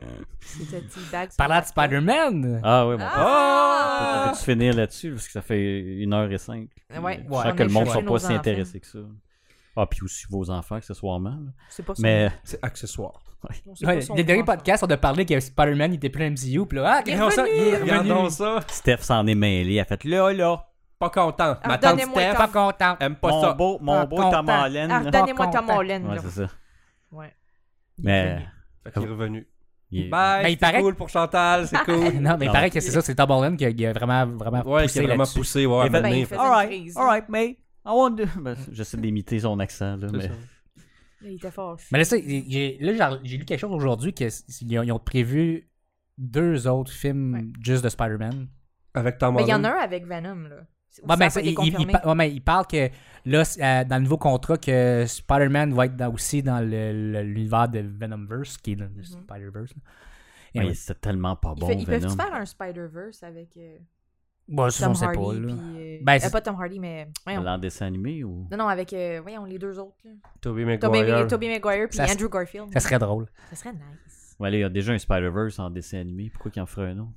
B: euh,
C: C'était T-Bag sur
D: Parlant
C: la
D: de Spider-Man.
B: Ah ouais, mon
C: Ah!
B: Peux-tu finir là-dessus? Parce que ça fait une heure et cinq. Puis,
C: Ouais,
B: euh,
D: ouais,
B: je
D: on
B: sens que
D: a
B: le monde ne
D: cherché
B: sont
C: nos
B: pas si
C: enfants.
B: intéressés que ça. Ah, puis aussi vos enfants, accessoirement. là.
C: C'est pas
B: Mais
A: C'est accessoire.
C: son- c'est pas
D: Ouais,
C: son
D: le dernier
C: enfant.
D: podcast, on a parlé que Spider-Man, il était plus MCU. Puis là, ah,
C: Il est
D: regardons ça, il est revenu.
A: Regardons ça.
B: Steph s'en est mêlée. Elle a fait là, là.
A: Pas content.
C: Ah,
A: Ma tante
C: donnez-moi
A: Steph
D: Pas content.
A: aime pas
B: Mon
A: ça.
B: beau, mon
D: Pas
B: beau
D: content.
B: Tom Holland. là.
C: Ah, Redonnez-moi
D: Pas
C: ta
D: content.
C: Marlène.
B: Ouais,
C: là.
B: c'est ça.
C: Ouais.
B: Mais. euh,
A: Fait qu'il est revenu.
B: il est-
A: Bye,
D: Ben, il
A: c'est
D: paraît-
A: cool pour Chantal, c'est cool.
D: Non, mais il
B: Non.
D: paraît que c'est ça, c'est Tom Holland qui a, qui a vraiment, vraiment
A: ouais, qui
D: poussé
A: a vraiment
D: là-dessus.
A: poussé. Ouais, à
B: Ben,
A: mener.
C: il faisait
B: All
C: une
B: right,
C: crise,
B: all
C: là.
B: right, mate. I want to... Ben, J'essaie d'imiter son accent, là, mais...
A: ça.
C: Il était fort.
D: Mais là, ça, j'ai, là, genre, j'ai lu quelque chose aujourd'hui qu'ils ont, ils ont prévu deux autres films
C: Ouais.
D: juste de Spider-Man.
A: Avec Tom
C: Mais il y en
A: Holland.
C: a un avec Venom, là.
D: Ouais, mais
C: ça,
D: ça, il, il- il pa- ouais, mais il parle que là, c'est, euh, dans le nouveau contrat, que Spider-Man va être dans- aussi dans le- le- l'univers de Venomverse, qui est dans le
C: Mm-hmm.
D: Spider-Verse. là.
B: Ouais,
D: Anyway.
B: c'est tellement pas Ah, bon,
C: Ils peuvent-tu
B: Venom.
C: faire un Spider-Verse avec euh,
D: Bon, Ah, ça, on
C: Tom
D: sait
C: Hardy
D: pas, là.
C: puis, euh,
D: Ben,
C: euh,
D: c'est-
C: pas Tom Hardy, mais... voyons.
B: L'en dessin animé ou...
C: Non, non, avec... euh, voyons, les deux autres, là.
A: Tobey Maguire.
C: Tobey Tobey Maguire puis
D: Ça se-
C: Andrew Garfield.
D: Ça serait drôle.
C: Ça serait nice.
B: Ouais, là, il y a déjà un Spider-Verse en dessin animé. Pourquoi qu'il en ferait un autre?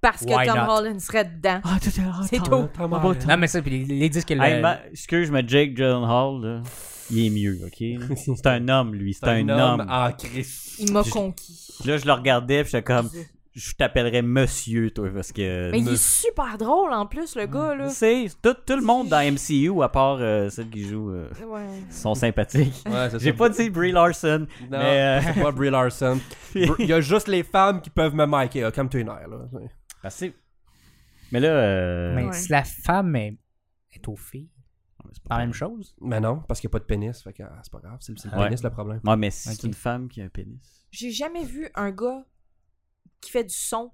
C: Parce que
D: Why
C: Tom
D: not?
C: Holland serait dedans.
B: Ah, tout est...
C: C'est tout.
A: Tom
D: Non, mais ça, puis ils ils disent que le...
B: Hey, ma- excuse, mais Jake Gyllenhaal, là, il est mieux, ok? C'est un homme, lui, c'est un, homme.
A: en crise.
C: Il m'a
B: Je-
C: conquis.
B: Puis là, je le regardais, puis j'étais comme, je t'appellerais monsieur, toi, parce que.
C: Mais il est
B: Monsieur.
C: super drôle en plus,
A: Mm.
C: le gars, là.
B: C'est tout, tout le monde dans MCU, à part euh, celles qui jouent, euh,
C: Ouais.
B: sont sympathiques.
A: Ouais, c'est
B: J'ai
A: ça.
B: pas dit Brie Larson,
A: Non,
B: mais. euh,
A: c'est pas Brie Larson.
B: Puis-
A: Br- Il y a juste les femmes qui peuvent me marquer, là, comme tu es nerf, là.
B: ben, c'est- mais là. euh,
D: Mais
C: Ouais.
D: si la femme est, est aux filles,
B: c'est
D: c'est la
B: pas
D: même chose.
A: Mais non, parce qu'il n'y a pas de pénis, fait que ah, c'est pas grave, c'est le, c'est le
B: Ouais.
A: pénis le problème.
B: Ouais, mais si
D: Ok.
B: c'est une femme qui a un pénis.
C: J'ai jamais vu un gars qui fait du son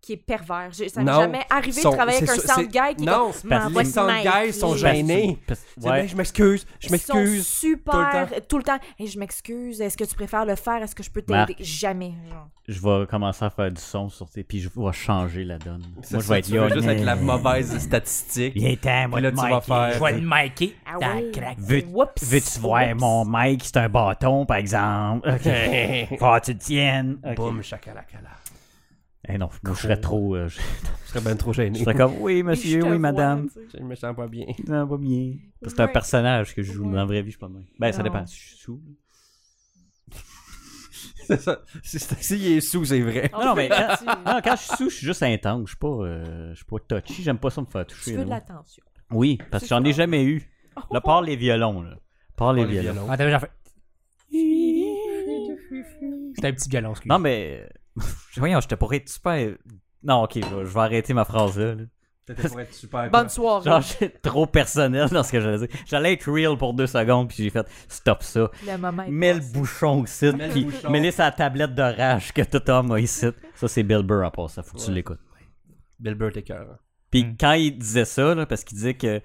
C: qui est pervers. J'ai- Ça m'est
A: Non.
C: jamais arrivé
A: Son-
C: de travailler avec
A: c'est
C: un
A: ça,
C: sound guy qui est
A: Non,
C: comme,
B: parce
C: M'en
B: que
C: va
A: les
C: te
A: sound
C: mêler.
A: guys sont
C: Ils
A: gênés. Gêné.
B: Ben, Parce- parce-
A: C'est,
B: ouais.
A: ben, je m'excuse, je
C: sont
A: m'excuse.
C: super tout le temps. Et je m'excuse. Est-ce que tu préfères le faire Est-ce que je peux t'aider
B: Marc.
C: Jamais. genre.
B: je vais commencer à faire du son sur tes puis je vais changer la donne.
A: C'est
B: Moi, je
A: ça,
B: vais être
A: tu veux
B: là.
A: juste
B: mais-
A: avec la mauvaise statistique.
B: Il est temps, moi,
A: Puis là,
B: de
A: tu vas
B: Mikey.
A: faire-
D: Je
A: Ouais.
D: vais te maker.
C: Ah
D: t'as
C: ouais.
D: craque.
B: Veux-
C: Whoops.
B: Veux-tu voir
C: Whoops.
B: mon mic, c'est un bâton, par exemple? OK. Faut que tu le tiennes. OK.
A: Boum, chakalakala.
B: Eh non, moi, je serais trop... euh, je,
A: Je serais bien trop
B: je
A: gêné.
B: serais comme, oui, monsieur,
C: Je te
B: oui,
C: vois,
B: madame.
C: tu sais.
A: Je me sens pas bien.
B: Non, pas bien. Parce que c'est un
C: Ouais.
B: personnage que je joue.
C: Ouais. Ah.
B: Dans la vraie vie, je suis pas moi. Ben, ça
C: Non.
B: dépend. Je suis sous.
A: C'est ça. Si si il est sous, c'est vrai.
B: Non, non, mais euh, quand,
C: Tu-
B: Ah, non, quand je suis sous, je suis juste intense. Je suis pas, euh, je suis pas touchy. J'aime pas ça me faire toucher.
C: Tu veux de
B: là.
C: l'attention.
B: Oui, parce que j'en ai jamais eu. Là, part les violons, là. Part les violons.
D: Ah, t'as vu, j'en fais. C'est un petit violon, excuse.
B: Non, mais. euh, Voyons, je te pourrais être super. Non, ok, je je vais arrêter ma phrase là. là.
A: C'était pour être super.
C: Bonne soirée.
B: Genre, j'étais trop personnel dans ce que j'allais dire. J'allais être real pour deux secondes, puis j'ai fait stop ça.
C: Le moment est
B: Mets le
C: passé.
B: bouchon ici,
A: Mets le
B: puis
A: bouchon.
B: mets-le sur la tablette de rage que tout homme a ici. Ça, c'est Bill Burr à part ça, faut que tu
A: Ouais.
B: l'écoutes.
A: Bill Burr hein. Taker.
B: Puis
D: Mm.
B: quand il disait ça, là, parce qu'il disait que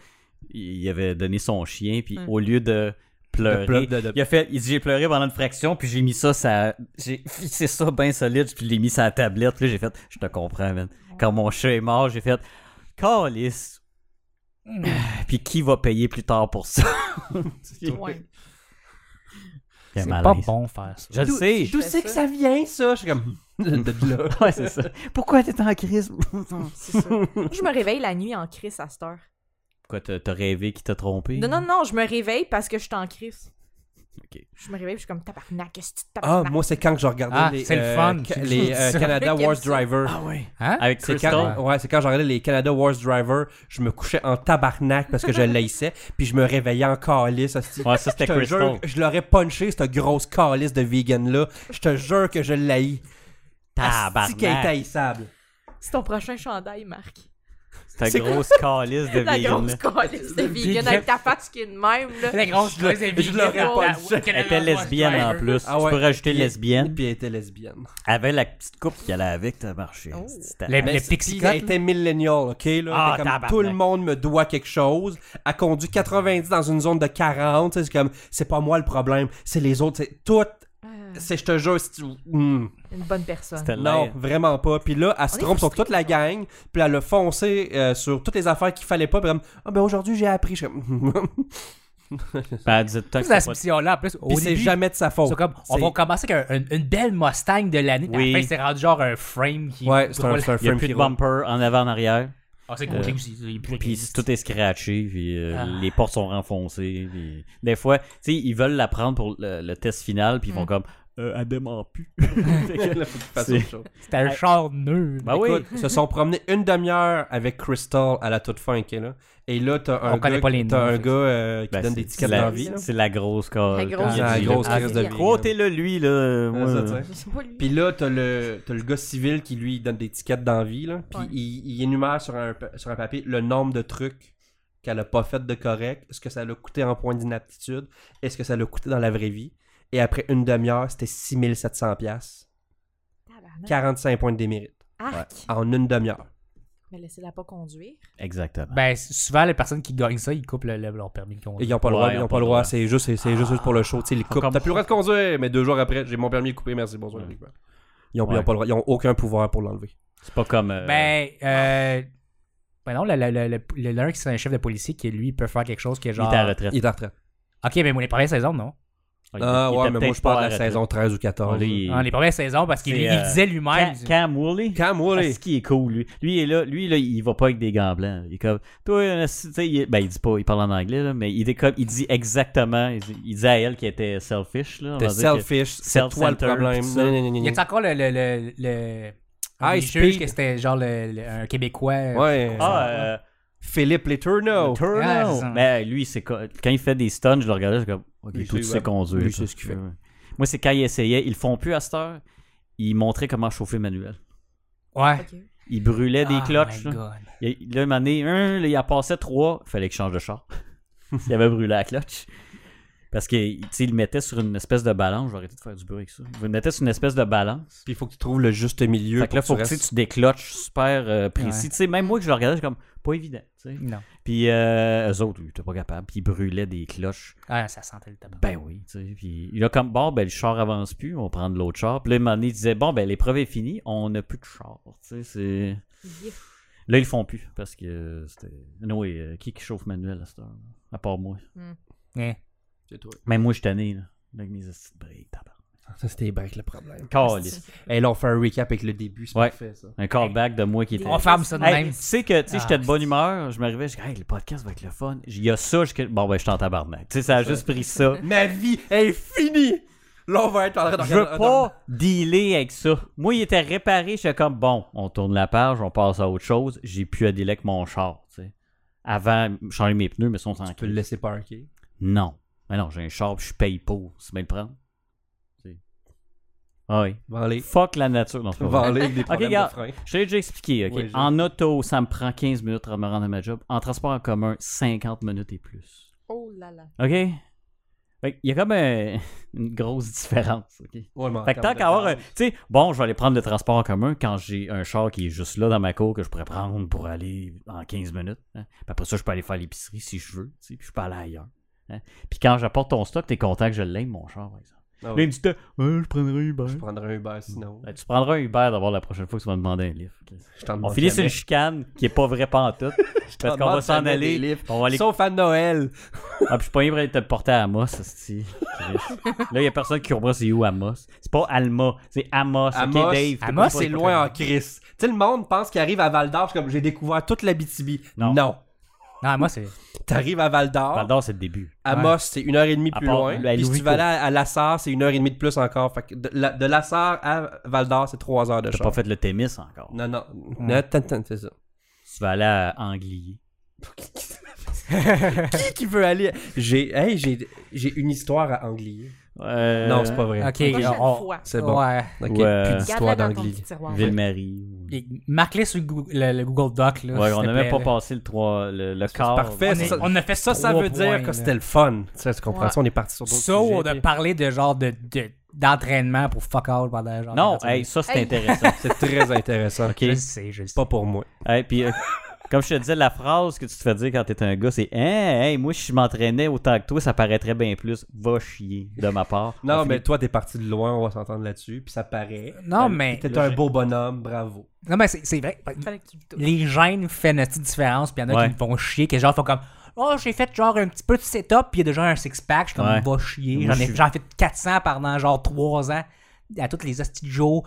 B: il avait donné son chien, puis
A: Mm.
B: au lieu de pleurer,
A: pleu- de- de-
B: il a fait, il dit j'ai pleuré pendant une fraction, puis j'ai mis ça, ça, j'ai fixé ça bien solide, puis je l'ai mis sur la tablette, puis là, j'ai fait, je te comprends, man. Quand mon chat est mort, j'ai fait, calice.
D: Ah,
B: puis qui va payer plus tard pour ça?
C: Ouais.
B: Quel
D: C'est pas
B: malaise.
D: bon faire ça.
B: Je le sais.
A: D'où c'est que ça vient, ça? Je suis comme. De là.
B: Ouais, c'est ça. Pourquoi t'es en crise?
C: C'est ça. Moi, je me réveille la nuit en crise à cette heure.
B: Pourquoi t'as t'as rêvé qu'il t'a trompé?
C: Non, non, non, je me réveille parce que je suis en crise.
B: Ok.
C: Je me réveille, je suis comme tabarnak, qu'est-ce que tu
A: Ah,
C: tabarnak?
A: moi, c'est quand que je regardais
D: Ah,
A: les,
D: c'est le
A: euh,
D: fun.
A: ca-
D: Tu-
A: les euh,
D: tu-
A: Canada
C: tu-
A: Wars
C: tu-
A: Driver.
B: Ah ouais.
D: Hein?
B: Avec
A: C'est
B: Crystal.
A: quand, ouais, c'est quand je regardais les Canada Wars Driver, je me couchais en tabarnak parce que je laissais, puis je me réveillais en calice. hostie.
B: Ouais,
A: Je
B: ça c'était
A: te
B: Crystal.
A: jure, je l'aurais punché, cette grosse calice de vegan-là. Je te jure que je l'ai. C'est qui est
B: Tabarnak.
A: haïssable.
C: C'est ton prochain chandail, Marc.
B: Ta grosse calice de
C: La
B: vegan.
C: grosse
B: là.
C: calice de vegan
D: Vegan.
C: avec ta face qui est de même, là.
D: La grosse,
A: Je le- je l'aurais pas dit.
B: Elle était lesbienne en plus.
A: Ah ouais.
B: Tu peux rajouter
A: Puis-
B: lesbienne.
A: Puis elle était lesbienne.
B: Elle avait la petite coupe qu'elle allait avec, t'as marché.
C: Oh.
B: C'était-
A: Mais
D: Les- le
A: Ben, c'est-
D: Pixie
A: puis Elle
D: Cut,
A: était millénial, OK? Là,
B: Ah,
A: T'es comme,
B: tabarnak.
A: tout le monde me doit quelque chose. A conduit 90 dans une zone de 40. tu sais, C'est comme, c'est pas moi le problème, c'est les autres. C'est tout.
C: Ah,
A: C'est, je te jure, si tu- Hmm.
C: Une bonne personne.
B: C'était
A: Non,
B: l'air.
A: vraiment pas. Puis là, elle se
C: On est
A: trompe sur
C: frustré,
A: toute la gang. Puis elle a foncé euh, sur toutes les affaires qu'il fallait pas. Puis comme, ah ben aujourd'hui, j'ai appris. Je suis comme,
B: Ben, elle disait tout le temps que
D: toute la
B: c'était pas-
D: là en plus, au
A: Puis c'est
D: début,
A: jamais de sa
D: ils
A: faute.
D: sont comme, on
A: C'est-
D: va commencer avec un- une, une belle Mustang de l'année, puis
B: Oui.
D: à la fin, c'est rendu genre un frame qui...
A: Ouais, c'est un,
D: roule.
A: c'est un
B: Il n'y a
A: frame
B: plus de
A: qui roule.
B: bumper en avant, en arrière.
D: Ah, c'est
B: Euh,
D: cool, aussi, il est plus-
B: Puis si tout est scratché, puis euh,
D: Ah.
B: les portes sont renfoncées. Puis... Des fois, tu sais, ils veulent la prendre pour le, le test final, puis ils vont
C: Mm.
B: comme, euh, elle démarre plus. Fait que-
A: Là, faut qu'il fasse autre chose.
D: C'était un char neuf.
B: ben oui.
A: Écoute, se sont promenés une demi-heure avec Crystal à la toute fin, ok, là. Et là, t'as un
D: On connaît
A: gars,
D: pas les
A: t'as
D: noms,
A: un
D: fait
A: gars euh, qui
B: Ben,
A: donne
B: c'est-
A: des
B: c'est
A: tickets
B: la-
A: dans la vie. là.
B: C'est la grosse cause.
C: La grosse-
A: La grosse
C: Ah,
A: crise de
C: c'est-
A: vie. là.
B: Quotez-le, lui, là.
A: Ouais,
B: moi,
A: ça, tu sais.
C: Je sais pas lui.
A: Puis là, t'as le, t'as le gars civil qui lui donne des tickets dans la vie, là. Puis
C: Ouais.
A: il, il énumère sur un, pa- sur un papier le nombre de trucs qu'elle a pas fait de correct, ce que ça l'a coûté en points d'inaptitude, et ce que ça l'a coûté dans la vraie vie. Et après une demi-heure, c'était 6700$, piastres,
C: Tabarnak.
A: 45 points de démérite
C: Arc.
A: en une demi-heure.
C: Mais laissez-la pas conduire.
B: Exactement.
D: Ben, souvent, les personnes qui gagnent ça, ils coupent le- le- leur permis de
A: Et
D: conduire.
A: Ils ont pas le
B: Ouais,
A: droit,
B: ils
A: ils
B: ont
A: ont
B: pas Ah,
A: pas le droit, c'est juste, c'est c'est juste pour le show, tu sais, ils coupent.
B: comme-
A: T'as plus le droit de conduire, mais deux jours après, j'ai mon permis coupé, merci, bonsoir.
B: Ouais.
A: Ils ont, ils ont pas le droit, ils ont aucun pouvoir pour l'enlever.
B: C'est pas comme. euh,
D: Ben, euh... Ben non, le, le, le, le- le- l'un qui c'est un chef de policier qui, lui, peut faire quelque chose qui est
B: il est
D: genre...
B: à la retraite.
A: Il est en retraite.
D: Ok, mais moi, les premières saisons, non.
B: Il
A: Ah,
B: était
A: ouais, mais moi,
B: peut-être
A: je parle de
B: pas
A: la
B: arrêté.
A: saison 13 ou 14.
B: Là, il-
D: Ah, les premières saisons, parce qu'il
B: C'est,
D: il
B: euh,
D: disait
B: Cam,
D: lui-même.
B: Cam Woolley.
A: Cam Woolley.
B: Est-ce qu'il Ah, est cool, lui? Lui, il est là, lui, là, il va pas avec des gants blancs. Il est comme, toi, euh, si- tu sais, il, ben, il dit pas, il parle en anglais, là, mais il, est comme, il dit exactement, il, dit- il dit à elle qu'elle était selfish, là. on
A: T'es
B: va dire que-
A: selfish, c'est toi le
B: self-centered,
A: problème.
B: pis tout ça.
A: Non, non, non, non,
D: Il y a encore le. le, le, le...
A: High
D: il juge
A: speed.
D: que c'était genre le- le- un Québécois.
A: non. Ouais.
B: Ah, euh,
A: Philippe Letourneau.
B: Turner.
D: Ah, c'est ça.
B: Mais Ben, lui, c'est co- quand il fait des stunts, je le regardais, je suis comme, ok,
A: Il
B: toi, tu
A: sait,
B: sais
A: ouais.
B: conduire.
A: Lui,
B: toi.
A: c'est ce qu'il fait.
B: Ouais, ouais. Moi, c'est quand il essayait, ils le font plus à cette heure, il montrait comment chauffer le manuel.
D: Ouais.
C: Ok.
B: Il brûlait des
D: Oh
B: clutches. Là.
D: my God.
B: Il, là, une année, un, là, il en passait trois, fallait qu'il change de char. il avait brûlé la clutch. Parce que, tu sais, il le mettait sur une espèce de balance. Je vais arrêter de faire du bruit avec ça. Il le mettait sur une espèce de balance.
A: Puis il faut que tu trouves le juste milieu.
B: Fait que là, faut
A: pour
B: que tu, sais,
A: restes-
B: tu décloches super euh, précis.
D: Ouais.
B: Tu sais, même moi que je le regardais, je suis comme, pas évident. tu sais.
D: Non.
B: Puis euh, eux autres, ils étaient pas capables. Puis ils brûlaient des cloches.
D: Ah, ça sentait le tabac.
B: Ben oui, tu sais. Puis il a comme, bon, ben le char avance plus, on va prendre l'autre char. Puis là, un moment donné, il disait, bon, ben l'épreuve est finie, on n'a plus de char. Tu sais, c'est.
C: Yeah.
B: Là, ils le font plus parce que euh, c'était. Non, qui qui chauffe manuel à cette heure? À part moi.
D: Ouais.
A: C'est toi.
B: Même moi, je suis tanné, là. Avec mes astuces de break, tabarnak.
A: Ça, c'était break le problème.
B: Calisse.
A: Et là, on fait un recap avec le début. C'est
B: Ouais.
A: parfait, ça.
B: Un callback de moi qui était.
D: On ferme ça de
B: Hey,
D: même.
B: tu sais que tu sais,
D: Ah,
B: j'étais de bonne humeur, je m'arrivais, je dis, hey, le podcast va être le fun. Il y a ça, je... bon, ben, je suis en tabarnak. Tu sais, ça a juste pris ça.
A: Ma vie est finie! Là, on va être en train de
B: Je veux pas dealer avec ça. Moi, il était réparé. J'étais comme, bon, on tourne la page, on passe à autre chose. J'ai plus à dealer avec mon char. tu sais. Avant, changer mes pneus, mais ils sont en
A: Tu peux le laisser parker.
B: Non. Mais non, j'ai un char, puis je paye pour. C'est bien le prendre. Tu sais. Ah oui.
A: Valer.
B: Fuck la nature. Non, c'est pas vrai.
A: Valer avec des problèmes
B: regarde.
A: de frein.
B: Je t'ai déjà expliqué, ok?
A: Ouais, je-
B: En auto, ça me prend 15 minutes à me rendre à ma job. En transport en commun, 50 minutes et plus.
C: Oh là là.
B: OK? Fait que Il y a comme un- une grosse différence, OK?
A: Ouais, mais en
B: Fait que tant
A: termes
B: qu'à
A: de
B: avoir un-
A: base,
B: Tu sais, bon, je vais aller prendre le transport en commun quand j'ai un char qui est juste là dans ma cour que je pourrais prendre pour aller en 15 minutes. hein. Puis après ça, je peux aller faire l'épicerie si je veux. tu sais, Puis je peux aller ailleurs. hein. Puis quand j'apporte ton stock, t'es content que je l'aime, mon char, par exemple.
A: Ah
B: Là, il
A: ouais,
B: me dit, t'as- Ouais, je prendrai un Uber.
A: Je prendrais un Uber sinon.
B: Ben, tu prendras un Uber d'abord la prochaine fois que tu vas me demander un livre.
A: Je t'en
B: On
A: demande
B: finit sur
A: jamais.
B: une chicane qui est pas vraie pantoute. parce qu'on va s'en aller. On va aller.
A: Sauf à Noël.
B: Ah, puis je suis pas libre de te porter à Amos, hostie. Chris. Là, il y a personne qui comprend c'est où Amos. C'est pas Alma, c'est Amos. ok,
A: Amos,
B: Dave. t'es
A: Amos
B: pas-
A: c'est loin en crise. Tu sais, le monde pense qu'il arrive à Val d'Or, c'est comme j'ai découvert toute la BTB.
B: Non.
A: Non.
D: Non, moi, c'est.
A: T'arrives à Val d'Or,
B: Val d'Or, c'est le début.
A: Amos, c'est une heure et demie
B: À
A: plus
B: part,
A: loin.
B: ben,
A: Puis si
B: Louis
A: tu vas aller à, à Lassar, c'est une heure et demie de plus encore. Fait que de, la, de Lassar à Val d'Or, c'est trois heures de
B: T'as
A: char.
B: pas fait le Témis encore.
A: Non, non. Non, attends, attends, c'est ça.
B: Tu vas aller à Anglier.
A: Qui qui veut aller? J'ai hey, j'ai- j'ai une histoire à Anglier.
B: Euh,
A: Non, c'est pas vrai.
D: Ok,
C: Prochaine
D: on-
C: fois.
A: C'est bon.
D: Ouais.
A: Ok,
B: Ou, euh,
A: plus
C: Garde-la
A: d'histoire
C: dans ton petit
A: d'Anglier.
C: tiroir.
B: Ville-Marie. ou-
D: Et Marque-les sur le Goo- le, le Google Doc. Là,
B: Ouais,
D: s'il
B: on
D: te
B: n'a même
D: plaît,
B: pas
D: là.
B: passé le, 3, le, le quart.
A: parfait.
D: On, est-
A: Ça-
D: on a fait
A: Ça, ça
D: trois
A: veut dire
D: points,
A: que
D: là.
A: c'était le fun. Tu, sais, tu comprends
C: Ouais.
A: ça? On est parti sur d'autres
D: Ça, on
A: sujets,
D: a
A: puis-
D: parlé de genre de, de- d'entraînement pour fuck all pendant genre.
B: Non,
D: 40
B: hey, ça, c'est
C: Hey.
B: intéressant.
A: C'est très intéressant.
B: Ok.
D: Je le sais, je le sais.
A: Pas pour moi.
B: Hey, puis, euh, comme je te disais, la phrase que tu te fais dire quand t'es un gars, c'est Hein, hey, moi, si je m'entraînais autant que toi, ça paraîtrait bien plus. Va chier, de ma part.
A: Non,
B: On
A: mais
B: finit-
A: toi, t'es parti de loin, on va s'entendre là-dessus, puis ça paraît.
D: Non,
A: Ben,
D: mais-
A: T'es un beau bonhomme, bravo.
D: Non, mais c'est, c'est vrai.
C: Fallait que tu le touches.
D: Les gènes font une petite différence, puis il y en a
B: Ouais.
D: qui me font chier, que genre, font comme. Oh, j'ai fait genre un petit peu de setup, puis il y a déjà un six-pack, je suis comme,
B: Ouais.
D: va chier.
B: Moi,
D: J'en ai,
B: je suis-
D: j'en ai fait 400 pendant genre 3 ans, à toutes les hosties de jours.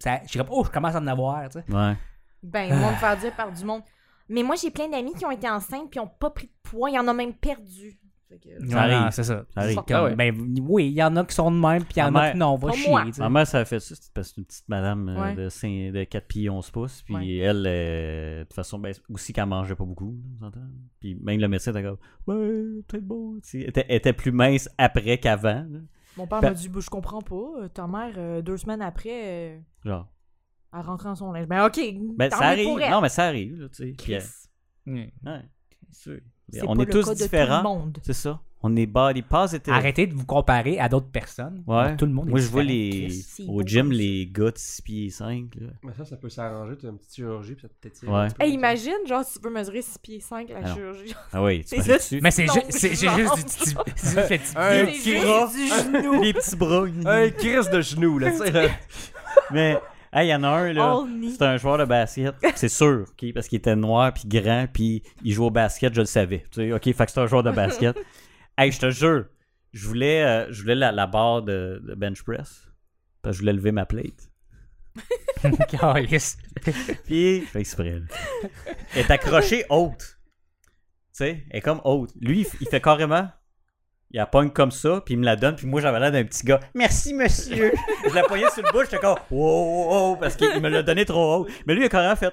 D: Ça, je suis comme, oh, je commence à en avoir, tu sais.
B: Ouais.
C: Ben, ils vont me faire dire par du monde. Mais moi, j'ai plein d'amis qui ont été enceintes puis ont pas pris de poids. Ils en ont même perdu. Fait que- euh,
B: Ça
D: Non, non,
B: arrive.
D: c'est ça.
B: Ça arrive.
D: Comme,
A: Ah ouais.
D: ben, oui, il y en a qui sont de même, puis il y en
B: Ma
D: a
B: mère-
D: qui non, va
C: Pas
D: chier.
C: moi.
D: tu sais.
B: Ma mère, ça a fait ça, c'est parce que c'est une petite madame euh,
C: Ouais.
B: de, 5, de 4 pieds 11 pouces. Puis
C: Ouais.
B: elle, euh, de toute façon, ben, aussi qu'elle mangeait pas beaucoup, là, vous entendez? Puis même le médecin était comme, ouais, peut-être beau. tu sais. Elle était, elle était plus mince après qu'avant. là.
C: Mon père
B: Ben-
C: m'a dit, Bah, je comprends pas. euh, Ta mère, euh, deux semaines après, euh,
B: Genre.
C: elle rentre en son linge. Ben, ok.
B: Mais
C: tant
B: ça
C: mieux
B: arrive.
C: Pour elle.
B: Non, mais ça arrive, là, tu sais. Puis,
C: Chris,
B: euh,
D: Mm.
B: ouais, c'est sûr.
C: c'est
B: On
C: pas
B: est
C: le
B: tous
C: cas de tout le
B: différents.
C: monde.
B: C'est ça. On est body positive.
D: Arrêtez de vous comparer à d'autres personnes.
B: Ouais.
D: Tout le monde est
B: Moi, je vois
D: différent.
B: les.
C: Chris, c'est
B: Au
C: bon
B: gym,
C: comme ça.
B: les gars de 6 pieds 5. Là.
A: Mais ça, ça peut s'arranger, tu as une petite chirurgie, puis ça peut-être
B: Ouais.
C: Hey, imagine, genre, si tu veux mesurer 6 pieds 5, la
B: Ah non.
C: chirurgie.
B: Ah oui, tu
C: C'est
B: marches
C: ça.
B: dessus.
D: Mais c'est
C: Non,
D: ju- c'est- j'ai
C: genre.
D: juste du petit. c'est juste le petit-
A: Un
C: C'est
A: petit
C: juste
A: rat.
C: du genou.
B: Les petits bras.
A: Un crise de genou, là, tu sais.
B: Mais, hey, il y en a un, là.
C: All knee.
B: C'est un joueur de basket, c'est sûr, ok, parce qu'il était noir, puis grand, puis il jouait au basket, je le savais. Tu sais, ok, fait que c'est un joueur de basket. hey, je te jure, je voulais, euh, je voulais la, la barre de, de bench press. Parce que je voulais lever ma plate.
D: Calice.
B: Puis, je fais exprès. là. Elle est accrochée haute. Tu sais, elle est comme haute. Lui, il, f- il fait carrément. Il la pogne comme ça, puis il me la donne, puis moi j'avais l'air d'un petit gars. Merci monsieur! je la poignais sur le bout, j'étais comme wow, wow, wow, parce qu'il me l'a donné trop haut. Mais lui, il a carrément fait.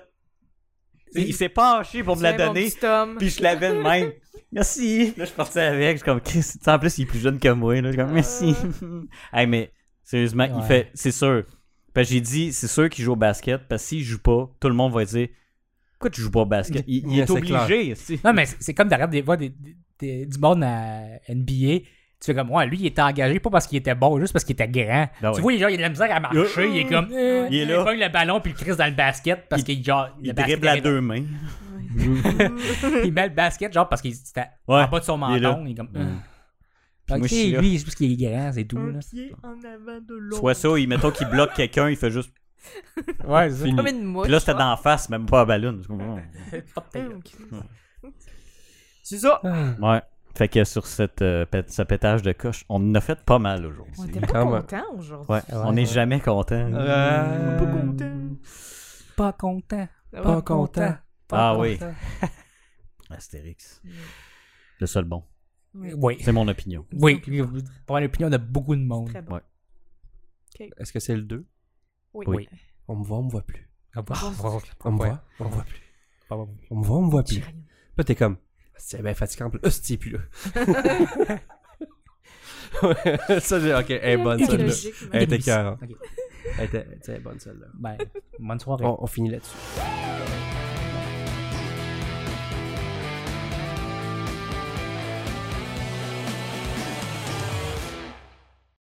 B: Tu sais, Il s'est penché pour me la
C: Tiens, mon
B: donner.
C: petit homme.
B: Puis je l'avais de même. Merci. Là, je suis parti avec. Je suis comme, Chris, tu sais, en plus, il est plus jeune que moi. Là. Je suis comme, merci. hey, mais sérieusement, il
D: Ouais.
B: fait, c'est sûr. Parce que j'ai dit, c'est sûr qu'il joue au basket. Parce que s'il joue pas, tout le monde va dire, pourquoi tu joues pas au basket? Il, il
A: Ouais,
B: est
A: c'est
B: obligé. si.
D: Non, mais c'est c'est comme derrière des fois des, des- des- du monde à NBA. Tu fais comme, ouais, lui, il était engagé pas parce qu'il était bon, juste parce qu'il était grand.
B: Ben
D: tu
B: oui.
D: vois, il, genre, il a de la misère à marcher, il est comme, euh,
B: Il est là.
D: pogne le ballon puis il crisse dans le basket parce qu'il, genre, le
B: Il
D: basket
B: dribble à
D: arrive-
B: deux mains.
D: Il met le basket, genre, parce qu'il était en
B: Ouais,
D: bas de son
B: il est là.
D: menton. Il est, comme, euh.
B: Puis
D: Ok,
B: moi, je suis là.
D: lui, c'est parce qu'il est grand, c'est tout.
C: Un
D: Là.
C: pied en avant de l'autre.
B: Soit ça, il, mettons qu'il bloque quelqu'un, il fait juste.
D: Ouais, c'est
B: Fini.
C: Comme Ah, une mouche.
B: Puis là, c'était
C: toi. Ah,
B: dans la face, même pas à ballon. oh.
D: ça.
C: Ok. C'est ça.
D: Ah.
B: Ouais. Fait que sur cette, euh, pét- ce pétage de coche, on en a fait pas mal aujourd'hui.
C: On était
B: Ouais,
C: pas
A: Quand même.
C: contents aujourd'hui.
B: on n'est jamais content.
A: Euh,
C: Pas contents.
D: Pas content.
C: Ça va?
D: Pas content.
B: Ah
D: pas
B: oui.
D: content.
B: Astérix. Le seul bon.
D: Oui.
B: C'est mon opinion.
D: Oui, pour l'opinion de beaucoup de monde.
C: Très bon.
B: Ouais.
A: Est-ce que c'est le 2
C: Oui.
B: Oui.
A: On me voit, on me voit plus.
D: Ah, bah,
C: Oh,
A: On me voit, on me voit plus. On me voit, on me voit
C: J'ai
A: plus.
C: rien.
A: Là, t'es comme, c'est bien fatigant. Puis là, c'est plus là. ça, j'ai, ok, elle est bonne
C: Il y a
A: celle-là.
C: logique, mais-
A: Elle était
D: Début.
A: cœur.
D: Ok.
A: Elle était, tu sais, elle est bonne celle-là.
D: Ben, bonne soirée.
A: On, on finit là-dessus.